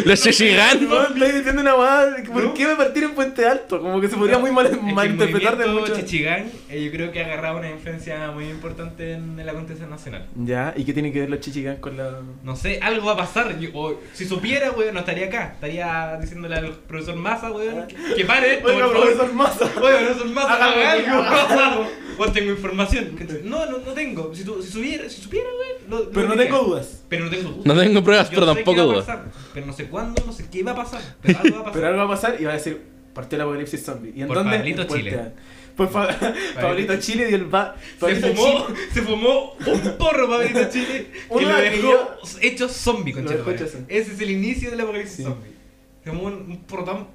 F: Los Shishigan.
D: No, estoy diciendo una weá. ¿Por qué me partir en Puente Alto? Como que se podría muy mal,
E: Es que el
D: malinterpretar de
E: movimiento
D: mucho.
E: Chichigán, eh, yo creo que ha agarrado una influencia muy importante en el acontecer nacional.
D: Ya, ¿y qué tiene que ver los chichigán con la.
E: No sé, algo va a pasar. Yo- o- si supiera, weón, no estaría acá. Estaría diciéndole al profesor Massa, weón, que pare esto,
D: Oiga,
E: por favor.
D: profesor Maza.
E: Oye, pero son más
D: Hágame
E: haga
D: algo.
E: algo. Vos tengo información. ¿cachai? No, no, no tengo. Si, tu, si, subiera, si supiera, güey. lo- lo
D: Pero no
E: diría.
D: tengo dudas.
E: Pero no tengo dudas.
F: No tengo pruebas,
E: Yo
F: pero
E: sé
F: tampoco
E: qué va a
F: dudas.
E: pasar, Pero no sé cuándo, no sé qué va a pasar. Pero algo va a pasar.
D: Pero algo va a pasar y va a decir: partió el apocalipsis zombie. ¿Y en
E: Por
D: dónde?
E: Pablito
D: En Puente
E: Chile.
D: Alto. Pues Pa- Pablito Chile dio el va.
E: se
D: Pablito
E: fumó,
D: Chile-
E: se fumó un porro para venir a Chile que
D: Uno
E: lo
D: que
E: dejó
D: yo-
E: hecho zombie,
D: Lo dejó
E: conchetumare.
D: hecho zombie.
E: Ese es el inicio del apocalipsis
D: Sí.
E: zombie. Se fumó un, un porro tan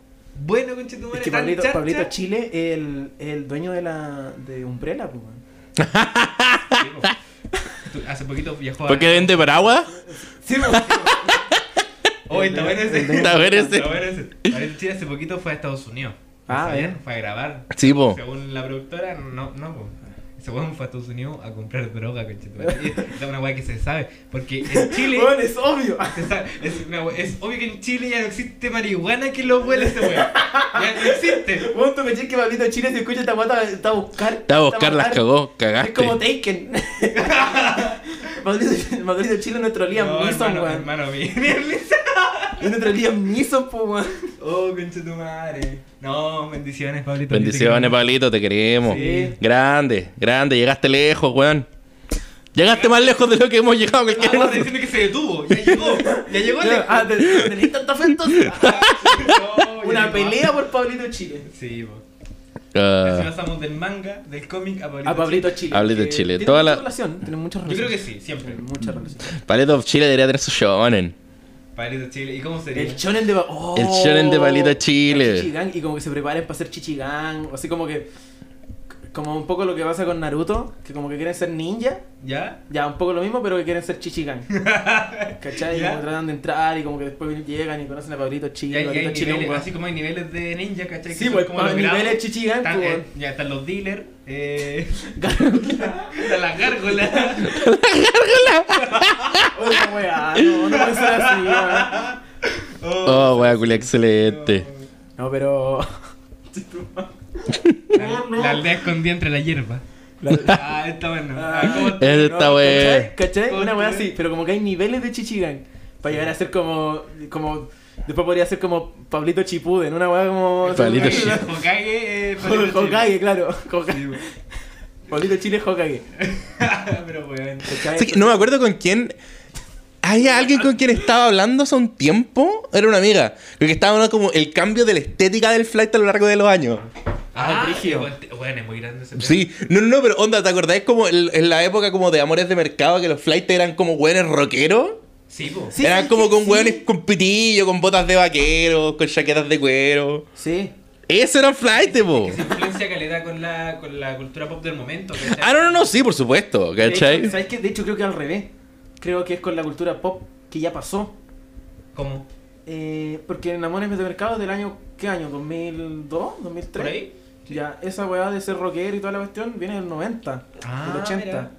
E: bueno, conchetumare.
D: Es que
E: tan
D: Pablito,
E: chacha.
D: Pablito Chile es el, el dueño de la de Umbrella, pues. weón.
E: Sí, po. Hace poquito viajó a.
F: ¿Por qué vende paraguas?
D: Sí, pues.
E: Oye, está bueno Oh, ese.
F: Está bueno ese.
E: Está bueno ese. Ahorita Chile hace poquito fue a Estados Unidos.
D: Ah,
E: ¿Sabían?
D: bien.
F: Oh.
E: Fue a grabar.
F: Sí, po.
E: Según la productora, no, no, po. Ese weón fue a Estados Unidos a comprar droga, conchetumare. Es una weá que se sabe. Porque en Chile.
D: Weón, es obvio.
E: Se sabe, es, una we- es obvio que en Chile ya no existe marihuana que lo huele ese weón. Ya no existe.
D: Weón, tú caché que Pablito Chile se escucha esta guata, está a buscar.
F: Está a buscar, las cagó,
D: Es como
F: cagaste.
D: Taken. Pablito, Pablito Chile es nuestro Liam
E: No,
D: Neeson,
E: hermano,
D: weón.
E: hermano, mi- mi Ernesto.
D: Es nuestro Liam Neeson, po, weón.
E: Oh, conchetumare. No, bendiciones, Pablito.
F: Bendiciones, Pablito, te queremos.
D: Sí.
F: Grande, grande, llegaste lejos, weón. Llegaste más lejos de lo que hemos llegado cualquier
E: Estamos
F: otro.
E: Ah, diciendo que se detuvo. Ya llegó. Ya llegó el.
D: Ah, ¿te- ¿tenéis tanta fe entonces?
E: No, ya
D: Una
E: llegó.
D: pelea por Pablito Chile.
E: Sí, po. Si
F: Ah,
E: pasamos del manga, del cómic a Pablito.
D: A Pablito Chile.
F: Pablito
D: que
F: Chile,
D: Tiene
F: toda
D: mucha
F: la-
D: relación, tiene mucha
E: Yo
D: relación.
E: creo que sí, siempre.
D: Mucha relación.
F: Pablito of Chile debería tener su shonen.
E: Pablito Chile. ¿Y cómo sería?
D: El shonen de... Oh,
F: El shonen de Pablito Chile.
D: Chichigang, y como que se preparen para ser chichigang. Así como que... Como un poco lo que pasa con Naruto, que como que quieren ser ninja.
E: ¿Ya?
D: Ya, un poco lo mismo, pero que quieren ser chichigang. ¿Cachai? Y
E: Ya.
D: como tratan de entrar y como que después llegan y conocen a Pablito
E: Y hay,
D: Chile.
E: y hay
D: Pablito Chile
E: niveles,
D: un weón.
E: así como hay niveles de ninja, ¿cachai?
D: Sí,
E: Que son
D: pues,
E: como
D: para
E: los
D: niveles
E: grados.
D: chichigan,
E: Están,
D: pues.
E: eh, ya están los dealers, eh, están las gárgolas.
D: Oye, weá, no, no puede ser así, weón.
F: Oh, weón, culia, excelente.
D: No, pero...
E: La, la aldea escondida entre la hierba. Ah, está bueno. Ah, ¿cómo está?
F: Ese está
D: No,
F: weón.
D: ¿Cachai? ¿Cachai? Una weá
E: Ok.
D: así, pero como que hay niveles de Chichigan. Para llegar a ser como. como después podría ser como Pablito Chipuden, una weá como.
F: Pablito
E: Hokage,
F: Chile.
E: Hokage, eh, Pablito
D: Ho-
E: Chile.
D: Hokage, claro. Hokage.
E: Sí, güey.
D: Pablito Chile Hokage.
E: Pero weón.
D: ¿Cachai?
F: Sé que no me acuerdo con quién. Había alguien con quien estaba hablando hace un tiempo. Era una amiga. Creo que estaba hablando como el cambio de la estética del flight a lo largo de los años.
D: Ah, brígido.
E: eh, weón, te- Weón, es muy grande ese pedo.
F: Sí, no, no, no, pero onda, ¿te acordás como el- en la época como de amores de mercado que los flights eran como hueones rockeros?
E: Sí, po.
D: Sí,
F: eran
D: sí,
F: como
D: sí,
F: con
D: sí.
F: hueones con pitillo, con botas de vaquero, con chaquetas de cuero.
D: Sí.
F: Eso era flight, po.
E: Que se influencia calidad con la, con la cultura pop del momento. ¿cachai?
F: Ah, no, no, no, sí, por supuesto,
D: De hecho,
F: ¿cachai?
D: ¿Sabes qué? De hecho, creo que al revés. Creo que es con la cultura pop que ya pasó.
E: ¿Cómo?
D: Eh, porque en Amores de Mercado del año. ¿Qué año? ¿2002? ¿2003?
E: ¿Por ahí?
D: Ya, esa weá de ser rockero y toda la cuestión viene del 90,
E: Ah,
D: del 80.
E: mira.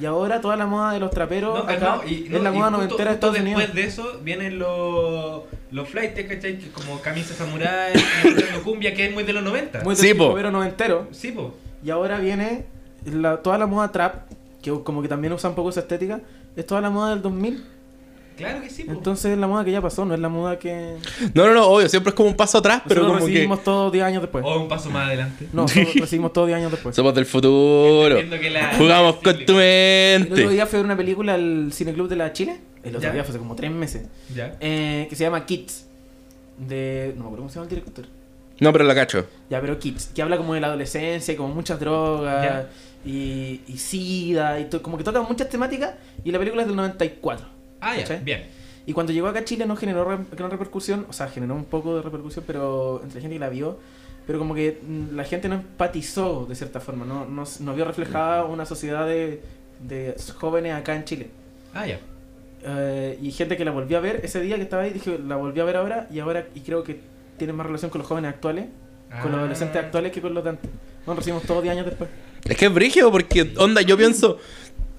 D: Y ahora toda la moda de los traperos
E: No,
D: acá
E: no, y,
D: es
E: no,
D: la
E: y
D: moda
E: justo-
D: noventera de
E: justo
D: Estados Unidos.
E: Después de eso vienen los los flights, ¿cachai? Que Como camisa samurái, como bailando cumbia, que es muy de los 90.
D: Muy
F: Sí,
D: del
F: po.
D: popero noventero.
E: Sí, po.
D: Y ahora viene la- toda la moda trap, que como que también usa un poco esa estética, es toda la moda del 2000.
E: Oh. Claro que sí, po.
D: Entonces es la moda que ya pasó, no es la moda que...
F: No, no, no, obvio, siempre es como un paso atrás, pero
D: Pero
F: como que
D: recibimos todos 10 años después.
E: o un paso más adelante.
D: No, nosotros recibimos todos 10 años después.
F: somos del futuro.
E: Entiendo que la-
F: Jugamos
E: la
F: con tu
D: El otro
F: mente.
D: día fue a ver una película al Cineclub de la Chile. El otro
E: Ya.
D: día fue hace como 3 meses.
E: Ya.
D: eh, que se llama Kids. De. No me acuerdo cómo se llama el director.
F: No, pero la cacho.
D: Ya, pero Kids, que habla como de la adolescencia, y como muchas drogas, y, y sida, y to- como que toca muchas temáticas. Y la película es del 94.
E: Ah, ya.
D: ¿Cachai?
E: Bien.
D: Y cuando llegó acá a Chile no generó re- gran repercusión, o sea, generó un poco de repercusión, pero entre la gente que la vio, pero como que mm, la gente no empatizó de cierta forma, no, no, s- no vio reflejada una sociedad de, de jóvenes acá en Chile.
E: Ah, ya.
D: Eh, y gente que la volví a ver ese día que estaba ahí, dije, la volví a ver ahora y ahora y creo que tiene más relación con los jóvenes actuales, con los
E: Ah.
D: adolescentes actuales que con los de antes. Bueno, recibimos todos 10 años después.
F: Es que es brígido porque, onda, yo pienso.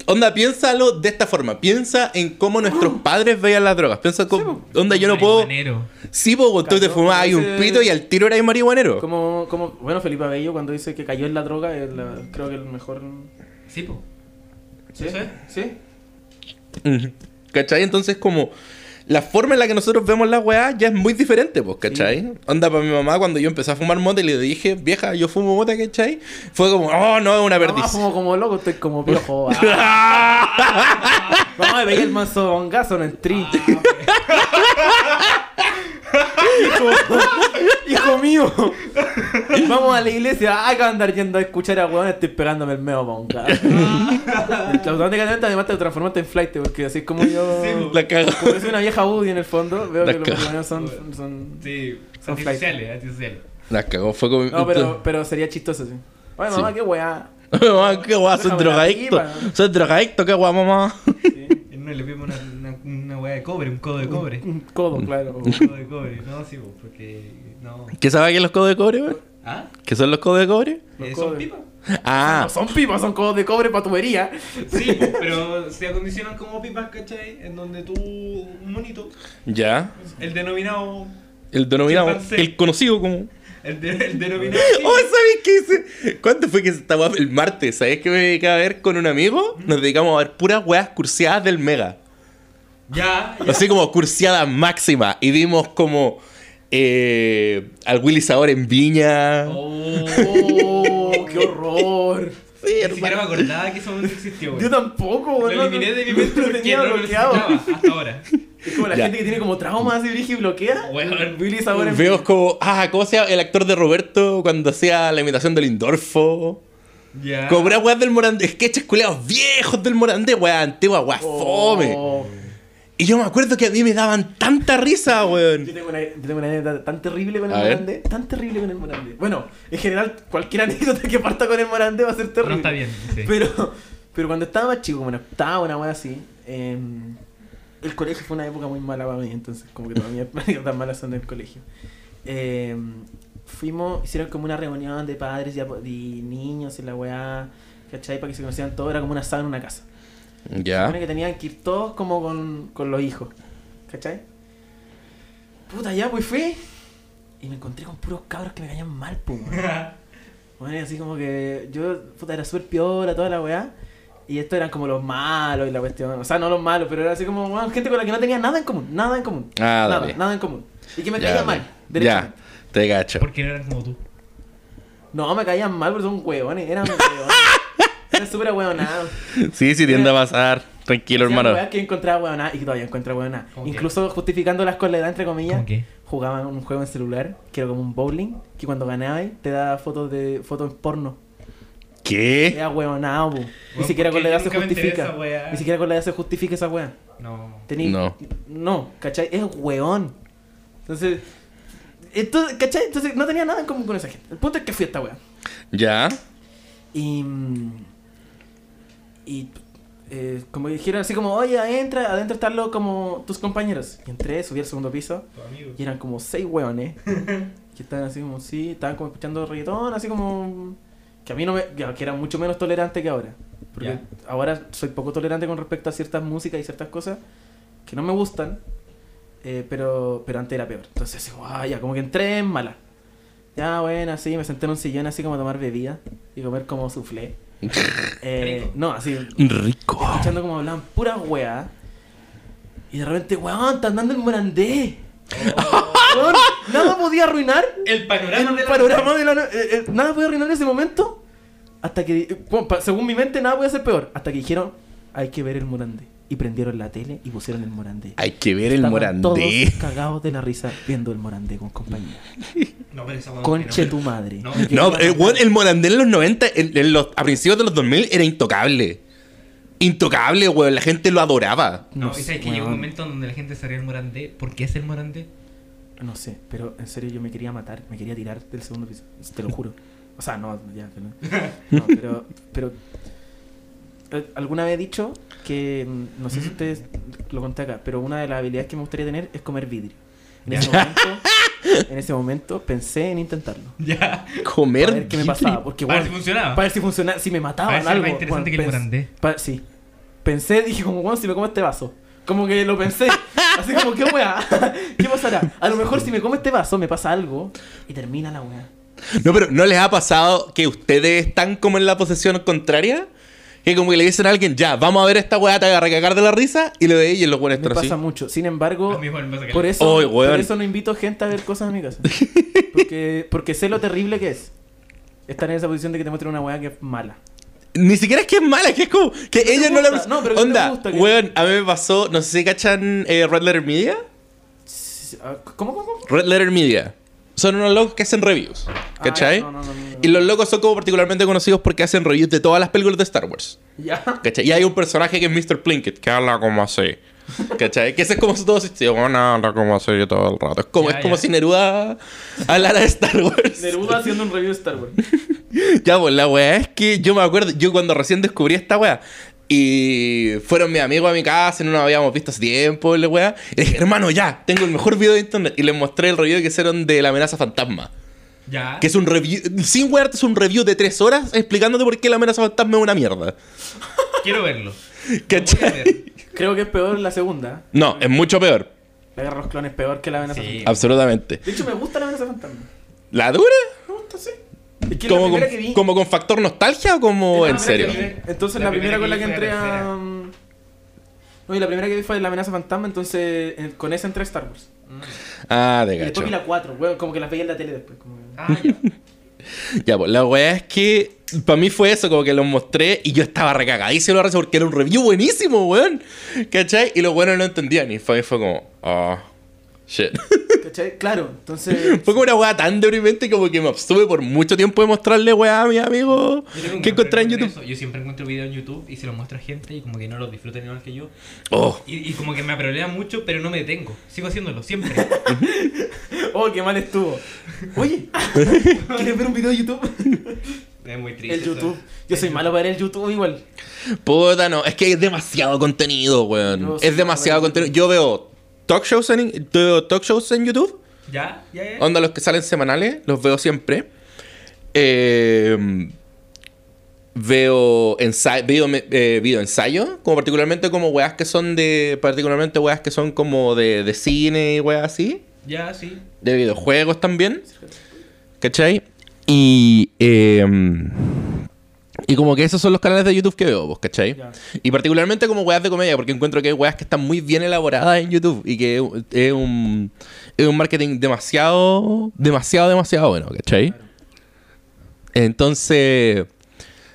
F: Onda, piénsalo de esta forma. Piensa en cómo
D: Ah.
F: nuestros padres veían las drogas. Piensa cómo. Onda, yo no puedo.
E: Marihuanero.
F: Sí, po, tú te
D: Cayó,
F: fumabas ahí un
D: ese-
F: pito y al tiro eras
D: Oh.
F: marihuanero.
D: Como, como, bueno, Felipe Abello cuando dice que cayó en la droga, es la- creo que el mejor...
E: Sí, po.
D: ¿Sí?
E: ¿Sí?
D: ¿Sí?
F: Ujú. ¿Cachai? Entonces, como. La forma en la que nosotros vemos las weas ya es muy diferente, pues, ¿cachai? Onda, para mi mamá, cuando yo empecé a fumar mota y le dije, vieja, yo fumo mota, ¿cachai? Fue como, oh, no, es una
D: Mamá,
F: perdición.
D: fumo Ah, como loco, estoy como piojo. ah. Mamá, me veía el mazo bongazo en el tri.
F: Ah,
D: Hijo mío, vamos a la iglesia. Hay que andar yendo a escuchar a weón. Estoy pegándome el meo bongazo. Automáticamente, además, te transformaste en flight. Porque así es como yo.
E: Sí, bo.
F: La cagó.
D: Como soy una vieja Woody en el fondo, veo
F: La
D: que los
F: cago.
D: weones son. son...
E: Sí.
D: Son
E: Antisociales, antisociales.
F: La cagó, fue como.
D: No, pero, pero sería chistoso, sí. Oye, mamá, qué weá.
F: mamá, qué guay, soy
D: Déjame la
F: drogadicto.
D: pipa.
F: Soy drogadicto, qué guay, mamá.
E: Y No le pedimos una, una, una weá de cobre, un codo de cobre.
D: Un codo,
F: Mm.
D: claro.
E: Un codo de cobre. No, sí, po, porque. No.
F: ¿Qué sabes que los codos de cobre, weón?
E: ¿Ah?
F: ¿Qué son los codos de cobre?
E: Eh,
D: Los
E: ¿Son
D: cobre.
E: pipas?
F: Ah,
D: No son pipas, son como de cobre para tubería.
E: Sí, pero se acondicionan como pipas, ¿cachai? En donde tú, un monito,
F: ya.
E: el denominado...
F: El denominado,
E: Chimpancé.
F: el conocido como.
E: El, de- el denominado...
F: Oh, ¿sabes qué hice? ¿Cuánto fue que esta weá? El martes, ¿sabes qué me dedicaba a ver con un amigo? Nos dedicamos a ver puras weas curseadas del Mega.
E: Ya, ya.
F: Así como curseada máxima. Y vimos como eh, al Willy Sabor en Viña.
E: Oh,
D: ¡Oh, qué horror!
F: Sí,
E: ni siquiera me acordaba que ese momento existió, güey.
D: Yo tampoco,
E: Lo
D: weón.
E: eliminé de mi mente
D: Lo
E: porque
D: tenía
E: no lo
D: bloqueado.
E: necesitaba hasta ahora.
D: Es como la
F: Ya.
D: gente que tiene como traumas y Brigi bloquea.
E: Weón.
D: Willy Sabor en
F: Veo como, ah, ¿cómo se llama el actor de Roberto cuando hacía la imitación del Indorfo?
D: Ah.
E: Ya.
F: Como puras weas del Morandé, sketches culeados viejos del Morandé, wea antigua, wea
D: Oh.
F: fome. Y yo me acuerdo que a mí me daban tanta risa,
D: Yo
F: weón.
D: tengo una, yo tengo una anécdota tan terrible con el
F: A ver.
D: Morandé. Tan terrible con el Morandé. Bueno, en general, cualquier anécdota que parta con el Morandé va a ser terrible.
E: No está bien, sí.
D: Pero, pero cuando estaba más chico, como en octava, una wea así, eh, el colegio fue una época muy mala para mí, entonces como que todas mis anécdotas malas son del colegio. Eh, fuimos, hicieron como una reunión de padres y, apo- y niños en la weá, ¿cachai? Para que se conocieran todos, era como una sala en una casa. Supone
F: Ya.
D: que tenían que ir todos como con, con los hijos. ¿Cachai? Puta, ya pues fui. Y me encontré con puros cabros que me caían mal, pues. Bueno, y así como que yo, puta, era súper piola, toda la weá. Y estos eran como los malos y la cuestión. O sea, no los malos, pero era así como, weón, gente con la que no tenía nada en común. Nada en común.
F: Ah,
D: nada,
F: dale.
D: nada en común. Y que me
F: Ya,
D: caían
F: dale.
D: mal,
F: Ya,
D: derechamente.
F: te cacho.
E: ¿Por qué no eran como tú?
D: No, me caían mal porque son huevones. Eran huevones. eran súper huevonados.
F: Sí, sí, tiende a pasar. Tranquilo,
D: Hacían
F: hermano.
D: weas que encontraba hueoná y que todavía encuentra hueoná.
E: ¿Cómo qué?
D: Incluso justificándolas con la edad, entre comillas,
E: ¿Cómo qué?
D: jugaban un juego en celular que era como un bowling que cuando ganabas te daba fotos de fotos en porno.
F: ¿Qué?
D: Era hueonado, bu. Ni
E: Weón,
D: siquiera
E: ¿por
D: con
E: qué?
D: la edad
E: Yo
D: se
E: nunca me enteré de
D: justifica.
E: esa wea.
D: Ni siquiera con la edad se justifica esa wea.
E: No.
D: Tení-
F: No.
D: No, ¿cachai? Es hueón. Entonces, entonces, ¿cachai? Entonces no tenía nada en común con esa gente. El punto es que fui a esta wea.
F: Ya.
D: Y. mm, Y. eh, como dijeron así como, oye, entra, adentro están los, como tus compañeros. Y entré, subí al segundo piso.
E: Tu amigo.
D: Y eran como seis hueones. que estaban así como, sí, estaban como escuchando reggaetón, así como. Que a mí no me. Que que era mucho menos tolerante que ahora. Porque
E: Ya.
D: ahora soy poco tolerante con respecto a ciertas músicas y ciertas cosas que no me gustan. eh, pero, pero antes era peor. Entonces, así como, ah, ya, como que entré en mala. Ya, bueno, así, me senté en un sillón así como a tomar bebida y comer como soufflé. Eh,
E: Rico.
D: no, así,
F: Rico.
D: escuchando como hablaban pura weá. Y de repente, weón, está andando el morandé. Weón, nada podía arruinar
E: El Oh. panorama
D: el
E: de la-
D: panorama de la. no- eh, eh, nada podía arruinar ese momento. Hasta que, eh, bueno, pa- según mi mente, nada podía ser peor. Hasta que dijeron, hay que ver el morandé. Y prendieron la tele y pusieron el morandé.
F: Hay que ver el
D: Estaban
F: Morandé.
D: Todos cagados de la risa viendo el morandé con compañía.
E: No, Oh, pero esa weón.
D: Conche
E: no.
D: tu madre.
E: No,
D: Me quedé
F: No,
D: con
F: eh,
D: la-
F: weón, el Morandé en los 90, en- en los- a principios de los 2000, era intocable. Intocable, weón. La gente lo adoraba.
E: No,
D: no
E: y
D: sé,
E: sabes que llegó un
D: weón.
E: momento donde la gente se ríe del Morandé. ¿Por qué es el Morandé?
D: No sé, pero en serio yo me quería matar, me quería tirar del segundo piso, te lo juro. O sea, no, ya, pero, no, pero, pero eh, alguna vez he dicho que, mm, no sé si ustedes lo conté acá, pero una de las habilidades que me gustaría tener es comer vidrio. En ese momento, en ese momento pensé en intentarlo.
E: Ya.
D: Para
F: Comer.
D: ver qué me
F: vidrio.
D: pasaba, porque
E: Para ver
D: bueno,
E: si funcionaba.
D: para ver si funcionaba, si me mataban
E: Para ver si era
D: algo.
E: Ah. más interesante que el
D: pens-
E: Morandé.
D: pa- sí. Pensé, dije como, bueno, si me como este vaso. Como que lo pensé. Así como, ¿qué weá? ¿Qué pasará? A lo mejor si me como este vaso me pasa algo y termina la weá.
F: No, pero ¿no les ha pasado que ustedes están como en la posesión contraria? Que como que le dicen a alguien, ya, vamos a ver esta weá, te vas a recagar de la risa, y lo veis y los buenos
D: Me
F: están así.
D: pasa mucho. Sin embargo,
E: A mí igual me pasa que-
D: por eso,
F: Oy, weón.
D: por eso no invito gente a ver cosas en mi casa. Porque, porque sé lo terrible que es. Estar en esa posición de que te muestren una weá que es mala.
F: Ni siquiera es que es mala, es que es como que
D: te
F: ella no la.
D: gusta, no, pero que no te
F: Onda,
D: gusta que-
F: weón, a mí me pasó, no sé si cachan eh, Red Letter Media.
D: Ah, ¿Cómo, cómo, cómo?
F: Red Letter Media. Son unos locos que hacen reviews, ¿cachai?
D: Ah, no, no, no, no, no.
F: Y los locos son como particularmente conocidos porque hacen reviews de todas las películas de Star Wars.
D: Ya.
F: ¿Cachai? Y hay un personaje que es Mr. Plinkett, que habla como así. ¿Cachai? Que ese es como su todo su chiste. Bueno, habla como así todo el rato. Es como,
E: Ya,
F: es como
E: ya.
F: si Neruda hablara de Star Wars.
D: Neruda haciendo un review de Star Wars.
F: Ya, pues la weá es que yo me acuerdo, yo cuando recién descubrí esta weá, y fueron mis amigos a mi casa, no nos habíamos visto hace tiempo, y la weá, y dije, hermano, ya, tengo el mejor video de internet, y les mostré el review que hicieron de la amenaza fantasma.
E: Ya.
F: Que es un review. Sin wearte, es un review de tres horas explicándote por qué la amenaza fantasma es una mierda.
E: Quiero verlo. Voy a
F: ¿Cachai?
E: ver.
D: Creo que es peor la segunda. ¿eh?
F: No, es mucho peor.
D: La guerra de los clones es peor que la amenaza
E: Sí.
D: fantasma.
F: Absolutamente.
D: De hecho, me gusta la amenaza fantasma.
F: ¿La dura?
D: Me gusta, sí. Es que es la
F: ¿Como con,
D: primera que vi.
F: como con factor nostalgia o como
D: Es la
F: en
D: primera
F: serio?
D: que vi. Entonces,
E: La
D: la, primera,
E: primera
D: con la
E: que
D: que
E: vi
D: entré
E: fue la tercera.
D: a. mm, No, y la primera que vi fue la amenaza fantasma, entonces eh, con esa entré a Star Wars.
F: Ah, de
D: Y después
F: gacho.
D: vi la 4, weón, como que las veía en la tele después. Como... que-
E: Ah, ya.
F: Ya, pues la weá es que para mí fue eso, como que los mostré y yo estaba recagadísimo la raza porque era un review buenísimo, weón. ¿Cachai? Y los buenos no entendían y para mí fue como, ah, shit.
D: ¿Cachai? Claro, entonces.
F: fue como una weá tan deprimente como que me abstuve por mucho tiempo de mostrarle weá a mis amigos
E: Yo tengo un
F: que
E: gran
F: encontré
E: problema
F: en
E: con
F: YouTube.
E: eso. Yo siempre encuentro videos en YouTube y se los muestro a gente y como que no los disfrutan igual que yo.
F: Oh,
E: Y, y como que me aprolea mucho, pero no me detengo. Sigo haciéndolo, siempre.
D: Oh, qué mal estuvo. Oye, ¿quieres ver un video de YouTube?
E: es muy triste.
D: El
E: eso.
D: YouTube. Yo soy malo para el YouTube igual.
F: puta no, es que es demasiado contenido, weón.
D: No, sí,
F: es demasiado
D: weón.
F: contenido. Yo veo talk shows en, veo talk shows en YouTube.
E: ¿Ya? ¿Ya? ya.
F: Onda, los que salen semanales, los veo siempre. Eh, veo, ensayo, video, eh, video ensayo, como particularmente como weas que son de. Particularmente weas que son como de, de cine y weas así.
E: Ya, sí.
F: De videojuegos también. ¿Cachai? Y. eh, y como que esos son los canales de YouTube que veo, pues, ¿cachai?
D: Ya.
F: Y particularmente como weas de comedia, porque encuentro que hay weas que están muy bien elaboradas en YouTube y que es- es un, es un marketing demasiado, demasiado, demasiado bueno, ¿cachai? Entonces,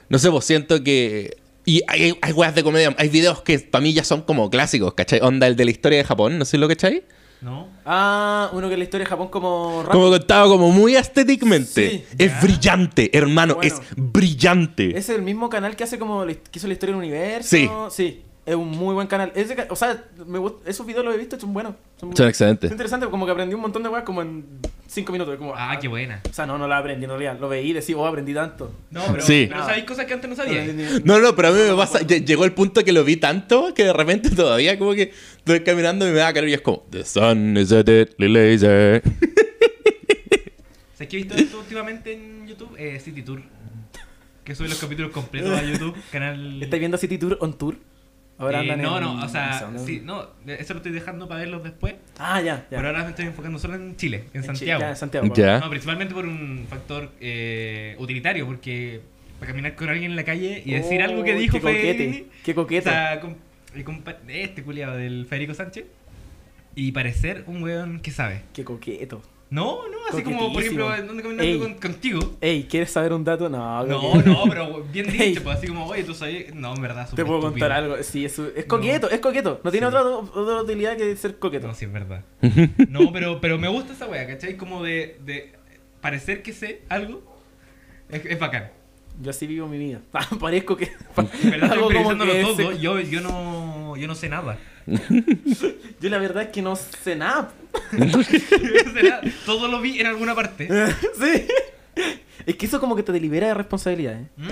F: no sé, pues siento que... Y hay, hay weas de comedia, hay videos que para mí ya son como clásicos, ¿cachai? Onda, el de la historia de Japón, no sé si lo cachai.
E: ¿No?
D: Ah, uno que la historia de Japón como rap.
F: Como contado como muy estéticamente.
D: Sí.
F: es brillante, hermano,
D: Bueno.
F: es brillante.
D: Es el mismo canal que hace como la- que hizo la historia del universo.
F: Sí.
D: Sí. Es un muy buen canal. Ese ca- o sea, me gust- esos videos los he visto, son buenos. Son,
F: Son excelentes.
D: son interesantes, como que aprendí un montón de weas como en 5 minutos. Como,
E: Ah, qué buena.
D: O sea, no, no la aprendí en realidad. Lo veí y decía, oh, aprendí tanto.
E: No, pero,
F: Sí.
E: pero sabéis cosas que antes no
D: No,
E: sabía.
F: No, no, pero a mí me pasa. lle- Llegó el punto que lo vi tanto que de repente todavía como que estoy caminando y me da calor y es como The sun is a deadly laser.
E: ¿Sabes qué he visto esto últimamente en YouTube? Eh, City Tour. Que sube los capítulos completos a YouTube, canal...
D: ¿Estáis viendo City Tour on Tour? Ahora
E: Eh,
D: andan
E: no,
D: en-
E: no, o sea,
D: no sé
E: sí,
D: dónde.
E: no, eso lo estoy dejando para verlos después.
D: Ah, ya, ya.
E: Pero ahora me estoy enfocando solo en Chile, en,
D: En Chi-
E: Santiago.
D: ya, en Santiago.
F: Ya.
E: No, principalmente por un factor eh, utilitario, porque para caminar con alguien en la calle y
D: Oh,
E: decir algo que
D: qué
E: dijo fue-
D: coquete, qué coquete.
E: o sea, com- el compa- este culiado del Federico Sánchez y parecer un weón que sabe.
D: Qué coqueto.
E: No, no, así como por
D: Coquetísimo.
E: ejemplo, ¿dónde caminando
D: Ey.
E: con- contigo?
D: Ey, ¿quieres saber un dato? No,
E: No,
D: coqueto.
E: no, pero bien
D: Ey.
E: dicho, pues así como, oye, tú sabes. No, en verdad,
D: Te
E: súper
D: puedo
E: estúpido.
D: contar algo. Sí, es, es
E: No.
D: coqueto, es coqueto. No tiene
E: Sí.
D: otra, otra utilidad que ser coqueto.
E: No, sí, es verdad. No, pero, pero me gusta esa wea, ¿cachai? Como de, de parecer que sé algo. Es, es bacán.
D: Yo así vivo mi vida. Parezco que.
E: En verdad
D: hago
E: estoy
D: como
E: improvisándolo
D: que
E: todo.
D: sé-
E: Yo, yo, no, yo no sé nada.
D: Yo la verdad es que no sé nada.
E: Yo no sé nada. Todo lo vi en alguna parte.
D: sí. Es que eso como que te libera de responsabilidades.
E: Mm.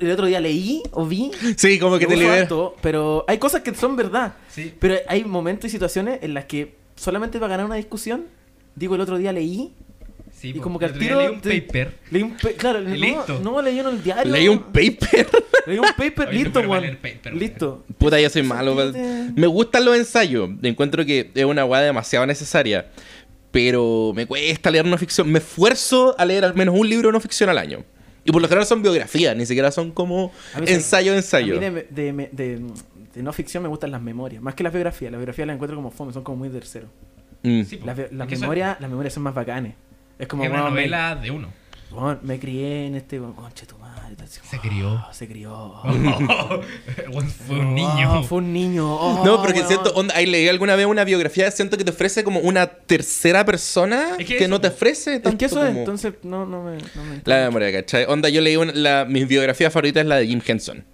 D: El otro día leí o vi.
F: Sí, como que
D: lo
F: te
D: uso
F: libera.
D: harto, pero hay cosas que son verdad.
E: Sí.
D: Pero hay momentos y situaciones en las que solamente para ganar una discusión, digo, el otro día leí.
E: Sí,
D: Y
E: po.
D: como que
E: El
D: al
E: otro día
D: tiro.
E: leí un
D: te-
E: paper.
D: Leí un pa- Claro,
E: Y
D: no,
E: listo.
D: no leí uno en el diario.
F: Leí un paper.
D: Leí un paper,
E: Oye,
D: listo,
E: pero para
D: Juan.
E: leer paper,
D: Listo.
F: Puta, yo soy malo. pa- Me gustan los ensayos. Encuentro que es una weá demasiado necesaria. Pero me cuesta leer no ficción. Me esfuerzo a leer al menos un libro no ficción al año. Y por lo general son biografías, ni siquiera son como
D: A mí sí.
F: ensayo, ensayo.
D: A mí de, de- de- de- de no ficción me gustan las memorias, más que las biografías. Las biografías las encuentro como fome, son como muy tercero.
F: Mm.
E: Sí, po.
D: Las, bi-
E: Es
D: las
E: que eso
D: memorias, las memorias son más bacanes. Es
E: Es
D: como,
E: es una
D: weón, me-
E: novela de uno.
D: weón, me, crié en este, weón, conche tu madre. tal, así,
E: Se
D: oh,
E: crió.
D: Se crió.
E: Weón, Fue un
D: Oh,
E: niño.
D: fue un niño. oh,
F: No, porque
D: weón.
F: siento, onda, ahí leí alguna vez una biografía, siento que te ofrece como una tercera persona
E: Es
F: que,
E: que eso,
F: no te
E: po.
F: ofrece
D: Es
F: tanto
D: que eso es,
F: como
D: entonces, no, no me. No me
F: la memoria, ¿cachai? Onda, yo leí una, la, mi biografía favorita es la de Jim Henson.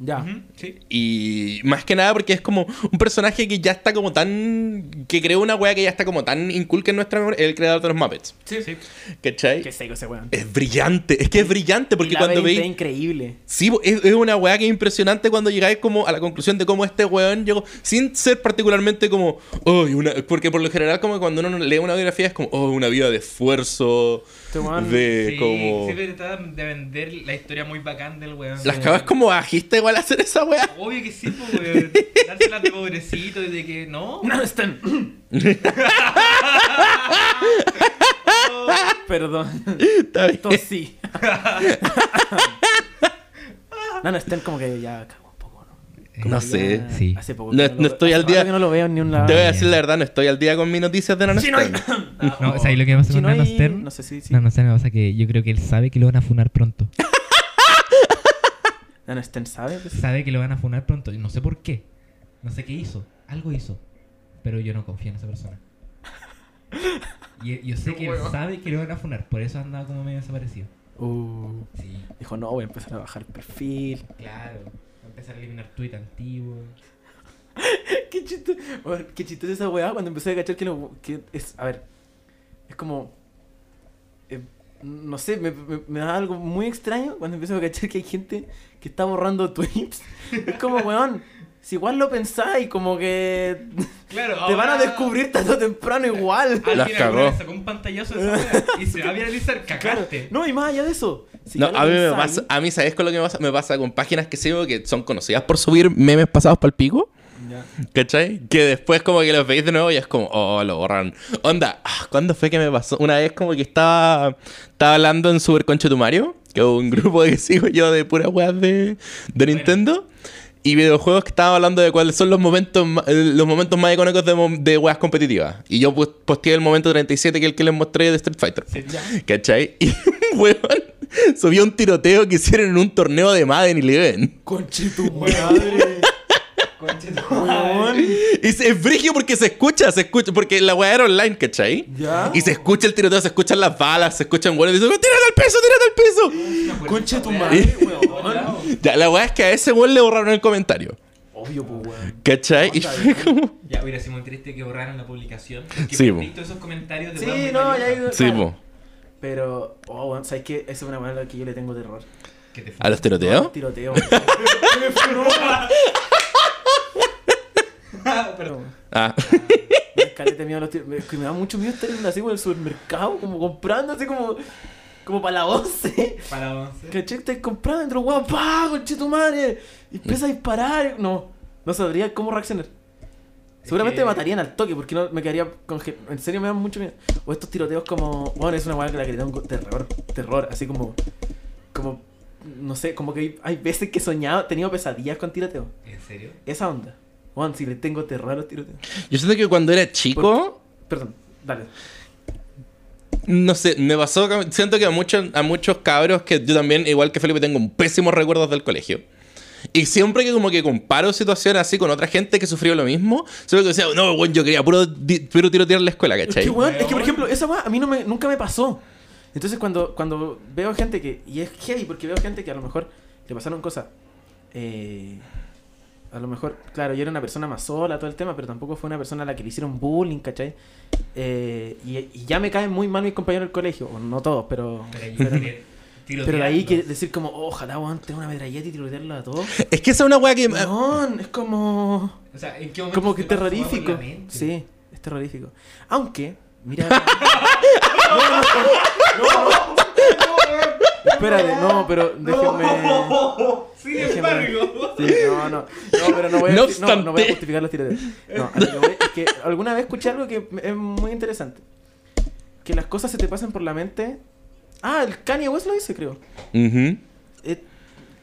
D: Ya.
E: Ujú, Mm, Sí.
F: Y más que nada porque es como un personaje que ya está como tan. que creó una wea que ya está como tan inculca en nuestra memoria. El creador de los Muppets.
E: Sí. sí.
F: ¿Cachai?
D: Qué seco ese weón.
F: Es brillante. Es que es brillante porque
D: Y
F: cuando
D: Labyrinth
F: veis.
D: es increíble.
F: Sí, bo- es, es una weá que es impresionante cuando llegáis como a la conclusión de cómo este weón llegó, sin ser particularmente como, "Ay, una... porque por lo general como cuando uno lee una biografía es como, oh, una vida de esfuerzo,
D: Este weón-
F: de
E: Sí,
F: como...
E: siempre tratan de vender la historia muy bacán del weón.
F: Las cabas como bajista igual a hacer esa weá.
E: Obvio que sí, pues, weón. Dárselas de pobrecito y de que no.
D: Perdón.
F: Está bien.
D: Tosí. no, no, estén como que ya cago un poco, ¿no?
F: No sé.
E: Sí.
D: Hace poco.
F: No-
D: que
F: no
D: lo-
F: estoy
D: hace
F: al
D: rato
F: día.
D: que no lo veo en ni un lado.
F: Te voy a decir la verdad, no estoy al día con mis noticias de Nano Stern.
E: No, o sea, ¿y lo que pasa con Nano Stern?
D: No sé si. si.
G: No, no sé, me pasa que yo creo que él sabe que lo van a funar pronto.
D: Nano Stern sabe. pues.
G: Sabe que lo van a funar pronto. Y no sé por qué. No sé qué hizo. Algo hizo. Pero yo no confío en esa persona. Y y yo sé que él sabe que lo van a funar. Por eso andaba como medio desaparecido.
D: Uh,
G: Sí,
D: dijo, no, voy a empezar a bajar el perfil.
G: claro. Va a empezar a eliminar tweets antiguos.
D: qué chistoso. Qué chistoso esa weá cuando empecé a cachar que lo. Que es, a ver. Es como. eh, no sé, me, me- me da algo muy extraño cuando empiezo a cachar que hay gente que está borrando tweets. Es como, weón. Si igual lo pensáis, como que.
E: Claro,
D: Te van a
E: ahora-
D: descubrir tarde o temprano igual.
F: Las
E: Alguien alguna
F: cagó.
E: vez sacó un pantallazo de esa wea y se va a viralizar, cagaste.
D: No, y más allá de eso. si ya
F: No,
D: lo
F: a mí me
D: pensáis-
F: pasa, a mí sabes con lo que me pasa, me pasa con páginas que sigo que son conocidas por subir memes pasados para el pico.
D: Ya.
F: ¿Cachai? Que después como que los veis de nuevo y es como, oh, lo borran. Onda, ah, ¿cuándo fue que me pasó? Una vez como que estaba, estaba hablando en Super Conchetumario, que es un grupo que sigo yo de puras weas de, de Nintendo. Y videojuegos que estaba hablando de cuáles son los momentos, ma- eh, los momentos más icónicos de, mo- de weas competitivas. Y yo pus- posteé el momento 37 que es el que les mostré de Street Fighter. ¿Cachai? Y un weón subió un tiroteo que hicieron en un torneo de Madden y Leven.
D: Conche tu madre. Weón.
F: Y se- es frigio porque se escucha, se escucha, porque la weá era online, ¿cachai?
D: Ya.
F: Y se escucha el tiroteo, se escuchan las balas, se escuchan weones, dicen, tírate al peso, tírate al
D: Conche tu madre, weón.
F: peso. Ya, la weá es que a ese weón le borraron el comentario.
D: Obvio, pues, weón.
F: ¿Cachai? Y fue como.
E: Ya hubiera sido muy triste que borraran la publicación. Porque
F: Sí,
E: sí,
F: po.
E: visto esos comentarios de weas
D: Sí,
E: muy
D: no, ya
E: valiosas.
D: digo.
F: Sí, po.
D: Pero, oh, weón, ¿sabes qué? Esa es una manera que yo le tengo terror.
E: Que te fu-
F: ¿A los tiroteos?
D: Tiroteo. Perdón.
F: Ah.
D: Me da caleta de miedo a los tiroteos. Es que me da mucho miedo estar en, así como en el supermercado, como comprando, así como. Como para la once.
E: Para once.
D: ¿Cachai? Estás comprando entre los huevos, ¡pah! ¡Conche tu madre! Y empieza a disparar. No, no sabría cómo reaccionar. Seguramente
E: que-
D: me matarían al toque porque no me quedaría conge- En serio me dan mucho miedo. O estos tiroteos como. Bueno, es una hueá que la que le tengo terror, terror, así como. Como. No sé, como que hay, hay veces que he soñado, he tenido pesadillas con tiroteos.
E: ¿En serio?
D: Esa onda. Juan, si le tengo terror a los tiroteos.
F: Yo siento que cuando era chico,
D: Perdón, dale.
F: no sé, me pasó. que- Siento que a muchos, a muchos cabros que yo también, igual que Felipe, tengo pésimos recuerdos del colegio. Y siempre que como que comparo situaciones así con otra gente que sufrió lo mismo, siempre que decía, no, bueno, yo quería puro, di- puro tirotear en la escuela,
D: Es
F: ¿cachai?
D: que, weón, es que, por ejemplo, esa weá a mí no me, nunca me pasó. Entonces, cuando, cuando veo gente que. Y es heavy porque veo gente que a lo mejor le pasaron cosas. eh, a lo mejor, claro, yo era una persona más sola, todo el tema, pero tampoco fue una persona a la que le hicieron bullying, ¿cachai? Eh, y, y ya me caen muy mal mis compañeros del colegio. o no todos, pero.
E: Pero ahí
D: Pero,
E: tire- tiroteando.
D: pero de ahí que decir como, "Oh, ojalá, weón, tenga una metralleta y tirotearla a todos.
F: Es que esa es una weá que.
D: Weón, es como.
E: O sea, ¿en qué momento
D: Como
E: se
D: que
E: te pasa esa wea por
D: terrorífico.
E: la mente?
D: Sí, es terrorífico. Aunque, mira. No, no, no, no. Espérate, no, pero déjenme.
E: Sin
D: Déjeme-
E: embargo.
D: Sí, no, no. No, pero no voy a,
F: No
D: justi- no, no voy a
F: obstante.
D: justificar los tiroteos. No, a lo que voy es que alguna vez escuché algo que es muy interesante. Que las cosas se te pasan por la mente. Ah, el Kanye West lo dice, creo.
F: Ujú.
D: Eh,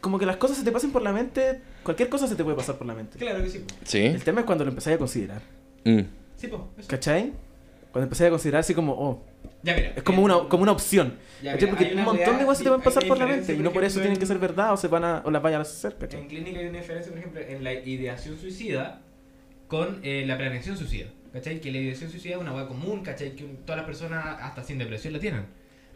D: como que las cosas se te pasen por la mente. Cualquier cosa se te puede pasar por la mente.
E: Claro que sí. po.
F: Sí.
D: El tema es cuando lo empezáis a considerar.
F: Mm.
E: Sí, po. eso.
D: ¿Cachai? Cuando empecé a considerar así como, oh,
E: Ya mira.
D: es como una, como una opción.
E: Eh, mm. Ya,
D: ¿Cachai?
E: mira,
D: Porque
E: hay
D: un
E: una
D: montón
E: weá,
D: de cosas
E: sí,
D: te van a
E: hay
D: pasar
E: una
D: por la
E: diferencia,
D: mente y
E: por
D: no por eso
E: ejemplo,
D: tienen
E: en-
D: que ser verdad o, se van a, o las vayan a hacer,
E: En
D: ¿cachai?
E: clínica hay una diferencia, por ejemplo, en la ideación suicida con eh, la planeación suicida. ¿Cachai? Que la ideación suicida es una hueá común, ¿cachai? Que un- todas las personas, hasta sin depresión, la tienen.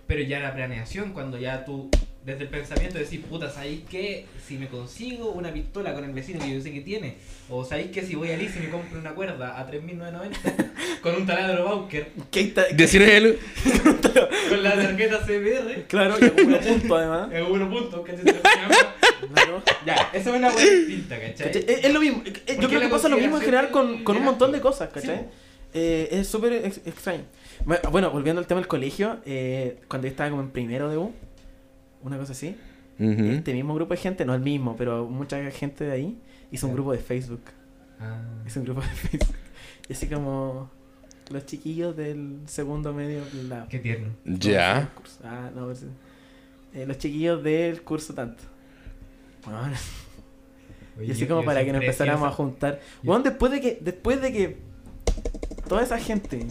E: Pero ya la planeación, cuando ya tú desde el pensamiento de decir, puta, ¿sabéis qué? Si me consigo una pistola con el vecino que yo sé que tiene, o ¿sabéis qué? Si voy al ICE y me compro una cuerda a 3.990 con un taladro Bauker,
D: ¿Qué está?
F: 19 lucas.
E: con la tarjeta CBR,
D: Claro, y acumula punto además.
E: en algunos puntos, ¿cachai? Eso
D: Claro.
E: es una hueá distinta,
D: ¿Cachai?
E: ¿cachai?
D: Es, es lo mismo. Eh, eh,
E: Porque
D: Yo creo
E: la
D: que pasa lo mismo en general con, con un
E: consideración
D: montón de
E: es
D: cosas,
E: acto.
D: ¿cachai? Eh, es súper ex- extraño. Bu- Bueno, volviendo al tema del colegio, eh, cuando yo estaba como en primero de U, una cosa así,
F: Ujú.
D: este mismo grupo de gente, no el mismo, pero mucha gente de ahí, hizo un grupo de Facebook.
G: Ah,
D: Hizo un grupo de Facebook. Y así como los chiquillos del segundo medio. La,
G: qué tierno.
F: Ya.
D: Ah, no, pero sí. Eh, los chiquillos del curso tanto. Bueno,
G: Oye,
D: y así
G: yo-
D: como
G: yo
D: para que nos
G: siempre decía
D: empezáramos a
G: esa-
D: juntar.
G: Yo-
D: Weón, después de que. Después de que. Toda esa gente.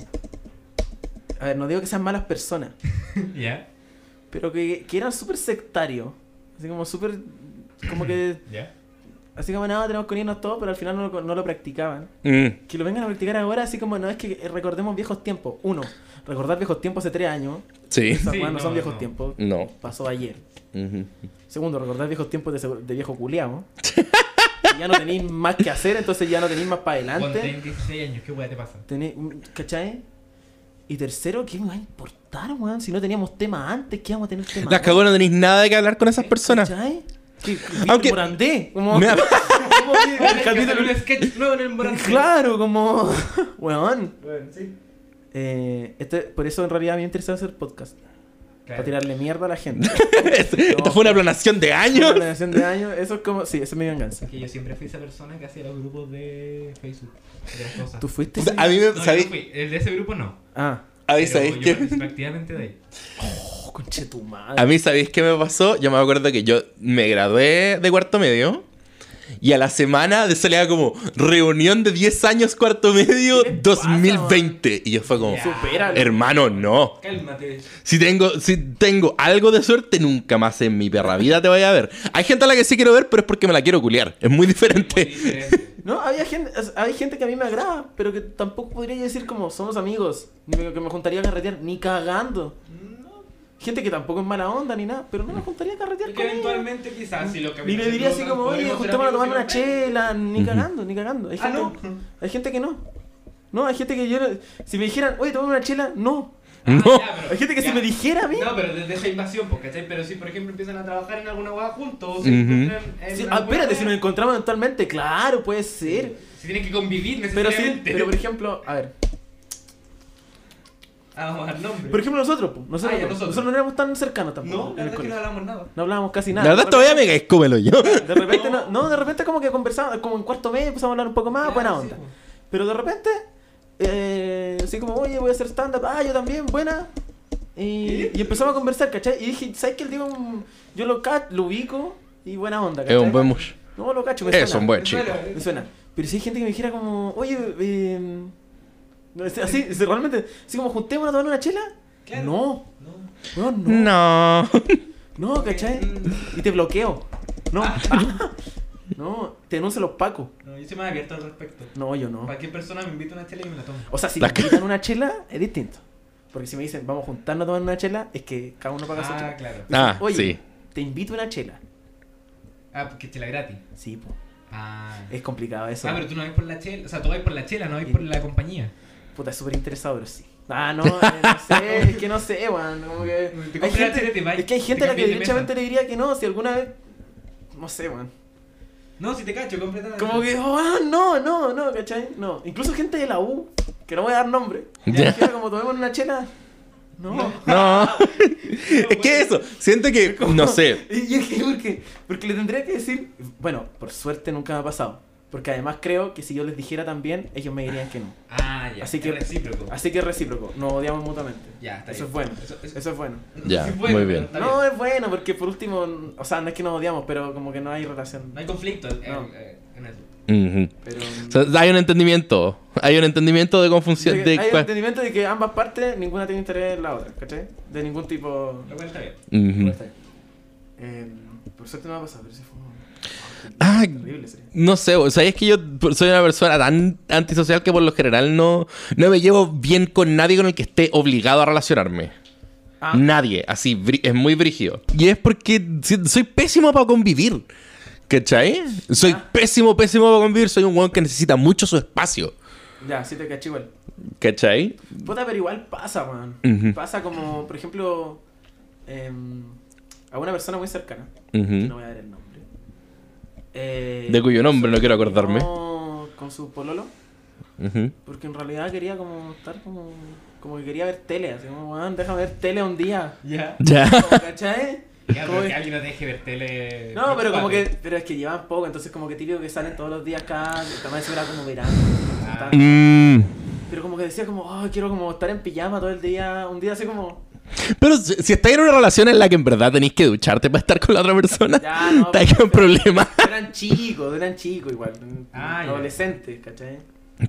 D: A ver, no digo que sean malas personas.
G: ¿Ya?
D: Pero que, que eran súper sectarios. Así como súper. Como que.
G: ¿Ya?
D: Así como nada, tenemos que unirnos todos, pero al final no lo, no lo practicaban.
F: Mm.
D: Que lo vengan a practicar ahora, así como no es que recordemos viejos tiempos. Uno, recordar viejos tiempos hace tres años.
F: Sí.
D: Esas
E: Sí,
D: weas no,
E: no,
D: son viejos
E: no.
D: tiempos.
F: No.
D: Pasó ayer.
F: Ujú.
D: Segundo, recordar viejos tiempos de, seg- de viejo culiao. Y ya no tenéis más que hacer, entonces ya no tenéis más para
E: Cuando
D: adelante.
E: tenés 16 años, ¿qué hueá te pasa?
D: Tené- un- ¿Cachai? Y tercero, ¿qué me va a importar, weón? Si no teníamos tema antes, ¿qué vamos a tener tema
F: Las
D: ahora?
F: cagó, no tenéis nada que hablar con esas personas.
D: ¿Cachai? ¿Qué, qué-
F: Aunque-
D: Morandé, Como,
F: Me-
D: como que- el
E: Capítulo
D: capítulo-
E: un sketch nuevo en el Morandé.
D: Claro, como... Weón.
E: Bueno, sí.
D: Eh, este- por eso en realidad me interesa hacer podcast.
E: Claro.
D: Para tirarle mierda a la gente.
F: Esta fue una planación de
D: Una
F: años.
D: relación de años, eso es como... Sí, esa es mi venganza.
E: Que yo siempre fui esa persona que hacía los grupos de Facebook. De las cosas.
D: ¿Tú fuiste?
F: Puta, A mí me.
E: No, yo
F: ¿sabéis?
E: no fui. El de ese grupo no.
D: Ah.
F: A mí,
E: Pero
F: ¿sabéis
E: yo
F: qué?
E: participé activamente de ahí.
D: Oh, conche tu madre.
F: A mí, ¿sabéis qué me pasó? Yo me acuerdo que yo me gradué de cuarto medio. Y a la semana de salía como reunión de 10 años, cuarto medio,
D: ¿Qué les pasa,
F: 2020. y yo fue como,
D: Supéralo.
F: hermano, no.
E: Cálmate.
F: Si tengo, si tengo algo de suerte, nunca más en mi perra vida te vaya a ver. Hay gente a la que sí quiero ver, pero es porque me la quiero culiar. Es muy
E: Muy
F: diferente.
E: diferente.
D: No, había gente, o sea, hay gente que a mí me agrada, pero que tampoco podría yo decir como somos amigos, ni me- que me juntaría a carretear, ni cagando. Gente que tampoco es mala onda ni nada, pero no me juntaría a carretear
E: Porque
D: con ella.
E: eventualmente quizás si lo que
D: Ni le diría así como, oye, juntémonos a tomar una chela, ni
F: Ujú.
D: cagando, ni cagando. Hay
E: Ah,
D: gente,
E: no.
D: hay gente que no. No, hay gente que yo, no- si me dijeran, oye, tomemos una chela, no.
F: No.
D: Hay gente que si me dijera a mí,
E: No, pero desde esa invasión, porque ¿cachai? Pero si por ejemplo empiezan a trabajar en alguna hueá juntos, o
F: Ujú.
E: se encuentran en
D: si-
E: una
D: ah, espérate,
E: hueá,
D: si nos encontramos eventualmente, claro, puede ser.
E: Si tienen que convivir
D: Pero sí,
E: necesariamente.
D: pero por ejemplo, a ver,
E: Ah, vamos al nombre.
D: por ejemplo nosotros, po, nosotros,
E: Ah, ya,
D: no,
E: nosotros.
D: nosotros no éramos tan cercanos tampoco.
E: no,
D: en
E: la
D: el
E: verdad es que
D: colegio.
E: no hablamos nada.
D: No hablábamos casi
F: La
D: nada.
F: verdad
D: De
F: todavía me
D: repente-
F: caes, cómelo yo.
D: De repente, no. no, de repente como que conversábamos, como en cuarto mes empezamos a hablar un poco más,
E: Claro,
D: buena
E: sí,
D: onda.
E: po.
D: Pero de repente, eh, así como, oye, voy a hacer stand-up, ah, yo también, buena. Y, y empezamos a conversar, ¿cachai? Y dije, ¿sabes qué? El Diego, mm, yo lo, ca- lo ubico y buena onda,
F: Es
D: ¿cachai?
F: un buen mush.
D: No, lo cacho, me suena.
F: Es un buen
E: Me
F: chico.
E: suena,
D: Me suena. Pero si hay gente que me dijera como, oye, eh, no, es- así, es- realmente, así como, juntémonos a tomar una chela.
E: Claro.
D: No,
E: No.
D: weón, no.
F: No.
D: No, ¿cachai?
E: Mm. Ah.
D: Y te bloqueo. No. no, te denuncio los pacos.
E: No, yo soy más abierto al respecto.
D: No, yo no.
E: Cualquier persona me invita a una chela y me la tomo.
D: O sea, si
F: La
D: me invitan una chela, es distinto. Porque si me dicen, vamos a juntarnos a tomar una chela, es que cada uno paga su
E: Ah,
D: chela.
E: claro.
F: Ah,
D: Oye,
F: sí.
D: te invito a una chela.
E: Ah, porque chela gratis.
D: Sí, po.
E: Ah.
D: es complicado eso.
E: Ah, pero tú no vas por la chela. O sea, tú vas por la chela, no vas por la compañía.
D: Puta, es súper interesado, pero sí. Ah, no, eh, no sé, es que no sé, weón. Como que.
E: Te
D: Hay
E: compras la chela y
D: gente,
E: te vas.
D: es que hay
E: Te
D: gente a la que
E: cambias de
D: directamente
E: mesa.
D: le diría que no, si alguna vez. No sé, weón.
E: No, si te cacho, completamente.
D: Como que, oh, ah, no, no, no, ¿cachai? No. Incluso gente de la U, que no voy a dar nombre.
F: Ya.
D: que era como tomemos una chela. No.
F: No. Es que eso. Siento que. No sé.
D: Y es que porque, porque le tendría que decir, bueno, por suerte nunca me ha pasado. Porque además creo que si yo les dijera también, ellos me dirían que no.
E: Ah, ya.
D: Así
E: es
D: que- Ah.
E: recíproco.
D: Así que es recíproco, nos odiamos mutuamente.
E: Ya, está
D: Eso
E: bien.
D: es bueno.
E: Eso- eso-
D: Eso es bueno.
F: Ya,
E: Sí,
F: muy
E: pero
F: bien.
E: está
D: no, es bueno porque por último, o sea, no es que nos odiamos, pero como que no hay relación.
E: No hay conflicto en,
D: No.
E: en- en eso.
F: Ujú.
D: Pero,
F: O sea, hay un entendimiento. Hay un entendimiento de confusión.
D: de que
F: De,
D: hay entendimiento de que ambas partes, ninguna tiene interés en la otra, ¿cachai? De ningún tipo.
E: Lo cual está bien.
F: Ujú.
D: Eh, por suerte no me ha pasado, pero sí fue. un-
F: Ah,
D: terrible, sería.
F: No sé, o sea, es que yo soy una persona tan antisocial que por lo general no, no me llevo bien con nadie con el que esté obligado a relacionarme. Nadie. Así, brí- es muy brígido. Y es porque si- soy pésimo para convivir. ¿Cachai? Soy pésimo, pésimo para convivir. Soy un weón que necesita mucho su espacio.
D: Ya, sí te caché igual.
F: ¿Cachai?
D: Puta, pero igual pasa, weón.
F: Ujú.
D: Pasa como, por ejemplo, em, a una persona muy cercana.
F: Ujú.
D: No voy a dar el nombre. Eh,
F: De cuyo nombre no quiero acordarme.
D: no, con su pololo.
F: Ujú.
D: Porque en realidad quería como estar como... Como que quería ver tele. Así como, weón, déjame ver tele un día.
E: Ya.
F: Ya.
D: Como, ¿Cachai?
E: Ya,
D: Como
E: pero que
D: que-
E: alguien no te deje ver tele.
D: No, pero como
E: 24.
D: que... Pero es que llevan poco. Entonces como que típico que salen todos los días acá. También eso era como verano.
E: Ah.
D: tan-
F: Mm.
D: Pero como que decía como... "Ay, quiero como estar en pijama todo el día. Un día así como...
F: Pero si, si estáis en una relación en la que en verdad tenéis que ducharte para estar con la otra persona,
D: Ya, no,
F: estáis
D: pero-
F: con problemas.
D: Eran chicos, eran chicos igual.
E: Ah, ya.
D: adolescentes, ¿cachai?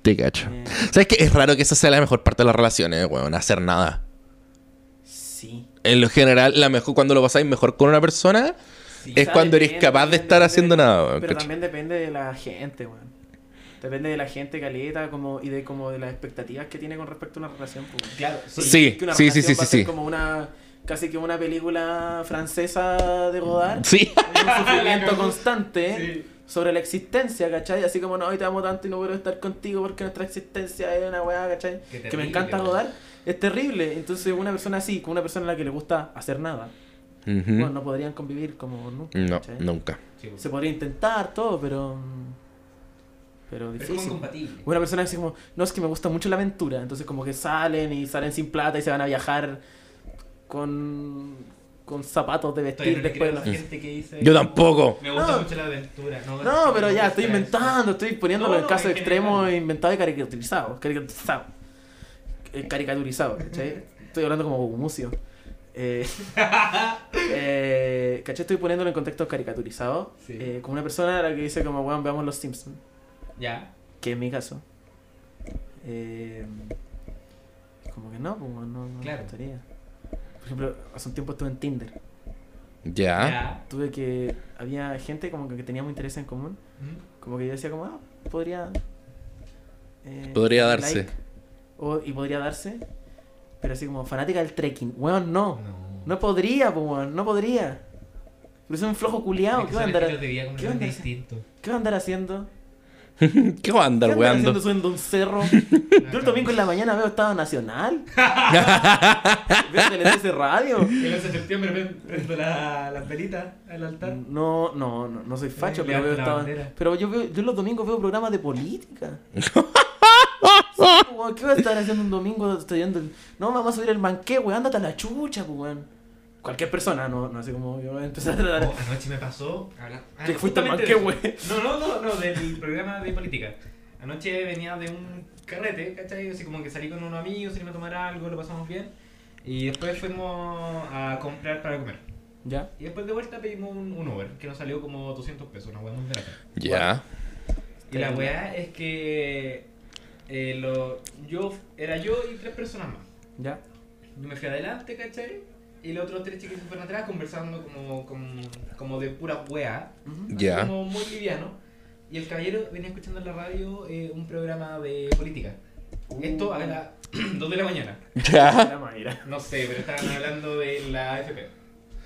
F: Te cacho.
D: Eh,
F: ¿Sabes qué? Es raro que esa sea la mejor parte de las relaciones, eh, weón. Hacer nada.
D: sí.
F: En lo general, la mejor, cuando lo pasáis mejor con una persona,
D: O
F: es
D: sea,
F: cuando eres
D: depende,
F: capaz de
D: depende,
F: estar
D: depende
F: haciendo
D: de-
F: nada, weón.
D: Pero
F: ¿cachai?
D: también depende de la gente, weón. Depende de la gente caleta como, y de como de las expectativas que tiene con respecto a una relación. pues, weón.
E: Claro, sí.
F: Sí,
D: Que una
F: sí, sí,
D: relación
F: sí,
D: va
F: sí,
D: a ser
F: sí.
D: como una, casi que una película francesa de Godard.
F: Sí.
D: Un sufrimiento
E: cagó.
D: constante
E: Sí.
D: sobre la existencia, ¿cachai? Así como, no, hoy te amo tanto y no quiero estar contigo porque nuestra existencia es una weá, ¿cachai?
E: Qué
D: que me
E: terrible,
D: encanta
E: weón.
D: Godard. Es terrible. Entonces una persona así, con una persona a la que le gusta hacer nada,
F: Ujú.
D: bueno, no podrían convivir como nunca.
F: Mm. No,
D: ¿cachai?
F: nunca.
E: Sí, pues.
D: Se podría intentar todo, pero. mm, Pero
E: Pero es como
D: difícil.
E: incompatible.
D: Una persona que dice como, no, es que me gusta mucho la aventura. Entonces, como que salen y salen sin plata y se van a viajar con. con zapatos de
E: Todavía
D: vestir
E: no le creo
D: después.
E: a
D: de
E: la
D: la-
E: gente que dice.
F: Yo tampoco.
E: Me gusta
D: No.
E: mucho la aventura. No,
D: No, pero
E: me
D: ya,
E: gusta
D: estoy
E: esto.
D: inventando, estoy poniéndolo
E: No,
D: en
E: no,
D: casos
E: en general.
D: extremos, inventado y caricaturizado. Caricaturizado. Eh, Caricaturizado, ¿cachai? Estoy hablando como Gumucio. Eh, eh, ¿Cachai? Estoy poniéndolo en contexto caricaturizado.
E: Sí.
D: eh, como una persona a la que dice como, weón, veamos los Simpsons.
E: Ya.
D: Que es mi caso. Eh, como que no, pues, weón, no, no
E: Claro.
D: me gustaría. Por ejemplo, hace un tiempo estuve en Tinder.
F: Ya.
E: Ya.
D: Tuve que... Había gente como que teníamos interés en común.
E: Mm.
D: Como que yo decía como, ah, podría... eh,
F: Podría
D: darle
F: darse.
D: like, o- y podría darse. Pero así como, fanática del trekking. Weón, no.
E: No.
D: No podría, po, weón. No podría. Pero soy un flojo culiado.
E: Es que
D: ¿Qué va a
E: son
D: andar,
E: estilos de vida
D: qué va a
E: completamente
D: andar-
E: distintos.
D: qué va a andar haciendo?
F: ¿Qué va a
D: ¿Qué va
F: andar
D: a andar haciendo
F: weando?
D: subiendo un cerro? Yo el domingo en la mañana veo Estado Nacional. veo TLC Radio.
E: El 11 de septiembre ven- prendo la- las velitas al
D: Mm.
E: altar.
D: No, no, no, no soy facho,
E: Le
D: pero veo
E: dan Eh, la
D: Estado-
E: bandera.
D: Pero yo, veo, yo los domingos veo programas de política. Sí, pues, weón, ¿Qué voy a estar haciendo un domingo estudiando? el- No, vamos a subir el manqué, weón, ándate a la chucha, pues, weón. Cualquier persona, no, no sé cómo yo voy a empezar a tratar.
E: Oh, anoche me pasó. habla- ah,
D: Te
E: no,
D: fuiste
E: justamente
D: mal,
E: de
D: qué
E: eso. No, no, no, no, del programa de política. Anoche venía de un carrete, ¿cachai? Así como que salí con unos amigos, salimos a tomar algo, lo pasamos bien. Y después fuimos a comprar para comer.
D: ¿Ya?
E: Y después de vuelta pedimos un, un Uber, que nos salió como 200 pesos, una hueá muy barata.
F: Ya.
E: Y la weá es que eh, lo, yo era yo y tres personas más.
D: ¿Ya?
E: Yo me fui adelante, ¿cachai? Y los otros tres chicos se fueron atrás conversando como, como, como de pura weá.
D: Ujú.
E: así
F: Ya.
E: Como muy liviano. Y el caballero venía escuchando en la radio eh, un programa de política. Esto a las 2 de la mañana.
F: Ya.
D: La Mayra.
E: No sé, pero estaban hablando de la FP.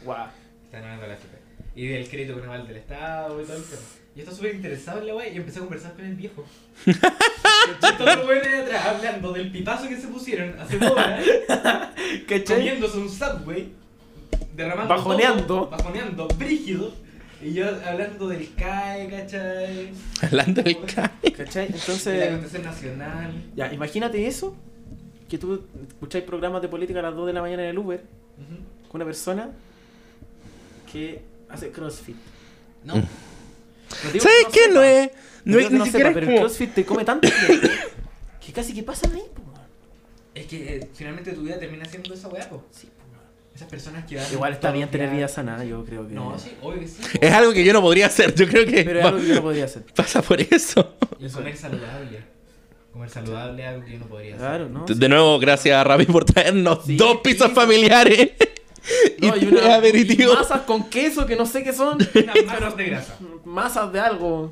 D: Guau.
E: Estaban hablando de la FP. Y del crédito carnaval del Estado y todo el tema. Yo estaba súper interesado en la weá y empecé a conversar con el viejo. Estos los weones de atrás hablando del pipazo que se pusieron hace dos horas
D: ¿Cachai?
E: comiéndose un subway, derramando.
D: Bajoneando.
E: todo, bajoneando, brígido. Y yo hablando del CAE, ¿cachai?
F: Hablando del ca-
D: ¿Cachai?
E: Del
D: Entonces,
E: acontecer nacional.
D: ya, imagínate eso, que tú escucháis programas de política a las 2 de la mañana en el Uber
E: Ujú.
D: con una persona que hace CrossFit.
E: No.
D: Mm. No digo
F: ¿Sabes
D: que
F: qué? No
D: sepa.
F: es. No
D: No,
F: es
D: que
F: ni
D: no sepa,
F: siquiera es
D: pero el
F: como-
D: CrossFit te come tanto tiempo que casi que pasan ahí, po. weón.
E: Es que eh, finalmente tu vida termina siendo esa weá, po.
D: Sí, po, weón.
E: Esas personas que van.
D: Igual está
E: todos
D: bien
E: los
D: tener vida
E: días.
D: sanada, yo creo que.
E: No, sí, obvio que sí. po.
D: eh.
F: Es algo que yo no podría hacer. Yo creo que
D: Pero es
F: va-
D: algo que yo no podría hacer.
F: pasa por eso.
E: Y comer saludable. Comer saludable es algo que yo no podría hacer.
D: Claro, ¿no?
F: De nuevo, gracias a Rappi por traernos
D: Sí,
F: dos pizzas
D: sí.
F: familiares
D: No,
F: y tres
D: y
F: aperitivos.
D: masas con queso que no sé qué son.
E: Unas masas de grasa.
D: masas de algo.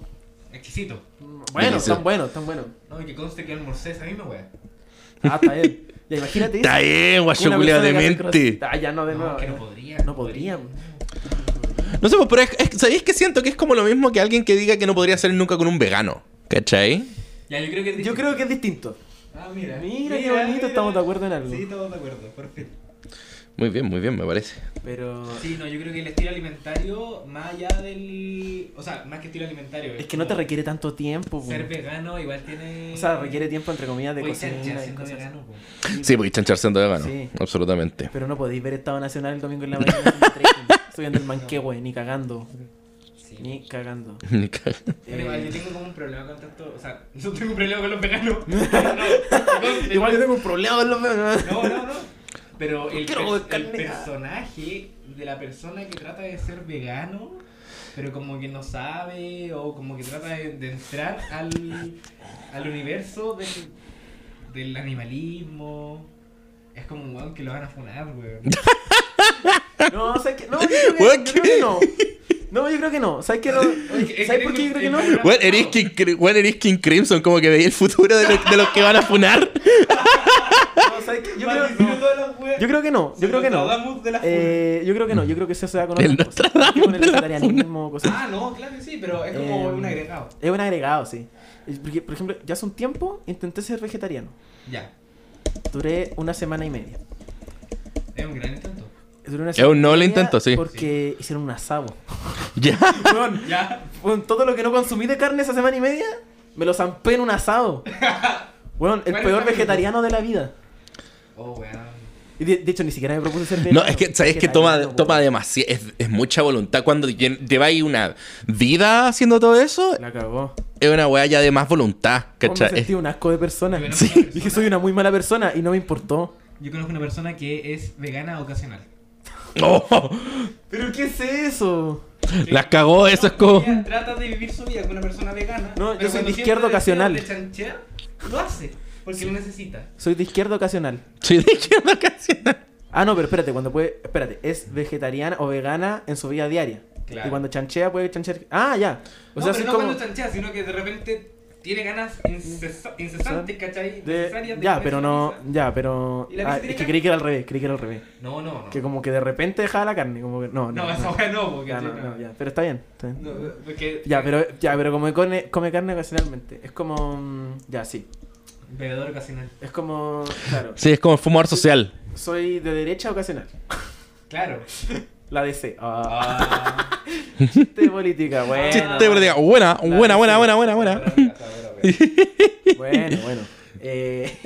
E: Exquisito.
D: Bueno,
F: Delicioso.
D: están buenos, están buenos.
E: No, y que conste que almorcé esa misma weá.
D: Hasta él. Ya, imagínate
F: Está bien, guacho
D: Una
F: culiao de
D: persona que hace
F: mente.
D: crossfit. Ah, ya no, de nuevo.
E: No, que no podría.
D: No podría.
F: No sé, pues, pero es, es- ¿sabéis que siento que es como lo mismo que alguien que diga que no podría hacer nunca con un vegano? ¿Cachai?
E: Ya, yo creo que.
D: Yo creo que es distinto.
E: Ah, mira.
D: Mira, qué bonito, estamos de acuerdo en algo.
E: Sí, estamos de acuerdo, por fin.
F: Muy bien, muy bien, me parece.
D: Pero.
E: Sí, no, yo creo que el estilo alimentario, más allá del. O sea, más que estilo alimentario.
D: Es que no te
E: como
D: requiere tanto tiempo, po.
E: Ser vegano igual tiene.
D: O sea, requiere tiempo entre comillas de
E: Voy chancha
D: cocina y
E: siendo
D: cosas.
E: vegano, po.
D: así.
F: Sí, podéis chanchar siendo vegano.
D: Sí.
F: Absolutamente.
D: Pero no podéis ver Estado Nacional el domingo en la mañana. haciendo trekking. Subiendo el manquehue, ni cagando.
E: Sí.
D: Ni cagando.
F: Ni caga.
E: Además,
D: Eh.
E: yo tengo como un problema con tanto. O sea, yo tengo un problema con los veganos. No, no,
D: Igual yo tengo un problema con los veganos.
E: No, no, no. Pero el,
D: Quiero
E: per-
D: comer
E: el
D: carne.
E: personaje de la persona que trata de ser vegano, pero como que no sabe o como que trata de, de entrar al, al universo del, del animalismo. Es como un weón que lo van a funar, weón.
D: No, o sea que. No, yo creo que,
F: Weón,
D: yo creo
F: ¿qué?
D: que no. No, yo creo que no. ¿Sabes qué? No? ¿Sabes por qué yo creo que no?
F: Bueno, eres King, Cri- bueno, eres King Crimson, como que veía el futuro de, lo- de los que van a funar.
D: No, ¿sabes qué? Yo creo, no. Yo creo que no, yo creo que no. Eh, yo creo que no, yo creo que eso se da con
F: El
D: otras cosas. Con el vegetarianismo, cosas
E: Ah, no, claro que sí, pero es como
D: Eh,
E: un agregado.
D: Es un agregado, sí. Es porque, por ejemplo, ya hace un tiempo intenté ser vegetariano.
E: Ya,
D: Duré una semana y media.
E: es un gran intento.
D: Duré una
F: Es
D: semana
F: un no
D: y
F: lo
D: media
F: intento, sí.
D: Porque hicieron un asado.
F: Ya.
D: Weón,
E: Ya,
D: weón, todo lo que no consumí de carne esa semana y media, me lo zampé en un asado. Weón, el
E: ¿Cuál
D: peor
E: es la
D: vegetariano de la vida.
E: oh, weón.
D: Y de, de hecho, ni siquiera me propuse ser
F: No,
D: vegano.
F: es que, ¿sabéis que toma,
D: Vegetariano,
F: toma
D: weón.
F: demasiado? Es, es mucha voluntad. Cuando lle- lleváis una vida haciendo todo eso,
D: La cagó.
F: es una weá ya de más voluntad,
D: Weón, Me
F: ¿cachai?
D: sentí un asco de persona.
E: Yo conozco
F: Sí.
E: una persona-
D: Dije, soy una muy mala persona y no me importó.
E: Yo conozco una persona que es vegana ocasional.
F: Oh,
D: ¿Pero qué es eso?
F: la cagó, eso es como.
E: Ella trata de vivir su vida con una persona vegana.
D: No, yo soy
E: pero cuando
D: de
E: siente
D: izquierda
E: deseos
D: ocasional.
E: de chanchear, lo hace, porque lo necesita.
D: Soy de izquierda ocasional.
F: Sí, de izquierda casi.
D: Ah, no, pero espérate, cuando puede. Espérate, es vegetariana o vegana en su vida diaria.
E: Claro.
D: Y cuando chanchea puede chanchear. Ah, ya. O
E: no,
D: sea,
E: pero
D: soy
E: no
D: como.
E: cuando chanchea, sino que de repente tiene ganas incesa- incesantes, ¿cachai?
D: de-
E: Necesarias de
D: Ya,
E: comer
D: pero
E: su
D: no.
E: pizza.
D: Ya, pero.
E: ¿Y la
D: Ah, es
E: vegetariana?
D: que creí que era al revés, creí que era al revés.
E: No, no, no.
D: Que como que de repente dejaba la carne, como que. No, no.
E: No,
D: no,
E: esa weá no, porque.
D: Ya, no, no, ya. Pero está bien. está bien.
E: No, no, porque-
D: Ya, pero, ya, pero como come, come carne ocasionalmente. Es como. mm, Ya, sí.
E: Bebedor ocasional.
D: Es como. Claro.
F: Sí, es como el fumador social.
D: Soy de derecha ocasional.
E: Claro.
D: La DC. Ah,
E: Ah.
D: de política, bueno.
F: Chiste, pero diga, buena, buena, buena, buena, buena, buena.
D: Bueno, bueno. Eh...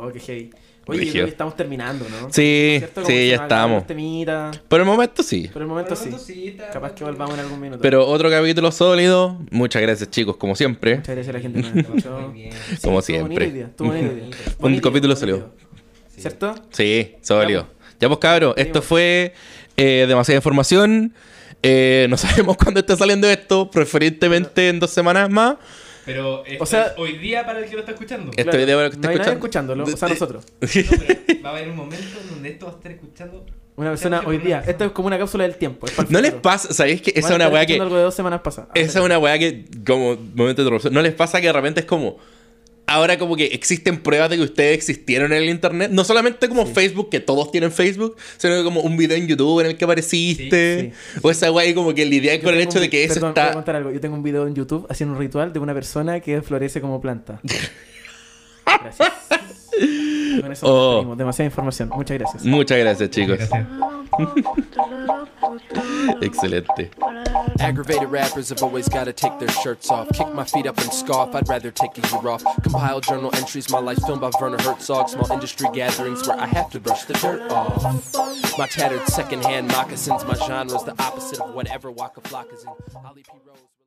D: Oh, qué heavy. Oye, yo creo
F: Rígido.
D: que estamos terminando, ¿no?
F: Sí,
D: ¿Cierto? Como que
F: sí,
D: se
F: ya
D: nos acabaron
F: estamos.
D: los temitas.
F: Por el momento sí.
D: Por el momento sí.
E: está-
D: Capaz que volvamos en algún minuto.
F: Pero otro capítulo sólido. Muchas gracias, chicos, como siempre.
D: Muchas gracias a la gente que nos escuchó.
E: Muy bien.
D: Sí,
F: Como
D: estuvo bonito
F: siempre.
D: hoy día, estuvo bonito hoy día. Bonito,
F: Un capítulo
D: bonito.
F: salió.
E: Sí.
D: ¿Cierto?
F: Sí, sólido.
D: Ya,
F: Ya pues cabros,
D: Ya,
F: esto
D: pues.
F: fue eh, demasiada información. Eh, no sabemos cuándo está saliendo esto, preferentemente en dos semanas más.
E: Pero esto
D: O sea-
E: es hoy día para el que lo está escuchando.
F: Este video lo que está
D: no hay nadie
F: escuchando.
D: escuchándolo, o sea, nosotros.
E: No, pero va a haber un momento donde esto va a estar escuchando.
D: Una persona hoy día. Esto es como una cápsula del tiempo. es para el
F: No les
D: futuro.
F: pasa, ¿sabéis que esa es
D: Van a
F: una
D: estar
F: weá que...
D: escuchando algo de dos semanas pasadas.
F: Esa es una weá que, como momento de interrupción, no les pasa que de repente es como. Ahora, como que existen pruebas de que ustedes existieron en el internet. No solamente como Facebook, que todos tienen Facebook, sino que como un video en YouTube en el que apareciste. O esa weá y como que lidiar
D: Yo
F: con el
D: tengo
F: hecho
D: un
F: de
D: vi-
F: que eso
D: perdón, voy a
F: está.
D: contar algo. Yo tengo un video en YouTube haciendo un ritual de una persona que florece como planta. Gracias. Con eso
F: Oh.
D: nos despedimos. demasiada información. Muchas gracias.
F: Muchas gracias, chicos.
G: Gracias.
F: Excelente.
B: Aggravated rappers have always gotta take their shirts off. Kick my feet up and scoff, I'd rather take a year off. Compile journal entries, my life filmed by Werner Herzog. Small industry gatherings where I have to brush the dirt off. My tattered secondhand moccasins, my genre's the opposite of whatever Waka Flocka's in. Ollie P. Rose.